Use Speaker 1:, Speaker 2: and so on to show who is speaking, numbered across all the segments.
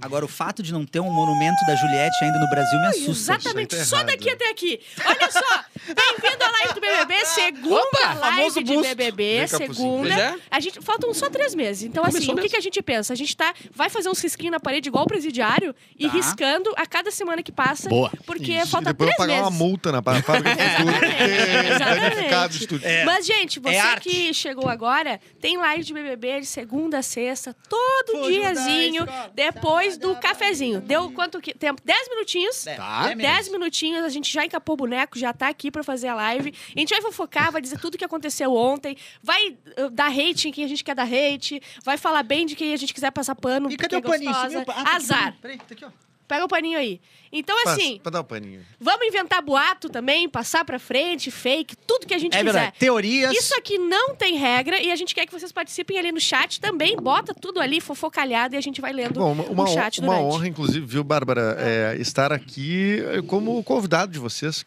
Speaker 1: Agora, o fato de não ter um monumento da Juliette ainda no Brasil me assusta.
Speaker 2: Exatamente,
Speaker 3: Isso aí tá
Speaker 2: só
Speaker 3: errado.
Speaker 2: daqui até aqui. Olha só, bem-vindo à live do BBB, segunda
Speaker 4: Opa, famoso
Speaker 2: live de
Speaker 4: busto.
Speaker 2: BBB,
Speaker 3: Vem cá,
Speaker 2: segunda.
Speaker 4: Pois é.
Speaker 2: A gente, faltam só três meses. Então,
Speaker 4: Começou
Speaker 2: assim, o que,
Speaker 4: mesmo.
Speaker 2: que a gente pensa? A gente tá, vai fazer uns risquinhos na parede igual o presidiário e
Speaker 1: Tá.
Speaker 2: riscando a cada semana que passa.
Speaker 4: Boa.
Speaker 2: Porque
Speaker 3: Isso,
Speaker 2: falta
Speaker 3: e depois
Speaker 2: três
Speaker 3: eu pagar
Speaker 2: meses.
Speaker 3: uma multa na pá- fábrica de cultura. porque é
Speaker 2: Exatamente. É.
Speaker 3: danificado o estúdio.
Speaker 2: Mas, gente, você
Speaker 1: arte.
Speaker 2: que chegou agora, tem live de BBB de segunda a sexta, todo
Speaker 1: Vou
Speaker 2: diazinho,
Speaker 1: ajudar a escola.
Speaker 2: depois do cafezinho. Deu quanto que- tempo? Dez minutinhos.
Speaker 4: Tá.
Speaker 1: É mesmo.
Speaker 2: 10 minutinhos, a gente já encapou o boneco, já tá aqui pra fazer a live. A gente vai fofocar, vai dizer tudo o que aconteceu ontem, vai uh, dar hate em quem a gente quer dar hate, vai falar bem de quem a gente quiser passar pano.
Speaker 1: E
Speaker 2: porque
Speaker 1: cadê o
Speaker 2: é
Speaker 1: paninho? Você
Speaker 2: gostosa.
Speaker 1: viu o pa- Ah, tá aqui,
Speaker 2: Azar.
Speaker 1: Peraí, tá aqui, ó.
Speaker 2: Pega o paninho aí. Então,
Speaker 3: Passa,
Speaker 2: assim,
Speaker 3: Pra dar o paninho.
Speaker 2: vamos inventar boato também, passar pra frente, fake, tudo que a gente
Speaker 1: É
Speaker 2: quiser.
Speaker 1: verdade. Teorias.
Speaker 2: Isso aqui não tem regra e a gente quer que vocês participem ali no chat também. Bota tudo ali, fofocalhado, e a gente vai lendo
Speaker 3: Bom, uma, uma
Speaker 2: no
Speaker 3: hon-
Speaker 2: chat
Speaker 3: uma
Speaker 2: durante. Ah.
Speaker 3: honra, inclusive, viu, Bárbara, é, estar aqui eh, como convidado de vocês.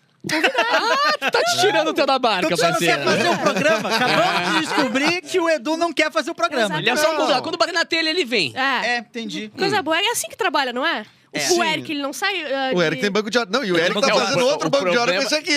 Speaker 4: Tá te tirando o teu da barca,
Speaker 1: Você não
Speaker 4: parceiro.
Speaker 1: quer fazer o programa. Acabamos de descobrir que o Edu não quer fazer o programa.
Speaker 4: Ele é só um convidado. Quando bater na telha, ele vem.
Speaker 2: É.
Speaker 1: É, entendi.
Speaker 2: Coisa boa, é assim que trabalha, não é? O-
Speaker 1: É.
Speaker 2: O
Speaker 3: Hum. Sim.
Speaker 2: Eric, ele não sai. ah,
Speaker 3: O Eric
Speaker 2: de-
Speaker 3: tem banco de hora. Não, e o Eric tá
Speaker 4: banco de hora.
Speaker 3: fazendo
Speaker 4: O-
Speaker 3: outro
Speaker 4: o
Speaker 3: banco de hora com
Speaker 4: problema-
Speaker 3: esse aqui.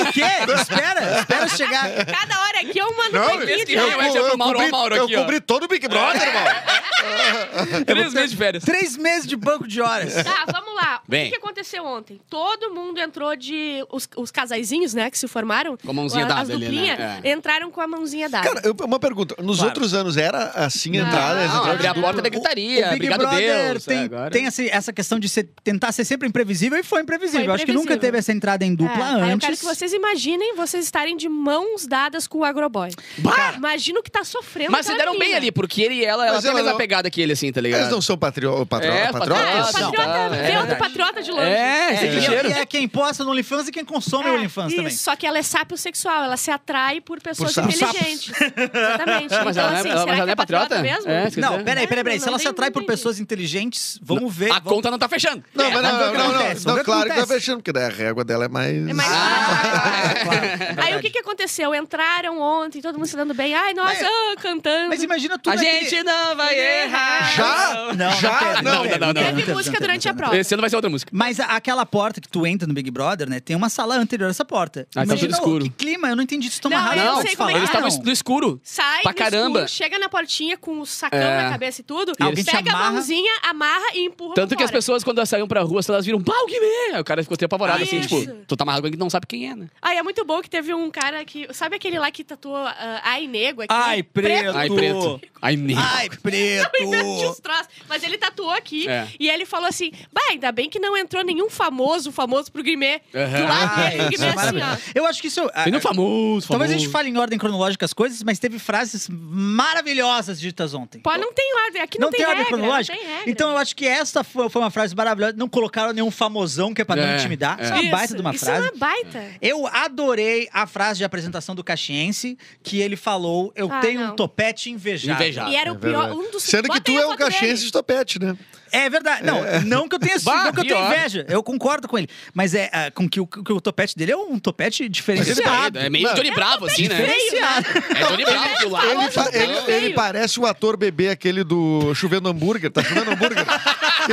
Speaker 1: O quê? Espera, espera chegar.
Speaker 2: Cada hora aqui eu mando
Speaker 3: Não, é
Speaker 2: pra
Speaker 3: eu,
Speaker 2: equipe.
Speaker 4: eu-
Speaker 2: né?
Speaker 4: eu-
Speaker 3: eu
Speaker 4: Mauro,
Speaker 3: cobri,
Speaker 4: Mauro
Speaker 3: eu
Speaker 4: aqui, ó.
Speaker 3: cobri todo o Big Brother,
Speaker 2: Ah.
Speaker 3: irmão.
Speaker 4: Três meses de férias.
Speaker 1: Três meses de banco de horas.
Speaker 2: Tá, vamos lá. O
Speaker 4: Vem.
Speaker 2: que que aconteceu ontem? Todo mundo entrou de. Os, os casaizinhos, né, que se formaram.
Speaker 4: Com a mãozinha
Speaker 2: a-
Speaker 4: dada
Speaker 2: As
Speaker 4: ali, né?
Speaker 2: duplinhas
Speaker 4: É.
Speaker 2: entraram com a mãozinha dada.
Speaker 3: Cara, eu- uma pergunta. Nos
Speaker 4: Claro.
Speaker 3: outros anos era assim a
Speaker 2: Não,
Speaker 3: entrada?
Speaker 2: não,
Speaker 3: essa entrada
Speaker 4: abrir a
Speaker 3: de-
Speaker 4: porta da gritaria.
Speaker 1: o Big
Speaker 4: Obrigado,
Speaker 1: Brother
Speaker 4: Deus.
Speaker 1: tem,
Speaker 4: É, agora-
Speaker 1: tem um esse- essa questão de ser- tentar ser sempre imprevisível e foi imprevisível.
Speaker 2: Foi
Speaker 1: Eu Acho que nunca
Speaker 2: imprevisível.
Speaker 1: teve essa entrada em dupla
Speaker 2: É, aí Eu
Speaker 1: antes.
Speaker 2: quero que vocês imaginem vocês estarem de mãos dadas com o Agroboy.
Speaker 4: Bah!
Speaker 2: Imagina o que tá sofrendo.
Speaker 4: Mas se
Speaker 2: aquela
Speaker 4: deram bem
Speaker 2: menina.
Speaker 4: ali, porque ele e ela, ela
Speaker 3: Mas
Speaker 4: tem a
Speaker 3: ela
Speaker 4: mesma
Speaker 3: não-
Speaker 4: pegada que ele, assim, tá ligado?
Speaker 3: Eles não são patrio... patro-
Speaker 4: É,
Speaker 2: Ah, é,
Speaker 3: patriotas?
Speaker 2: o
Speaker 4: Não,
Speaker 2: patriota
Speaker 4: tá,
Speaker 2: vê
Speaker 4: é
Speaker 2: outro
Speaker 4: verdade.
Speaker 2: patriota de longe.
Speaker 4: É,
Speaker 1: É,
Speaker 4: esse
Speaker 1: e-
Speaker 4: ligeiro.
Speaker 1: e é quem posta no OnlyFans e quem consome o OnlyFans
Speaker 2: É, isso,
Speaker 1: também.
Speaker 2: Só que ela é sápio sexual, ela se atrai por pessoas
Speaker 3: sapos.
Speaker 2: inteligentes. Exatamente. então, assim,
Speaker 4: Mas ela não é- ela-
Speaker 2: será
Speaker 4: mas ela
Speaker 2: que
Speaker 4: não é patriota?
Speaker 2: mesmo?
Speaker 4: É, esqueci.
Speaker 1: Não, peraí, peraí, peraí.
Speaker 2: Não,
Speaker 1: Se ela
Speaker 2: não
Speaker 1: se
Speaker 2: tem-
Speaker 1: atrai
Speaker 2: não
Speaker 1: por
Speaker 2: tem
Speaker 1: pessoas inteligentes, vamos ver.
Speaker 4: A
Speaker 1: vamos-
Speaker 4: conta não tá fechando.
Speaker 3: Não,
Speaker 2: É,
Speaker 3: mas
Speaker 1: vamos ver o
Speaker 3: não,
Speaker 1: que
Speaker 3: não,
Speaker 1: acontece,
Speaker 3: não.
Speaker 1: vamos ver
Speaker 3: Não,
Speaker 1: o que
Speaker 3: claro que tá
Speaker 1: acontece.
Speaker 3: fechando, porque daí a régua dela é mais...
Speaker 2: É mais-
Speaker 1: Ah, claro,
Speaker 2: Aí
Speaker 1: verdade.
Speaker 2: o que, que aconteceu? Entraram ontem, todo mundo se dando bem. Ai, nossa,
Speaker 1: Mas-
Speaker 2: ah, cantando.
Speaker 1: Mas imagina tudo
Speaker 4: A
Speaker 1: aqui-
Speaker 4: gente não vai errar.
Speaker 3: Já?
Speaker 1: Não,
Speaker 3: Já?
Speaker 1: teve,
Speaker 3: Não,
Speaker 1: teve,
Speaker 4: não, não,
Speaker 1: teve,
Speaker 4: não.
Speaker 2: Teve
Speaker 1: teve,
Speaker 2: música
Speaker 1: teve,
Speaker 2: durante a
Speaker 1: teve.
Speaker 2: prova.
Speaker 4: Esse ano vai ser outra música.
Speaker 1: Mas a- aquela porta que tu entra no Big Brother, né? Tem uma sala anterior a essa porta.
Speaker 4: Ah, tá tudo
Speaker 1: Imagina o-
Speaker 4: escuro.
Speaker 1: que clima, eu não entendi isso
Speaker 2: Não,
Speaker 1: tomar
Speaker 2: eu não
Speaker 4: Não,
Speaker 2: sei como é que
Speaker 4: eles estavam no escuro.
Speaker 2: Sai
Speaker 4: Pra
Speaker 2: do
Speaker 4: caramba.
Speaker 2: escuro, chega na portinha com o sacão
Speaker 4: É.
Speaker 2: na cabeça e tudo.
Speaker 1: E eles-
Speaker 2: pega
Speaker 1: amarra.
Speaker 2: a mãozinha, amarra e empurra
Speaker 4: Tanto
Speaker 2: pra
Speaker 4: que as
Speaker 2: fora.
Speaker 4: pessoas, quando elas saíam pra rua, elas viram, pau, Guimê! Aí o cara ficou até apavorado,
Speaker 1: Ah,
Speaker 4: assim,
Speaker 2: Isso.
Speaker 4: tipo, tu tá amarrado com alguém que não sabe quem é, né?
Speaker 2: Ai, é muito bom que teve um cara que... Sabe aquele lá que tatuou ah, Ai Nego aqui?
Speaker 1: Ai, preto.
Speaker 4: Ai, preto. Ai, negro.
Speaker 1: Ai,
Speaker 2: Inverte
Speaker 1: preto!
Speaker 2: os troços. Mas ele tatuou aqui
Speaker 4: É.
Speaker 2: e ele falou assim: bah, ainda bem que não entrou nenhum famoso, famoso pro Guimê. Do
Speaker 4: Aham.
Speaker 2: lado dele, o
Speaker 1: isso
Speaker 2: Guimê
Speaker 1: é
Speaker 2: assim, ó.
Speaker 1: maravilhoso. Eu acho que isso. ah,
Speaker 4: Tem um famoso, famoso.
Speaker 1: Talvez a gente fale em ordem cronológica as coisas, mas teve frases maravilhosas ditas ontem.
Speaker 2: Pô, não tem ordem, aqui não,
Speaker 1: não, tem, ordem
Speaker 2: regra,
Speaker 1: cronológica?
Speaker 2: Não tem regra.
Speaker 1: Então eu acho que essa fo- foi uma frase maravilhosa. Não colocaram nenhum famosão que é pra não
Speaker 4: É,
Speaker 1: intimidar.
Speaker 4: é.
Speaker 1: Isso é uma
Speaker 2: Isso,
Speaker 1: baita de uma
Speaker 2: isso
Speaker 1: frase.
Speaker 2: é uma baita.
Speaker 1: Eu adorei a frase de apresentação do Caxiense, que ele falou: Eu
Speaker 2: Ah,
Speaker 1: tenho um
Speaker 2: não.
Speaker 1: topete invejável.
Speaker 4: Invejável.
Speaker 2: E era o
Speaker 3: É
Speaker 2: pior,
Speaker 3: verdade.
Speaker 2: um dos
Speaker 3: Sendo que
Speaker 2: Bota
Speaker 3: tu
Speaker 2: aí a
Speaker 3: é um
Speaker 2: foto dele.
Speaker 3: caxiense de topete, né?
Speaker 1: É verdade. Não, não que eu tenha tipo,
Speaker 4: Bah,
Speaker 1: não que eu tenha
Speaker 4: pior.
Speaker 1: inveja. Eu concordo com ele. Mas é ah, com que o, que o topete dele é um topete diferenciado.
Speaker 4: É meio Johnny Bravo, assim, né?
Speaker 1: Diferenciado.
Speaker 4: É Johnny Bravo do lado.
Speaker 3: Ele,
Speaker 1: tá-
Speaker 3: fa- ele-
Speaker 2: Não.
Speaker 3: ele parece o ator bebê, aquele do chovendo hambúrguer. Tá chovendo hambúrguer? que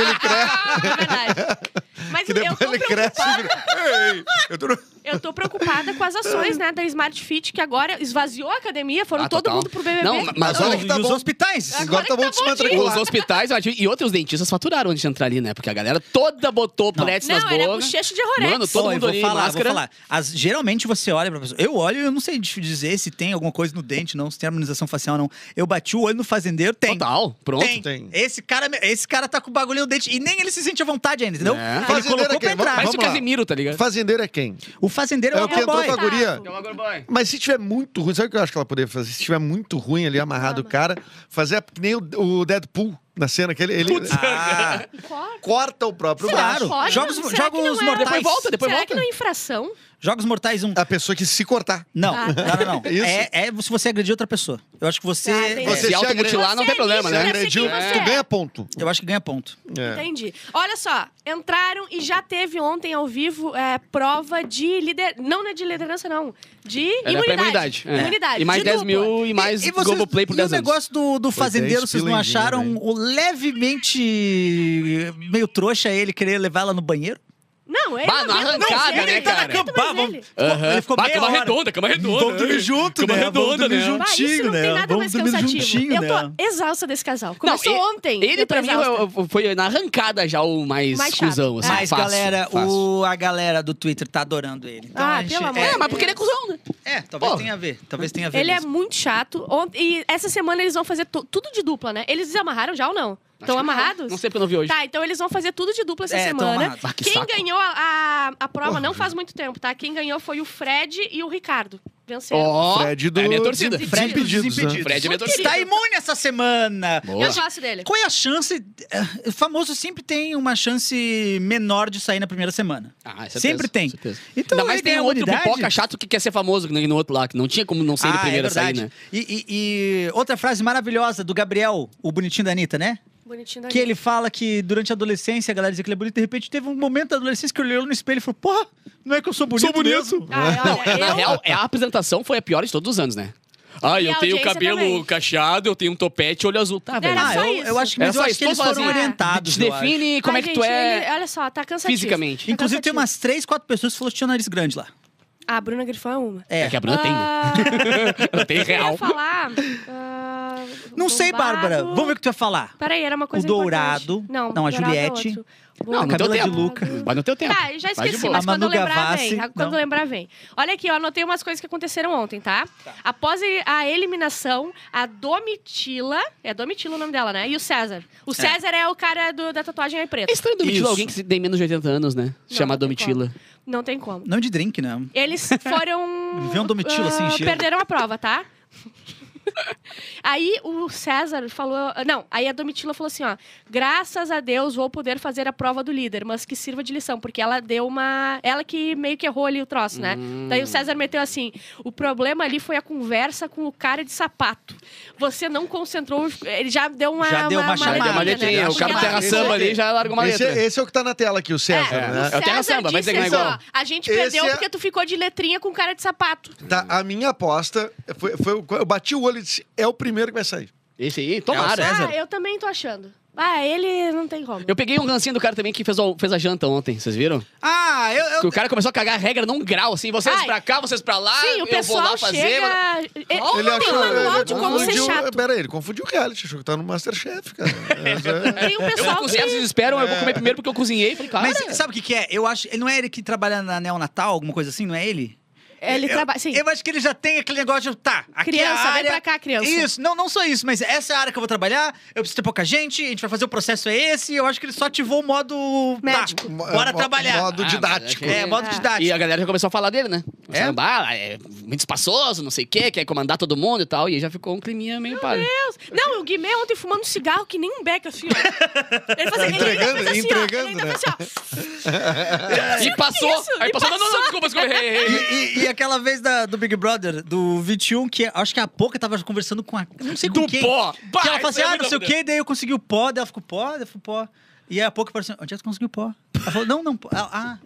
Speaker 3: ele cresce,
Speaker 2: É verdade. Mas
Speaker 3: que
Speaker 2: eu, eu
Speaker 3: depois
Speaker 2: tô
Speaker 3: ele cresce. e
Speaker 2: preocupada,
Speaker 3: vira, Ei, eu tô... no-
Speaker 2: eu tô preocupada com as ações, né, da Smart Fit, que agora esvaziou a academia, foram
Speaker 4: Ah,
Speaker 2: todo
Speaker 4: total.
Speaker 2: mundo pro BBB.
Speaker 4: Não, mas
Speaker 3: Não,
Speaker 4: olha
Speaker 3: que
Speaker 1: e
Speaker 3: tá
Speaker 1: os
Speaker 3: bom.
Speaker 1: hospitais.
Speaker 2: Agora
Speaker 3: Agora
Speaker 2: que
Speaker 3: tá bom
Speaker 2: tá bom
Speaker 3: de se
Speaker 2: de ir.
Speaker 4: Os
Speaker 3: matricular.
Speaker 4: hospitais eu acho, e outros dentistas faturaram antes de entrar ali, né? Porque a galera toda botou prétis
Speaker 2: não,
Speaker 4: nas
Speaker 2: era
Speaker 4: bocas.
Speaker 2: bochecho de Rorex.
Speaker 4: Mano, todo
Speaker 1: Ó, eu
Speaker 4: mundo
Speaker 1: vou
Speaker 4: ali,
Speaker 1: falar,
Speaker 4: máscara.
Speaker 1: Vou falar. As- geralmente você olha pra pessoa. Eu olho e eu não sei te dizer se tem alguma coisa no dente, não, se tem harmonização facial, não. Eu bati o olho no fazendeiro, tem.
Speaker 4: Total, pronto.
Speaker 1: Tem.
Speaker 3: Tem.
Speaker 1: Esse, cara, esse cara tá com o bagulho no dente. E nem ele se sente à vontade ainda, entendeu?
Speaker 4: É.
Speaker 1: Ele
Speaker 3: Fazendeiro
Speaker 1: colocou
Speaker 3: é quem?
Speaker 1: pra entrar.
Speaker 4: Parece
Speaker 3: Vamos
Speaker 4: o
Speaker 3: lá.
Speaker 4: Casimiro, tá ligado?
Speaker 3: Fazendeiro é quem?
Speaker 1: O fazendeiro é
Speaker 3: É
Speaker 1: o
Speaker 3: o que entrou
Speaker 1: Agroboy.
Speaker 3: com a guria.
Speaker 1: Então
Speaker 2: Tato.
Speaker 3: Mas se tiver muito ruim, sabe o que eu acho que ela poderia fazer? Se tiver muito ruim ali amarrado o cara, fazer que nem o, o Deadpool na cena, que ele, ele
Speaker 1: Ah,
Speaker 2: Corta.
Speaker 3: corta o próprio
Speaker 1: claro.
Speaker 3: braço.
Speaker 2: Pode,
Speaker 1: Joga os,
Speaker 2: será
Speaker 1: joga
Speaker 2: que não
Speaker 1: os
Speaker 2: é?
Speaker 1: mortais.
Speaker 4: Depois volta, depois
Speaker 2: Será
Speaker 4: volta.
Speaker 2: que não é infração?
Speaker 1: Jogos Mortais 1.
Speaker 3: A pessoa que se cortar.
Speaker 1: Não,
Speaker 2: Ah.
Speaker 1: não, não, não.
Speaker 3: Isso.
Speaker 1: É, é se você agredir outra pessoa. Eu acho que você.
Speaker 2: Ah, entendi.
Speaker 1: é,
Speaker 3: Você
Speaker 4: Se
Speaker 3: já
Speaker 4: automutilar não
Speaker 2: Você
Speaker 4: tem problema,
Speaker 2: é lixo,
Speaker 4: né?
Speaker 2: né?
Speaker 3: Agrediu,
Speaker 2: Sei quem você
Speaker 3: um- tu
Speaker 2: é.
Speaker 3: ganha ponto.
Speaker 1: eu acho que ganha ponto.
Speaker 3: É.
Speaker 2: Entendi. Olha só, entraram e já teve ontem ao vivo é, prova de lider... Não, não é de liderança, não. De
Speaker 4: Era pra imunidade.
Speaker 2: imunidade.
Speaker 4: é. E mais
Speaker 2: de
Speaker 4: 10
Speaker 2: dupla.
Speaker 4: mil e mais
Speaker 1: vocês-
Speaker 4: Globoplay por
Speaker 1: e
Speaker 4: 10
Speaker 1: o
Speaker 4: anos.
Speaker 1: negócio do, do
Speaker 3: Foi
Speaker 1: fazendeiro,
Speaker 3: 10
Speaker 1: vocês não
Speaker 3: pilinguinha,
Speaker 1: acharam
Speaker 3: velho.
Speaker 1: o levemente meio trouxa ele querer levar ela no banheiro?
Speaker 2: Não, ele
Speaker 4: Bah,
Speaker 2: aguenta
Speaker 4: na
Speaker 2: mais
Speaker 4: arrancada,
Speaker 2: ele,
Speaker 4: né,
Speaker 2: ele tá na
Speaker 4: cara?
Speaker 2: cama,
Speaker 1: Bah,
Speaker 2: mas
Speaker 1: vamos-
Speaker 2: ele-
Speaker 4: Aham.
Speaker 1: Ele ficou
Speaker 4: Bah,
Speaker 1: meia
Speaker 4: cama
Speaker 1: hora.
Speaker 4: redonda, cama redonda.
Speaker 1: Vamos dormir junto,
Speaker 4: Cama
Speaker 1: né? Vamos
Speaker 4: redonda,
Speaker 1: dormir
Speaker 4: né?
Speaker 1: junto.
Speaker 2: Bah, isso não
Speaker 1: Juntinho, né?
Speaker 2: tem nada
Speaker 1: Vamos
Speaker 2: mais
Speaker 1: dormir
Speaker 2: cansativo.
Speaker 1: juntinho,
Speaker 2: eu tô
Speaker 1: né?
Speaker 2: exausta desse casal.
Speaker 4: Não,
Speaker 2: Começou
Speaker 4: e-
Speaker 2: ontem.
Speaker 4: Ele,
Speaker 2: eu tô
Speaker 4: pra mim,
Speaker 2: exausta.
Speaker 4: eu- eu- foi na arrancada já o mais,
Speaker 2: Mais chato.
Speaker 4: cuzão. Assim,
Speaker 1: Mas,
Speaker 4: fácil,
Speaker 1: galera,
Speaker 4: fácil.
Speaker 1: O, a galera do Twitter tá adorando ele. Então,
Speaker 2: Ah,
Speaker 1: a gente,
Speaker 2: pelo amor
Speaker 1: é,
Speaker 2: de
Speaker 4: É, mas porque ele é cuzão, né?
Speaker 1: é, talvez
Speaker 4: Pô.
Speaker 1: tenha a ver. Talvez tenha a ver.
Speaker 2: Ele é
Speaker 1: mesmo.
Speaker 2: muito chato. Ont- E essa semana eles vão fazer to- tudo de dupla, né? Eles desamarraram já ou não? Estão
Speaker 4: que não.
Speaker 2: amarrados?
Speaker 4: Não sei porque eu não vi hoje.
Speaker 2: Tá, então eles vão fazer tudo de dupla essa
Speaker 1: É, tão
Speaker 2: semana.
Speaker 1: amarrado.
Speaker 4: Ah, que
Speaker 2: Quem
Speaker 4: saco.
Speaker 2: ganhou a, a, a prova não faz muito tempo, tá? Quem ganhou foi o Fred e o Ricardo. Venceram.
Speaker 4: Ó,
Speaker 3: Fred do
Speaker 4: É a minha torcida.
Speaker 3: Desimpedidos,
Speaker 1: Fred dos
Speaker 3: né?
Speaker 1: Desimpedidos.
Speaker 4: Fred é minha torcida.
Speaker 1: Está tá imune essa semana.
Speaker 4: Boa.
Speaker 2: Eu gosto dele.
Speaker 1: Qual é a chance? eh, O famoso sempre tem uma chance menor de sair na primeira semana.
Speaker 4: Ah, certeza,
Speaker 1: sempre tem.
Speaker 4: certeza.
Speaker 1: Então,
Speaker 4: Ainda mais
Speaker 1: ele tem
Speaker 4: tem
Speaker 1: a
Speaker 4: um outro
Speaker 1: imunidade.
Speaker 4: pipoca chato que quer ser famoso, que nem no outro lá, que não tinha como não ser ele
Speaker 1: Ah,
Speaker 4: primeiro
Speaker 1: é
Speaker 4: a sair,
Speaker 1: verdade.
Speaker 4: né?
Speaker 1: E, e- e outra frase maravilhosa do Gabriel, o bonitinho da Anitta, né?
Speaker 2: Bonitinho da
Speaker 1: Que ele fala que durante a adolescência a galera dizia que ele é bonito. De repente teve um momento da adolescência que ele olhou no espelho e falou: Porra, não é que eu sou bonito? mesmo?"
Speaker 2: Ah,
Speaker 4: Não,
Speaker 2: olha,
Speaker 4: na
Speaker 2: eu-
Speaker 4: real, é, a apresentação foi a pior de todos os anos, né? Ah,
Speaker 2: E
Speaker 4: eu
Speaker 2: a
Speaker 4: tenho
Speaker 2: audiência
Speaker 4: cabelo
Speaker 2: também.
Speaker 4: cacheado, eu tenho um topete, olho azul. Tá, velho.
Speaker 2: Era
Speaker 1: Ah,
Speaker 2: só
Speaker 1: eu,
Speaker 2: isso.
Speaker 1: eu acho que, mas
Speaker 4: Era
Speaker 1: eu
Speaker 4: só
Speaker 1: acho
Speaker 4: isso,
Speaker 1: que eles
Speaker 4: todos
Speaker 1: foram
Speaker 4: falam
Speaker 2: assim,
Speaker 1: orientados.
Speaker 4: Te
Speaker 1: eu acho.
Speaker 4: define como
Speaker 2: Ai,
Speaker 4: é que
Speaker 2: gente,
Speaker 4: tu é
Speaker 2: ele- olha só, tá cansativo.
Speaker 4: fisicamente.
Speaker 1: Inclusive, tem
Speaker 2: cansativo.
Speaker 1: umas três, quatro pessoas que falaram que tinha nariz grande lá.
Speaker 2: Ah, a Bruna Grifão é uma.
Speaker 1: É.
Speaker 4: É que a Bruna tem, né?
Speaker 2: Ah,
Speaker 4: Ela tem
Speaker 2: eu
Speaker 4: real.
Speaker 2: ia falar. ah,
Speaker 1: Não sei,
Speaker 2: bombado.
Speaker 1: Bárbara. Vamos ver o que tu ia falar.
Speaker 2: Peraí, era uma coisa
Speaker 1: Dourado.
Speaker 2: importante. Não,
Speaker 1: Não, a
Speaker 2: Dourado é
Speaker 1: Juliette.
Speaker 2: outro.
Speaker 4: Não, no teu
Speaker 1: Cabelo de
Speaker 4: tempo.
Speaker 1: Luca.
Speaker 4: Mas no teu tempo.
Speaker 2: Tá, eu já
Speaker 4: Vai de
Speaker 2: esqueci,
Speaker 4: boa.
Speaker 2: mas
Speaker 1: A
Speaker 2: quando
Speaker 1: Manu
Speaker 2: eu lembrar,
Speaker 1: Gavassi,
Speaker 2: vem. Quando
Speaker 1: não.
Speaker 2: eu lembrar, vem. Olha aqui, eu anotei umas coisas que aconteceram ontem, tá? Após a eliminação, a Domitila, é Domitila o nome dela, né? E o César. O César é, o cara do- da tatuagem aí preta.
Speaker 4: É estranho Domitila
Speaker 1: Isso.
Speaker 4: alguém que se tem menos de 80 anos, né? Se
Speaker 2: Não,
Speaker 4: chamar
Speaker 2: não tem
Speaker 4: Domitila.
Speaker 2: Não tem como.
Speaker 1: Não de drink, né?
Speaker 2: Eles foram.
Speaker 1: Vê um Domitila, assim,
Speaker 2: ah,
Speaker 1: cheio.
Speaker 2: Perderam a prova, tá? aí o César falou. Não, aí a Domitila falou assim: ó, graças a Deus vou poder fazer a prova do líder, mas que sirva de lição, porque ela deu uma. Ela que meio que errou ali o troço, né?
Speaker 4: Hum.
Speaker 2: Daí o César meteu assim: o problema ali foi a conversa com o cara de sapato. Você não concentrou. Ele já deu uma.
Speaker 1: Já deu uma
Speaker 4: Já
Speaker 1: chamada,
Speaker 4: deu
Speaker 1: Maravilha,
Speaker 4: uma
Speaker 1: né?
Speaker 4: letrinha. O
Speaker 1: Acho
Speaker 4: cara tá
Speaker 1: que
Speaker 4: do Terra
Speaker 1: ela-
Speaker 4: Samba ali já largou uma
Speaker 3: Esse,
Speaker 4: letra.
Speaker 3: é- esse é o que tá na tela aqui, o César,
Speaker 2: o
Speaker 3: né?
Speaker 4: É o Terra
Speaker 2: César
Speaker 4: Samba, mas
Speaker 2: disse
Speaker 4: é que não é
Speaker 2: assim,
Speaker 4: igual.
Speaker 2: ó, a gente
Speaker 3: Esse
Speaker 2: perdeu
Speaker 3: é-
Speaker 2: porque tu ficou de letrinha com cara de sapato.
Speaker 3: Tá, a minha aposta foi, foi- Eu bati o olho e disse: é o primeiro que vai sair.
Speaker 4: Esse aí, tomara.
Speaker 1: César.
Speaker 2: Ah, eu também tô achando. Ah, ele não tem como.
Speaker 4: Eu peguei um rancinho do cara também que fez, o- fez a janta ontem, vocês viram?
Speaker 1: Ah, eu.
Speaker 4: Que
Speaker 1: eu...
Speaker 4: o cara começou a cagar a regra num grau, assim, vocês
Speaker 2: Ai.
Speaker 4: pra cá, vocês pra lá,
Speaker 2: Sim, o
Speaker 4: Ah, eu vou
Speaker 2: pessoal
Speaker 4: lá fazer. mas-
Speaker 2: chega. Ele,
Speaker 4: Ele
Speaker 2: tem um manual
Speaker 3: ele
Speaker 2: de como ser
Speaker 3: confundiu-
Speaker 2: chato.
Speaker 3: Pera aí, ele confundiu o reality, achou que tá no Masterchef, cara. Mas, é-
Speaker 2: Tem um
Speaker 4: Eu vou
Speaker 2: pessoal
Speaker 4: cozinhar, vocês
Speaker 2: que.
Speaker 4: esperam, eu vou comer primeiro porque eu cozinhei. Falei, cara,
Speaker 1: Mas sabe o que, que é? Eu acho. Não é ele que trabalha na Neonatal, alguma coisa assim, não é ele?
Speaker 2: Ele trabalha. Sim.
Speaker 1: Eu acho que ele já tem aquele negócio de. Tá, aqui é a
Speaker 2: Criança, vem
Speaker 1: área-
Speaker 2: pra cá, criança.
Speaker 1: Isso, não, não só isso, mas essa é a área que eu vou trabalhar, eu preciso ter pouca gente, a gente vai fazer o processo é esse, eu acho que ele só ativou o modo.
Speaker 2: Médico.
Speaker 1: Tá, bora
Speaker 3: mo-
Speaker 1: trabalhar.
Speaker 3: Modo
Speaker 4: Ah,
Speaker 3: didático.
Speaker 4: mas
Speaker 1: É, modo
Speaker 2: É.
Speaker 1: didático.
Speaker 4: E a galera já começou a falar dele, né?
Speaker 1: É?
Speaker 4: Começaram, "Bah, é muito espaçoso, não sei o quê, quer comandar todo mundo e tal. E aí já ficou um climinha meio pá.
Speaker 2: Deus. Não, o Guimê é ontem fumando cigarro que nem um beck assim, ó. Ele fazia, ele
Speaker 3: Entregando,
Speaker 2: ainda fez assim, ó.
Speaker 3: entregando,
Speaker 2: Ele ainda
Speaker 3: né?
Speaker 2: fez assim,
Speaker 4: E
Speaker 1: é
Speaker 4: passou!
Speaker 2: isso?
Speaker 4: Aí
Speaker 2: E
Speaker 4: passou, não, não, não, desculpa, desculpa, errei, errei, errei.
Speaker 1: E, e- e aquela vez da- do Big Brother, do 21, que acho que a pouca tava conversando com a. Não sei com
Speaker 4: Do
Speaker 1: quem.
Speaker 4: pó. Bah,
Speaker 1: que ela
Speaker 4: isso
Speaker 1: falou assim:
Speaker 4: é
Speaker 1: ah,
Speaker 4: muito
Speaker 1: não sei o
Speaker 4: doido.
Speaker 1: quê, daí eu consegui o pó, daí ela ficou pó, daí eu fui pó. E aí a pouco apareceu, onde é que tu conseguiu pó? Ela falou, não, não, pó. Ela, Ah,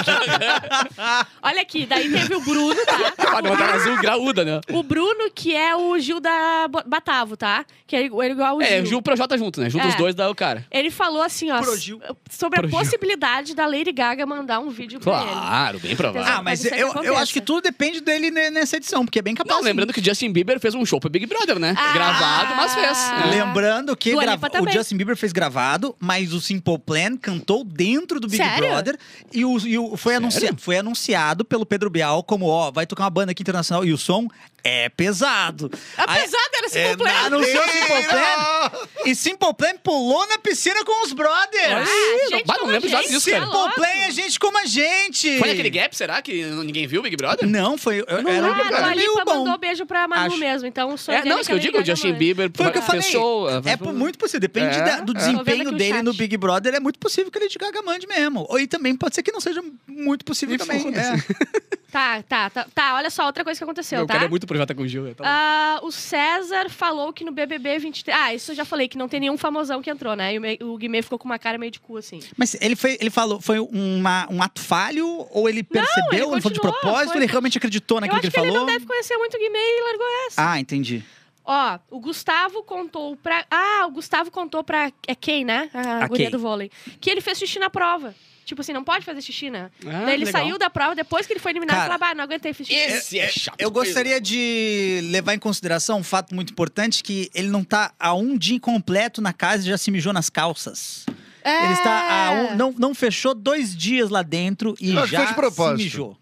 Speaker 2: ó. Olha aqui, daí teve o Bruno, tá?
Speaker 4: Ah, não, tá azul graúda, né?
Speaker 2: O Bruno, que é o Gil da Bo- Batavo, tá? Que é igual- ele é igual ao
Speaker 4: É,
Speaker 2: Gil.
Speaker 4: Gil pro Jota junto, né? Junta
Speaker 2: É.
Speaker 4: os dois, dá o cara.
Speaker 2: Ele falou assim, ó,
Speaker 1: Pro Gil.
Speaker 2: sobre
Speaker 4: Pro
Speaker 2: a
Speaker 4: Gil.
Speaker 2: possibilidade da Lady Gaga mandar um vídeo pra ele.
Speaker 4: Claro, bem provável.
Speaker 1: É. ah, mas
Speaker 2: Pode ser é que
Speaker 1: eu, eu
Speaker 2: aconteça.
Speaker 1: acho que tudo depende dele ne- nessa edição, porque é bem capaz.
Speaker 4: Não, lembrando que o Justin Bieber fez um show pro Big Brother, né?
Speaker 2: Ah.
Speaker 4: Gravado, mas fez. né?
Speaker 2: Ah.
Speaker 1: Lembrando que
Speaker 2: Dua
Speaker 1: grava-
Speaker 2: Lipa
Speaker 1: o
Speaker 2: também.
Speaker 1: Justin Bieber fez gravado, mas o Simple Plan cantou dentro do Big
Speaker 2: Sério?
Speaker 1: Brother. E, o, e o- foi, anunciado, foi anunciado pelo Pedro Bial como, ó, vai tocar uma banda aqui internacional. E o som é pesado. Aí-
Speaker 2: Apesar dela se
Speaker 3: É
Speaker 2: completar.
Speaker 1: Anunciou
Speaker 3: Mentira!
Speaker 1: Simple Plan e Simple Plan pulou na piscina com os brothers.
Speaker 2: Ah,
Speaker 4: Ih,
Speaker 2: gente,
Speaker 4: bah, não
Speaker 2: como
Speaker 4: lembro
Speaker 2: a
Speaker 4: já
Speaker 2: gente,
Speaker 4: disso,
Speaker 2: tá
Speaker 4: cara.
Speaker 1: Simple
Speaker 2: louco.
Speaker 1: Plan é gente como a gente.
Speaker 4: Foi naquele gap, será? Que ninguém viu o Big Brother?
Speaker 1: Não, foi. eu-
Speaker 2: Ah,
Speaker 1: era um
Speaker 2: a Dua
Speaker 1: lugar meio
Speaker 2: Lipa
Speaker 1: bom.
Speaker 2: mandou beijo pra Manu
Speaker 1: Acho.
Speaker 2: mesmo, então o sonho
Speaker 4: É,
Speaker 2: dele
Speaker 4: não, isso que eu
Speaker 2: ela
Speaker 4: digo, o
Speaker 2: liga
Speaker 4: Justin
Speaker 2: amanhã.
Speaker 4: Bieber,
Speaker 1: Foi o que eu
Speaker 4: pra-
Speaker 1: falei.
Speaker 4: pessoa.
Speaker 1: É por- muito possível. Depende
Speaker 4: É,
Speaker 1: da- do
Speaker 2: Tô vendo
Speaker 4: é.
Speaker 1: desempenho
Speaker 2: aqui o
Speaker 1: dele
Speaker 2: chat.
Speaker 1: no Big Brother. É muito possível que ele diga Gamande mesmo. Ou e também pode ser que não seja muito possível
Speaker 4: Me
Speaker 1: também.
Speaker 4: foda.
Speaker 1: É.
Speaker 2: Tá, tá, tá, tá. Olha só, outra coisa que aconteceu,
Speaker 4: Meu
Speaker 2: tá?
Speaker 4: cara é muito privado com o Gil. né? Tá louco.
Speaker 2: Ah, o César falou que no BBB 23... Ah, isso eu já falei, que não tem nenhum famosão que entrou, né? E o, me... o Guimê ficou com uma cara meio de cu, assim.
Speaker 1: Mas ele, foi, ele falou, foi uma- um ato falho? Ou ele
Speaker 2: ele
Speaker 1: percebeu? Não, foi de
Speaker 2: continuou,
Speaker 1: propósito?
Speaker 2: foi-
Speaker 1: Ele realmente acreditou
Speaker 2: eu
Speaker 1: naquilo
Speaker 2: acho
Speaker 1: que
Speaker 2: que,
Speaker 1: ele
Speaker 2: ele
Speaker 1: falou?
Speaker 2: não deve conhecer muito o Guimê e largou essa.
Speaker 1: Ah, entendi.
Speaker 2: Ó, o Gustavo contou pra... Ah, o Gustavo contou pra... É quem, né? A,
Speaker 1: A
Speaker 2: guria
Speaker 1: Kay.
Speaker 2: do vôlei. Que ele fez xixi na prova. Tipo assim, não pode fazer xixi, né?
Speaker 4: Ah,
Speaker 2: Daí ele
Speaker 4: legal.
Speaker 2: saiu da prova, depois que ele foi eliminado,
Speaker 1: Cara,
Speaker 2: ele falou, ah, não aguentei, fiz xixi.
Speaker 4: Esse é chato.
Speaker 1: Eu gostaria de levar em consideração um fato muito importante que ele não tá há um dia completo na casa e já se mijou nas calças.
Speaker 2: É.
Speaker 1: Ele está há um, não, não fechou dois dias lá dentro e
Speaker 3: Eu acho que
Speaker 1: já
Speaker 3: foi de propósito.
Speaker 1: se mijou.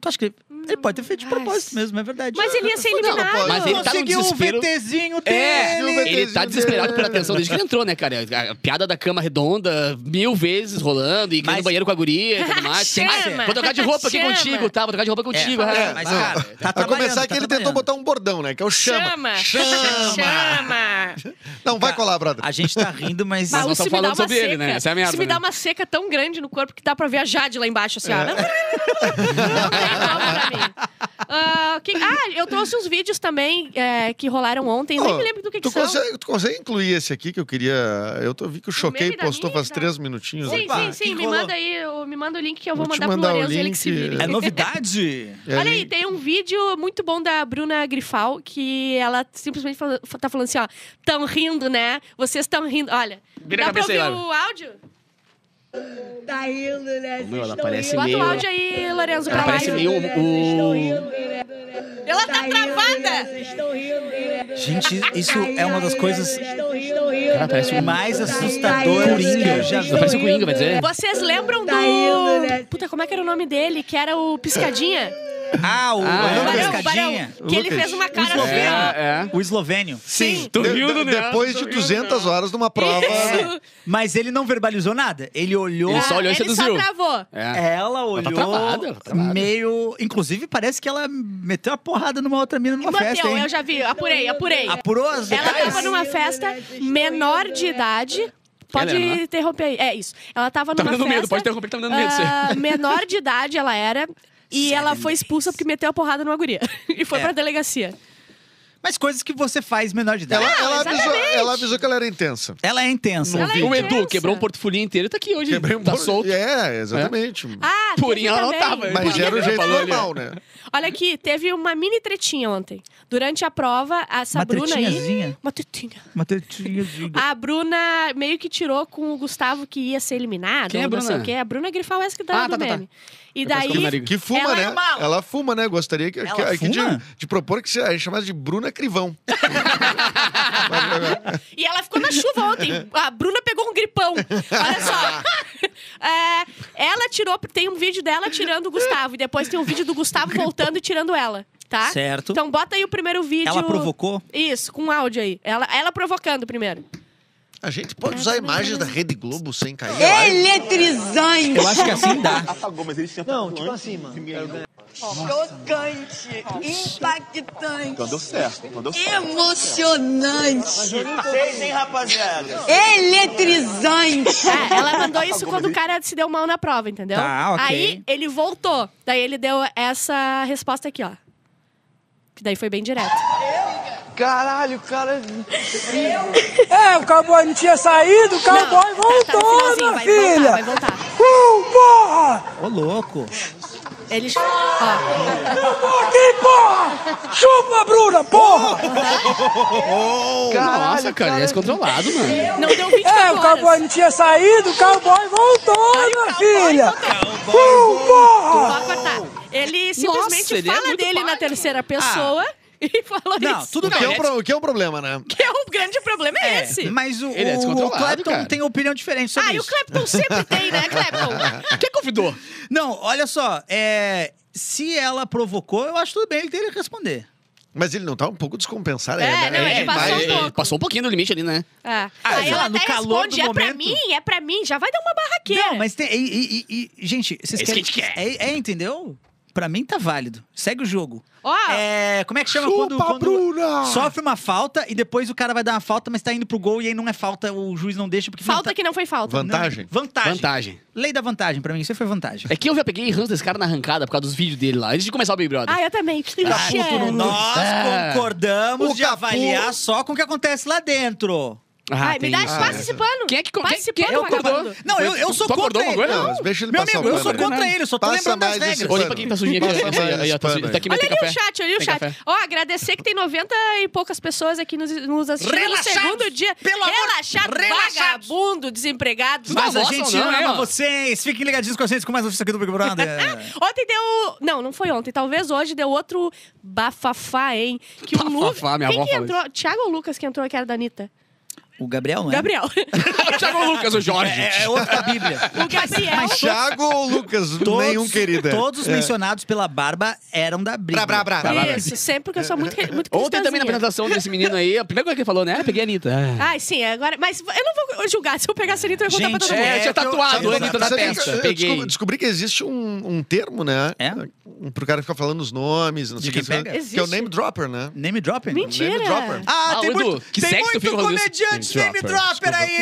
Speaker 1: Tu acha que ele, ele pode ter feito de
Speaker 2: Ai,
Speaker 1: propósito mesmo, é verdade.
Speaker 2: Mas ele ia ser
Speaker 3: Não,
Speaker 2: eliminado.
Speaker 3: pode.
Speaker 4: Mas ele tá no
Speaker 1: conseguiu um
Speaker 4: desespero.
Speaker 1: VTzinho
Speaker 4: É,
Speaker 1: dele.
Speaker 3: Ele-
Speaker 4: ele tá desesperado pela atenção desde que ele entrou, né, cara? A, a piada da cama redonda, mil vezes rolando, e caindo
Speaker 1: Mas-
Speaker 4: no banheiro com a guria e tudo mais. assim,
Speaker 1: Tem que ser.
Speaker 2: Chama.
Speaker 4: Vou trocar de roupa aqui
Speaker 2: Chama.
Speaker 4: contigo, tá? Vou trocar de roupa contigo.
Speaker 1: É,
Speaker 4: ah,
Speaker 1: mas, cara,
Speaker 4: bah.
Speaker 1: tá
Speaker 3: Pra
Speaker 1: trabalhando,
Speaker 3: começar que
Speaker 1: tá
Speaker 3: ele tentou
Speaker 1: trabalhando.
Speaker 3: botar um bordão, né? Que é o chama.
Speaker 2: Chama!
Speaker 1: Chama.
Speaker 2: Chama!
Speaker 3: Não, vai colar, brother.
Speaker 1: A gente tá rindo, mas...
Speaker 4: Mas
Speaker 2: Bah,
Speaker 4: nós
Speaker 2: isso
Speaker 4: estamos
Speaker 2: me
Speaker 4: falando
Speaker 2: dá uma
Speaker 4: sobre
Speaker 2: seca.
Speaker 4: ele, né? Essa é a merda,
Speaker 2: Isso me dá
Speaker 4: né?
Speaker 2: uma seca tão grande no corpo que dá pra ver a Jade lá embaixo, assim, ó.
Speaker 4: É.
Speaker 2: Não, não tem nome pra mim. Ah, que- Ah, eu trouxe uns vídeos também é, que rolaram ontem. Nem
Speaker 3: Ô,
Speaker 2: me lembro do que, que
Speaker 3: Tu
Speaker 2: são.
Speaker 3: consegue, tu consegue incluir esse aqui que eu queria. Eu tô, vi que o Choquei
Speaker 2: meme da
Speaker 3: postou faz
Speaker 2: Nisa?
Speaker 3: três minutinhos.
Speaker 2: Sim,
Speaker 3: aqui.
Speaker 1: Opa,
Speaker 2: sim, sim.
Speaker 1: que
Speaker 2: Me
Speaker 1: rolou?
Speaker 2: manda aí, eu- me manda o link que eu vou,
Speaker 3: Vou te
Speaker 2: mandar pro
Speaker 3: mandar o
Speaker 2: Lourenço, ele
Speaker 3: link.
Speaker 2: que se vire.
Speaker 1: É novidade?
Speaker 3: É,
Speaker 2: Olha aí, tem um vídeo muito bom da Bruna Grifal que ela simplesmente fala- tá falando assim, ó, tão rindo, né? Vocês estão rindo. Olha,
Speaker 4: Vira a
Speaker 2: dá pra
Speaker 4: cabeça aí,
Speaker 2: ouvir
Speaker 4: Laura.
Speaker 2: o áudio?
Speaker 5: Tá rindo, né?
Speaker 4: Meu, ela
Speaker 5: Vocês tão
Speaker 4: parece
Speaker 5: rindo.
Speaker 2: Bota o
Speaker 4: meio-
Speaker 2: áudio aí, Lorenzo,
Speaker 4: Ela
Speaker 2: pra né?
Speaker 4: parece
Speaker 2: lá.
Speaker 4: meio um,
Speaker 5: Vocês tão
Speaker 4: o.
Speaker 5: rindo, né?
Speaker 2: Ela tá
Speaker 5: rindo, né?
Speaker 2: travada!
Speaker 5: Vocês estão rindo, né?
Speaker 1: Gente, isso é uma das coisas...
Speaker 5: Vocês tão rindo, né?
Speaker 4: Cara, parece um-
Speaker 1: mais assustadoras que eu já vi.
Speaker 4: Parece um Coringa, vai dizer.
Speaker 2: Vocês lembram
Speaker 5: Tá indo, né?
Speaker 2: do... Puta, como é que era o nome dele? Que era o Piscadinha?
Speaker 1: Ah, o
Speaker 4: Ah, é.
Speaker 1: Barão da
Speaker 2: Barão,
Speaker 1: Escadinha.
Speaker 2: Barão, Que ele
Speaker 3: Lucas.
Speaker 2: fez uma cara
Speaker 1: Lucas.
Speaker 2: assim, ó.
Speaker 4: É, é.
Speaker 1: O eslovênio.
Speaker 3: Sim,
Speaker 4: Tu
Speaker 3: de-
Speaker 4: riu,
Speaker 3: de-
Speaker 4: Daniel?
Speaker 3: depois de
Speaker 4: Tu riu,
Speaker 3: 200 horas de uma prova.
Speaker 2: Isso.
Speaker 1: É, Mas ele não verbalizou nada. Ele olhou...
Speaker 4: Ele só olhou e
Speaker 2: Ele só
Speaker 4: seduziu.
Speaker 2: travou.
Speaker 4: É.
Speaker 1: Ela olhou
Speaker 4: travada, ela tá travada.
Speaker 1: meio. Inclusive, parece que ela meteu a porrada numa outra mina numa festa,
Speaker 2: Bateu,
Speaker 1: hein?
Speaker 2: eu já vi. Apurei, apurei.
Speaker 1: Apurou as
Speaker 2: Ela
Speaker 1: detalhes?
Speaker 2: tava numa festa menor de idade. Pode
Speaker 4: Ela é menor?
Speaker 2: interromper aí. É isso. Ela tava
Speaker 4: Tá
Speaker 2: numa
Speaker 4: me dando
Speaker 2: festa.
Speaker 4: medo, pode interromper que tá me dando medo. isso aí.
Speaker 2: ah, menor de idade ela era. E ela foi expulsa porque meteu a porrada numa guria. E foi
Speaker 1: É.
Speaker 2: pra delegacia.
Speaker 1: Mas coisas que você faz menor de idade.
Speaker 3: Ela,
Speaker 1: Ela,
Speaker 3: ela avisou,
Speaker 2: exatamente.
Speaker 3: ela avisou que ela era intensa.
Speaker 1: é intensa.
Speaker 2: Ela é
Speaker 4: o Edu
Speaker 2: intensa.
Speaker 4: quebrou um portfolio inteiro e tá aqui hoje.
Speaker 3: Quebrei um
Speaker 4: tá
Speaker 3: bolo-
Speaker 4: solto.
Speaker 3: É, exatamente.
Speaker 2: Ah,
Speaker 4: Purinha
Speaker 2: teve
Speaker 4: ela não
Speaker 2: também.
Speaker 4: tava.
Speaker 3: Mas era o jeito
Speaker 4: Falou ali, ó.
Speaker 3: normal, né?
Speaker 2: Olha aqui, teve uma mini tretinha ontem. Durante a prova, essa
Speaker 1: Uma
Speaker 2: Bruna aí.
Speaker 1: tretinhazinha?
Speaker 2: Uma tretinha.
Speaker 1: Uma tetinha de-
Speaker 2: A Bruna meio que tirou com o Gustavo que ia ser eliminado.
Speaker 4: Quem é a
Speaker 2: ou não sei
Speaker 4: Bruna?
Speaker 2: o quê. A Bruna Grifal essa que dá
Speaker 4: Ah,
Speaker 2: do
Speaker 4: tá, tá, tá.
Speaker 2: meme. E
Speaker 4: Depois como
Speaker 2: daí.
Speaker 4: nariz.
Speaker 3: Que fuma,
Speaker 2: Ela
Speaker 3: né?
Speaker 2: é uma-
Speaker 3: Ela fuma, né? Gostaria que,
Speaker 1: Ela
Speaker 3: que- que
Speaker 1: fuma?
Speaker 3: de, de propor que se chamasse de Bruna Crivão.
Speaker 2: E ela ficou na chuva ontem. A Bruna pegou um gripão. Olha só. É, ela tirou. Tem um vídeo dela tirando o Gustavo. E depois tem um vídeo do Gustavo voltando e tirando ela. Tá?
Speaker 1: Certo.
Speaker 2: Então bota aí o primeiro vídeo.
Speaker 1: Ela provocou?
Speaker 2: Isso, com áudio aí. Ela, ela provocando primeiro.
Speaker 3: A gente pode usar imagens da Rede Globo sem cair.
Speaker 5: Eletrizante!
Speaker 1: Eu acho que assim dá.
Speaker 6: Não, tipo assim, mano.
Speaker 5: Chocante! Impactante!
Speaker 6: Deu certo, então deu certo.
Speaker 5: Emocionante!
Speaker 6: Vocês, hein, rapaziada?
Speaker 5: Eletrizante!
Speaker 2: É, ela mandou isso quando o cara se deu mal na prova, entendeu?
Speaker 1: Tá, ok.
Speaker 2: Aí ele voltou. Daí ele deu essa resposta aqui, ó. Que daí foi bem direto.
Speaker 6: Caralho, cara.
Speaker 7: É, o cowboy não tinha saído, o cowboy
Speaker 2: Não, tá- tá no
Speaker 7: voltou,
Speaker 2: finalzinho,
Speaker 7: minha
Speaker 2: vai
Speaker 7: filha!
Speaker 2: voltar, vai voltar.
Speaker 7: Uh, porra!
Speaker 1: Ô, louco.
Speaker 2: Ele. Ó,
Speaker 7: Aqui, porra! Chupa, Bruna, porra!
Speaker 4: Nossa, cara, ele é descontrolado, mano.
Speaker 2: não deu 24
Speaker 7: É, o
Speaker 2: horas.
Speaker 7: cowboy não tinha saído, o cowboy voltou, minha filha! Uh, porra!
Speaker 2: Pode cortar. Ele simplesmente
Speaker 4: ele é
Speaker 2: fala
Speaker 4: muito
Speaker 2: dele na
Speaker 4: pai,
Speaker 2: terceira pessoa e falou
Speaker 1: Ah. Não,
Speaker 2: isso.
Speaker 1: tudo
Speaker 3: O que, é um
Speaker 1: bem.
Speaker 3: pro- o que é um problema, né?
Speaker 2: Que é um grande problema é, esse.
Speaker 1: Mas o,
Speaker 4: Ele é
Speaker 1: o,
Speaker 4: descontrolado,
Speaker 1: Clapton
Speaker 4: cara.
Speaker 1: tem opinião diferente sobre
Speaker 2: Ah, e o
Speaker 1: isso.
Speaker 2: Clapton sempre tem, né, Clapton?
Speaker 4: Quem convidou?
Speaker 1: Não, olha só. é, Se ela provocou, eu acho tudo bem ele ter que responder.
Speaker 3: Mas ele não tá um pouco descompensado,
Speaker 2: É, não, ele
Speaker 3: demais,
Speaker 2: passou um
Speaker 3: né?
Speaker 2: pouco.
Speaker 4: Passou um pouquinho do limite ali, né?
Speaker 2: É.
Speaker 1: Ah,
Speaker 2: Aí
Speaker 1: sei lá,
Speaker 2: ela
Speaker 1: no
Speaker 2: até
Speaker 1: calor
Speaker 2: responde,
Speaker 1: do
Speaker 2: é pra
Speaker 1: momento.
Speaker 2: mim, é pra mim. Já vai dar uma barraqueira.
Speaker 1: Não, mas tem. E, e- e- e- gente, vocês
Speaker 4: É isso
Speaker 1: querem.
Speaker 4: que a gente
Speaker 1: É, é, entendeu? Pra mim tá válido. Segue o jogo.
Speaker 2: Ó,
Speaker 1: É, como é que chama quando,
Speaker 3: Chupa,
Speaker 1: quando
Speaker 3: Bruna!
Speaker 1: sofre uma falta e depois o cara vai dar uma falta, mas tá indo pro gol e aí não é falta, o juiz não deixa porque
Speaker 2: falta
Speaker 1: não tá-
Speaker 2: que não foi falta.
Speaker 3: Van- Vantagem.
Speaker 1: Vantagem.
Speaker 4: Vantagem.
Speaker 1: Lei da vantagem pra mim, isso aí foi vantagem.
Speaker 4: É que eu já peguei ranço desse cara na arrancada por causa dos vídeos dele lá, antes de começar o Big Brother.
Speaker 2: Ah, eu também.
Speaker 1: Tá puto no- Nós
Speaker 4: É.
Speaker 1: concordamos
Speaker 3: O
Speaker 1: de
Speaker 3: Capu-
Speaker 1: avaliar só com o que acontece lá dentro.
Speaker 4: Ah,
Speaker 2: Ai, me
Speaker 4: tem
Speaker 2: dá
Speaker 4: isso.
Speaker 2: espaço esse pano.
Speaker 4: Quem é que quem-
Speaker 2: Passa esse
Speaker 4: quem
Speaker 2: pano,
Speaker 4: é que acordou?
Speaker 2: vagabundo.
Speaker 1: Não, eu, eu sou contra
Speaker 4: tu acordou
Speaker 1: ele.
Speaker 4: alguma coisa?
Speaker 3: Não, mas deixa ele
Speaker 1: Meu
Speaker 3: passar
Speaker 1: amigo,
Speaker 3: o
Speaker 1: eu
Speaker 3: pano né?
Speaker 1: sou
Speaker 3: aí.
Speaker 1: contra ele, eu só tô
Speaker 3: Passa
Speaker 1: lembrando das
Speaker 3: mais esse
Speaker 1: regras.
Speaker 3: pano.
Speaker 4: Olha pra quem tá sujinho aqui.
Speaker 3: Passa
Speaker 4: Essa aí,
Speaker 3: mais
Speaker 4: aí, ó, tá
Speaker 3: esse
Speaker 4: sujo.
Speaker 3: pano
Speaker 4: Tá aqui, mas
Speaker 2: Olha
Speaker 4: tem
Speaker 2: ali
Speaker 4: café.
Speaker 2: o chat, olha ali o
Speaker 4: Tem
Speaker 2: chat.
Speaker 4: café.
Speaker 2: Ó, agradecer que tem 90 e poucas pessoas aqui nos, nos assistindo
Speaker 1: Relaxados,
Speaker 2: no segundo dia.
Speaker 1: pelo amor-
Speaker 2: relaxado,
Speaker 1: relaxados.
Speaker 2: vagabundo, desempregado.
Speaker 4: dá
Speaker 1: Mas a
Speaker 4: voz
Speaker 1: gente
Speaker 4: ou não,
Speaker 1: ama
Speaker 4: hein, ó?
Speaker 1: vocês. Fiquem ligadinhos com a gente com mais notícias aqui do Big Brother.
Speaker 2: Ah, Ontem deu. Não, não foi ontem. Talvez hoje deu outro bafafá, hein? Que o Lu...
Speaker 4: Bafafá, minha
Speaker 2: Quem
Speaker 4: avó
Speaker 2: que
Speaker 4: falou
Speaker 2: entrou? Thiago ou Lucas que entrou, que era da Anitta?
Speaker 1: o Gabriel, não é?
Speaker 2: Gabriel.
Speaker 4: Thiago Lucas, o Jorge.
Speaker 1: É, é outra Bíblia.
Speaker 2: o Gabriel.
Speaker 3: Thiago ou Lucas? Nenhum, querida.
Speaker 1: Todos os
Speaker 3: É.
Speaker 1: mencionados pela Barba eram da Bíblia.
Speaker 3: Brá, brá, brá.
Speaker 2: Isso, sempre porque eu sou muito, muito
Speaker 4: tá, Ontem também na
Speaker 2: cristãzinha.
Speaker 4: apresentação desse menino aí, a primeira coisa que ele falou, né? Ah, peguei a Anitta. Ah.
Speaker 2: Ai, sim, é, agora. Mas eu não vou julgar. Se eu pegar a Anitta, eu ia contar
Speaker 1: Gente,
Speaker 2: pra todo mundo.
Speaker 4: É, tinha
Speaker 1: que eu-
Speaker 4: tatuado a
Speaker 1: Exato.
Speaker 4: Anitta na
Speaker 3: Sabe que eu-
Speaker 4: testa.
Speaker 3: eu
Speaker 4: Peguei.
Speaker 3: descobri- descobri que existe um, um termo, né?
Speaker 1: É?
Speaker 3: Pro cara ficar falando os nomes, não
Speaker 1: De
Speaker 3: sei o
Speaker 1: quem
Speaker 3: que. sabe?
Speaker 1: pega?
Speaker 3: Que é o
Speaker 2: Existe.
Speaker 3: name dropper, né?
Speaker 1: Name dropping?
Speaker 2: Mentira.
Speaker 3: Name dropper.
Speaker 1: Ah,
Speaker 4: Ah,
Speaker 1: tem
Speaker 4: o Edu,
Speaker 1: muito,
Speaker 4: que
Speaker 1: tem
Speaker 4: sexo tu
Speaker 1: muito
Speaker 4: fica falando isso?
Speaker 1: comediante
Speaker 4: Name
Speaker 1: name
Speaker 4: dropper,
Speaker 1: dropper aí!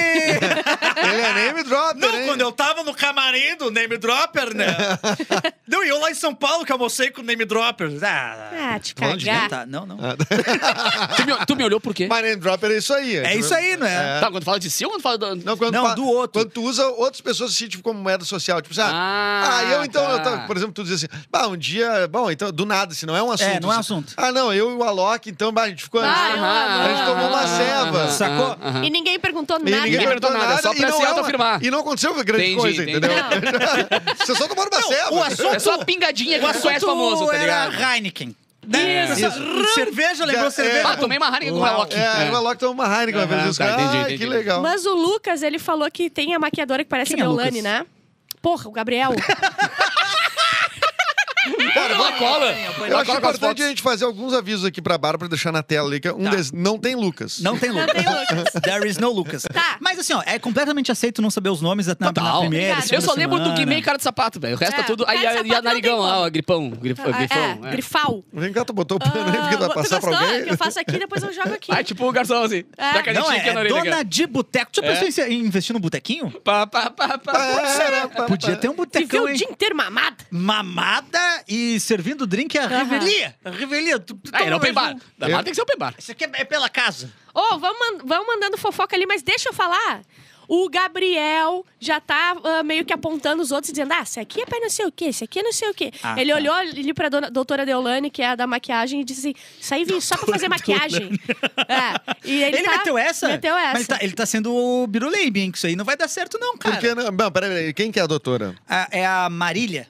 Speaker 3: Ele é name dropper,
Speaker 1: Não,
Speaker 3: hein?
Speaker 1: quando eu tava no camarim do name dropper, né? Não, e eu lá em São Paulo que almocei com o name dropper. Ah,
Speaker 2: Ah, te cagar.
Speaker 1: tá. Não, não.
Speaker 4: Tu me, tu me olhou por quê?
Speaker 3: My name dropper é isso aí.
Speaker 1: É isso aí, não é?
Speaker 4: Tá, quando fala de si ou quando fala do...
Speaker 3: Não, quando
Speaker 1: Não,
Speaker 3: fa-
Speaker 1: do outro.
Speaker 3: Quando tu usa outras pessoas assim, tipo, como moeda social. Tipo, assim, ah,
Speaker 4: Ah,
Speaker 3: ah, eu então,
Speaker 4: tá.
Speaker 3: eu tava- por exemplo, tu diz assim, bah, um dia, bom, então, do nada, assim, não é um assunto.
Speaker 1: não é
Speaker 3: assim.
Speaker 1: assunto.
Speaker 3: Ah, não, eu e o Alok, então, bah, a gente ficou.
Speaker 2: Ah,
Speaker 3: a gente-
Speaker 2: eu-
Speaker 3: a gente tomou
Speaker 4: ah,
Speaker 3: uma ceva.
Speaker 1: Sacou?
Speaker 2: E ninguém perguntou
Speaker 3: E
Speaker 2: nada.
Speaker 4: ninguém perguntou nada, só
Speaker 3: e
Speaker 4: pra
Speaker 3: não
Speaker 4: se
Speaker 3: é uma-
Speaker 4: autoafirmar.
Speaker 3: E não aconteceu grande
Speaker 4: Entendi,
Speaker 3: coisa,
Speaker 4: entendi.
Speaker 3: entendeu? Vocês só tomaram uma ceva.
Speaker 1: o assunto...
Speaker 4: É só a pingadinha que
Speaker 1: o
Speaker 4: não conhece
Speaker 1: assunto
Speaker 4: famoso,
Speaker 3: é
Speaker 4: tá
Speaker 1: era
Speaker 4: ligado?
Speaker 1: Heineken. Né?
Speaker 3: Isso.
Speaker 1: Cerveja, lembrou
Speaker 3: É.
Speaker 1: cerveja?
Speaker 4: Ah, tomei uma Heineken com o
Speaker 1: Uau.
Speaker 4: Alok.
Speaker 3: É, o Alok tomou uma Heineken uma
Speaker 4: Aham,
Speaker 3: vez. Os
Speaker 4: tá,
Speaker 3: caras,
Speaker 4: entendi,
Speaker 3: "Ai,
Speaker 4: entendi.
Speaker 3: que legal.
Speaker 2: Mas o Lucas, ele falou que tem a maquiadora que parece
Speaker 1: Quem é
Speaker 2: a Deolane,
Speaker 1: Lucas?
Speaker 2: né? Porra, o Gabriel.
Speaker 4: Cara, uma cola.
Speaker 3: Eu
Speaker 4: é Uma
Speaker 3: acho
Speaker 4: cola com as
Speaker 3: importante
Speaker 4: fotos.
Speaker 3: a gente fazer alguns avisos aqui pra Bárbara, deixar na tela ali. que Um deles não tem Lucas.
Speaker 1: Não tem Lucas.
Speaker 2: tem Lucas.
Speaker 1: There is no Lucas.
Speaker 2: Tá.
Speaker 1: Mas assim, ó, é completamente aceito não saber os nomes na, na
Speaker 4: Total.
Speaker 1: primeira.
Speaker 2: Obrigada.
Speaker 1: segunda
Speaker 4: Eu só lembro do
Speaker 1: semana.
Speaker 4: Guimê e cara de sapato, velho. O resto
Speaker 2: É,
Speaker 4: tá tudo...
Speaker 2: cara
Speaker 4: Aí,
Speaker 2: de
Speaker 4: a- e
Speaker 2: sapato
Speaker 4: a
Speaker 2: não tem
Speaker 4: narigão
Speaker 2: como.
Speaker 4: lá, ó, grifão. grif- Grifão.
Speaker 2: é,
Speaker 4: é.
Speaker 2: grifal.
Speaker 3: Vem cá, tu botou o pano aí, porque
Speaker 2: Ah,
Speaker 3: vai
Speaker 2: tu
Speaker 3: passar pra
Speaker 2: gostou?
Speaker 3: alguém.
Speaker 2: Eu faço aqui, depois eu jogo aqui.
Speaker 4: Ai, tipo o garçom assim.
Speaker 2: É.
Speaker 4: Dá canetinha
Speaker 1: Não, é,
Speaker 4: aqui na
Speaker 1: é
Speaker 4: orelha,
Speaker 1: dona
Speaker 4: cara. É.
Speaker 1: de boteco. Já pensou em se- em investir no botequinho?
Speaker 4: Pá, pá, pá, pá.
Speaker 1: Podia ter um
Speaker 2: Viveu
Speaker 1: botecão,
Speaker 2: o
Speaker 1: hein?
Speaker 2: dia inteiro mamado.
Speaker 1: Mamada e servindo drink a revelia. A revelia. Tu, tu,
Speaker 4: Ah, era
Speaker 1: toma
Speaker 4: open
Speaker 1: mais
Speaker 4: bar.
Speaker 1: um.
Speaker 4: Da bar tem que ser open bar.
Speaker 1: Isso aqui é, é pela casa.
Speaker 2: Ô, vamos, man- vamos mandando fofoca ali, mas deixa eu falar. O Gabriel já tá ah, meio que apontando os outros e dizendo: Ah, esse aqui é pra não sei o quê, esse aqui é não sei o quê.
Speaker 1: Ah,
Speaker 2: ele
Speaker 1: tá.
Speaker 2: olhou ali pra dona, doutora Deolane, que é a da maquiagem, e disse assim: Isso aí vim só pra fazer maquiagem. É, e ele
Speaker 1: Ele,
Speaker 2: tá-
Speaker 1: meteu essa?
Speaker 2: Meteu essa.
Speaker 1: Mas tá- ele tá sendo o Biruleibe, hein? Que isso aí não vai dar certo, não, cara.
Speaker 3: Porque não, não, peraí, peraí, quem que é a doutora?
Speaker 1: A- é a Marília.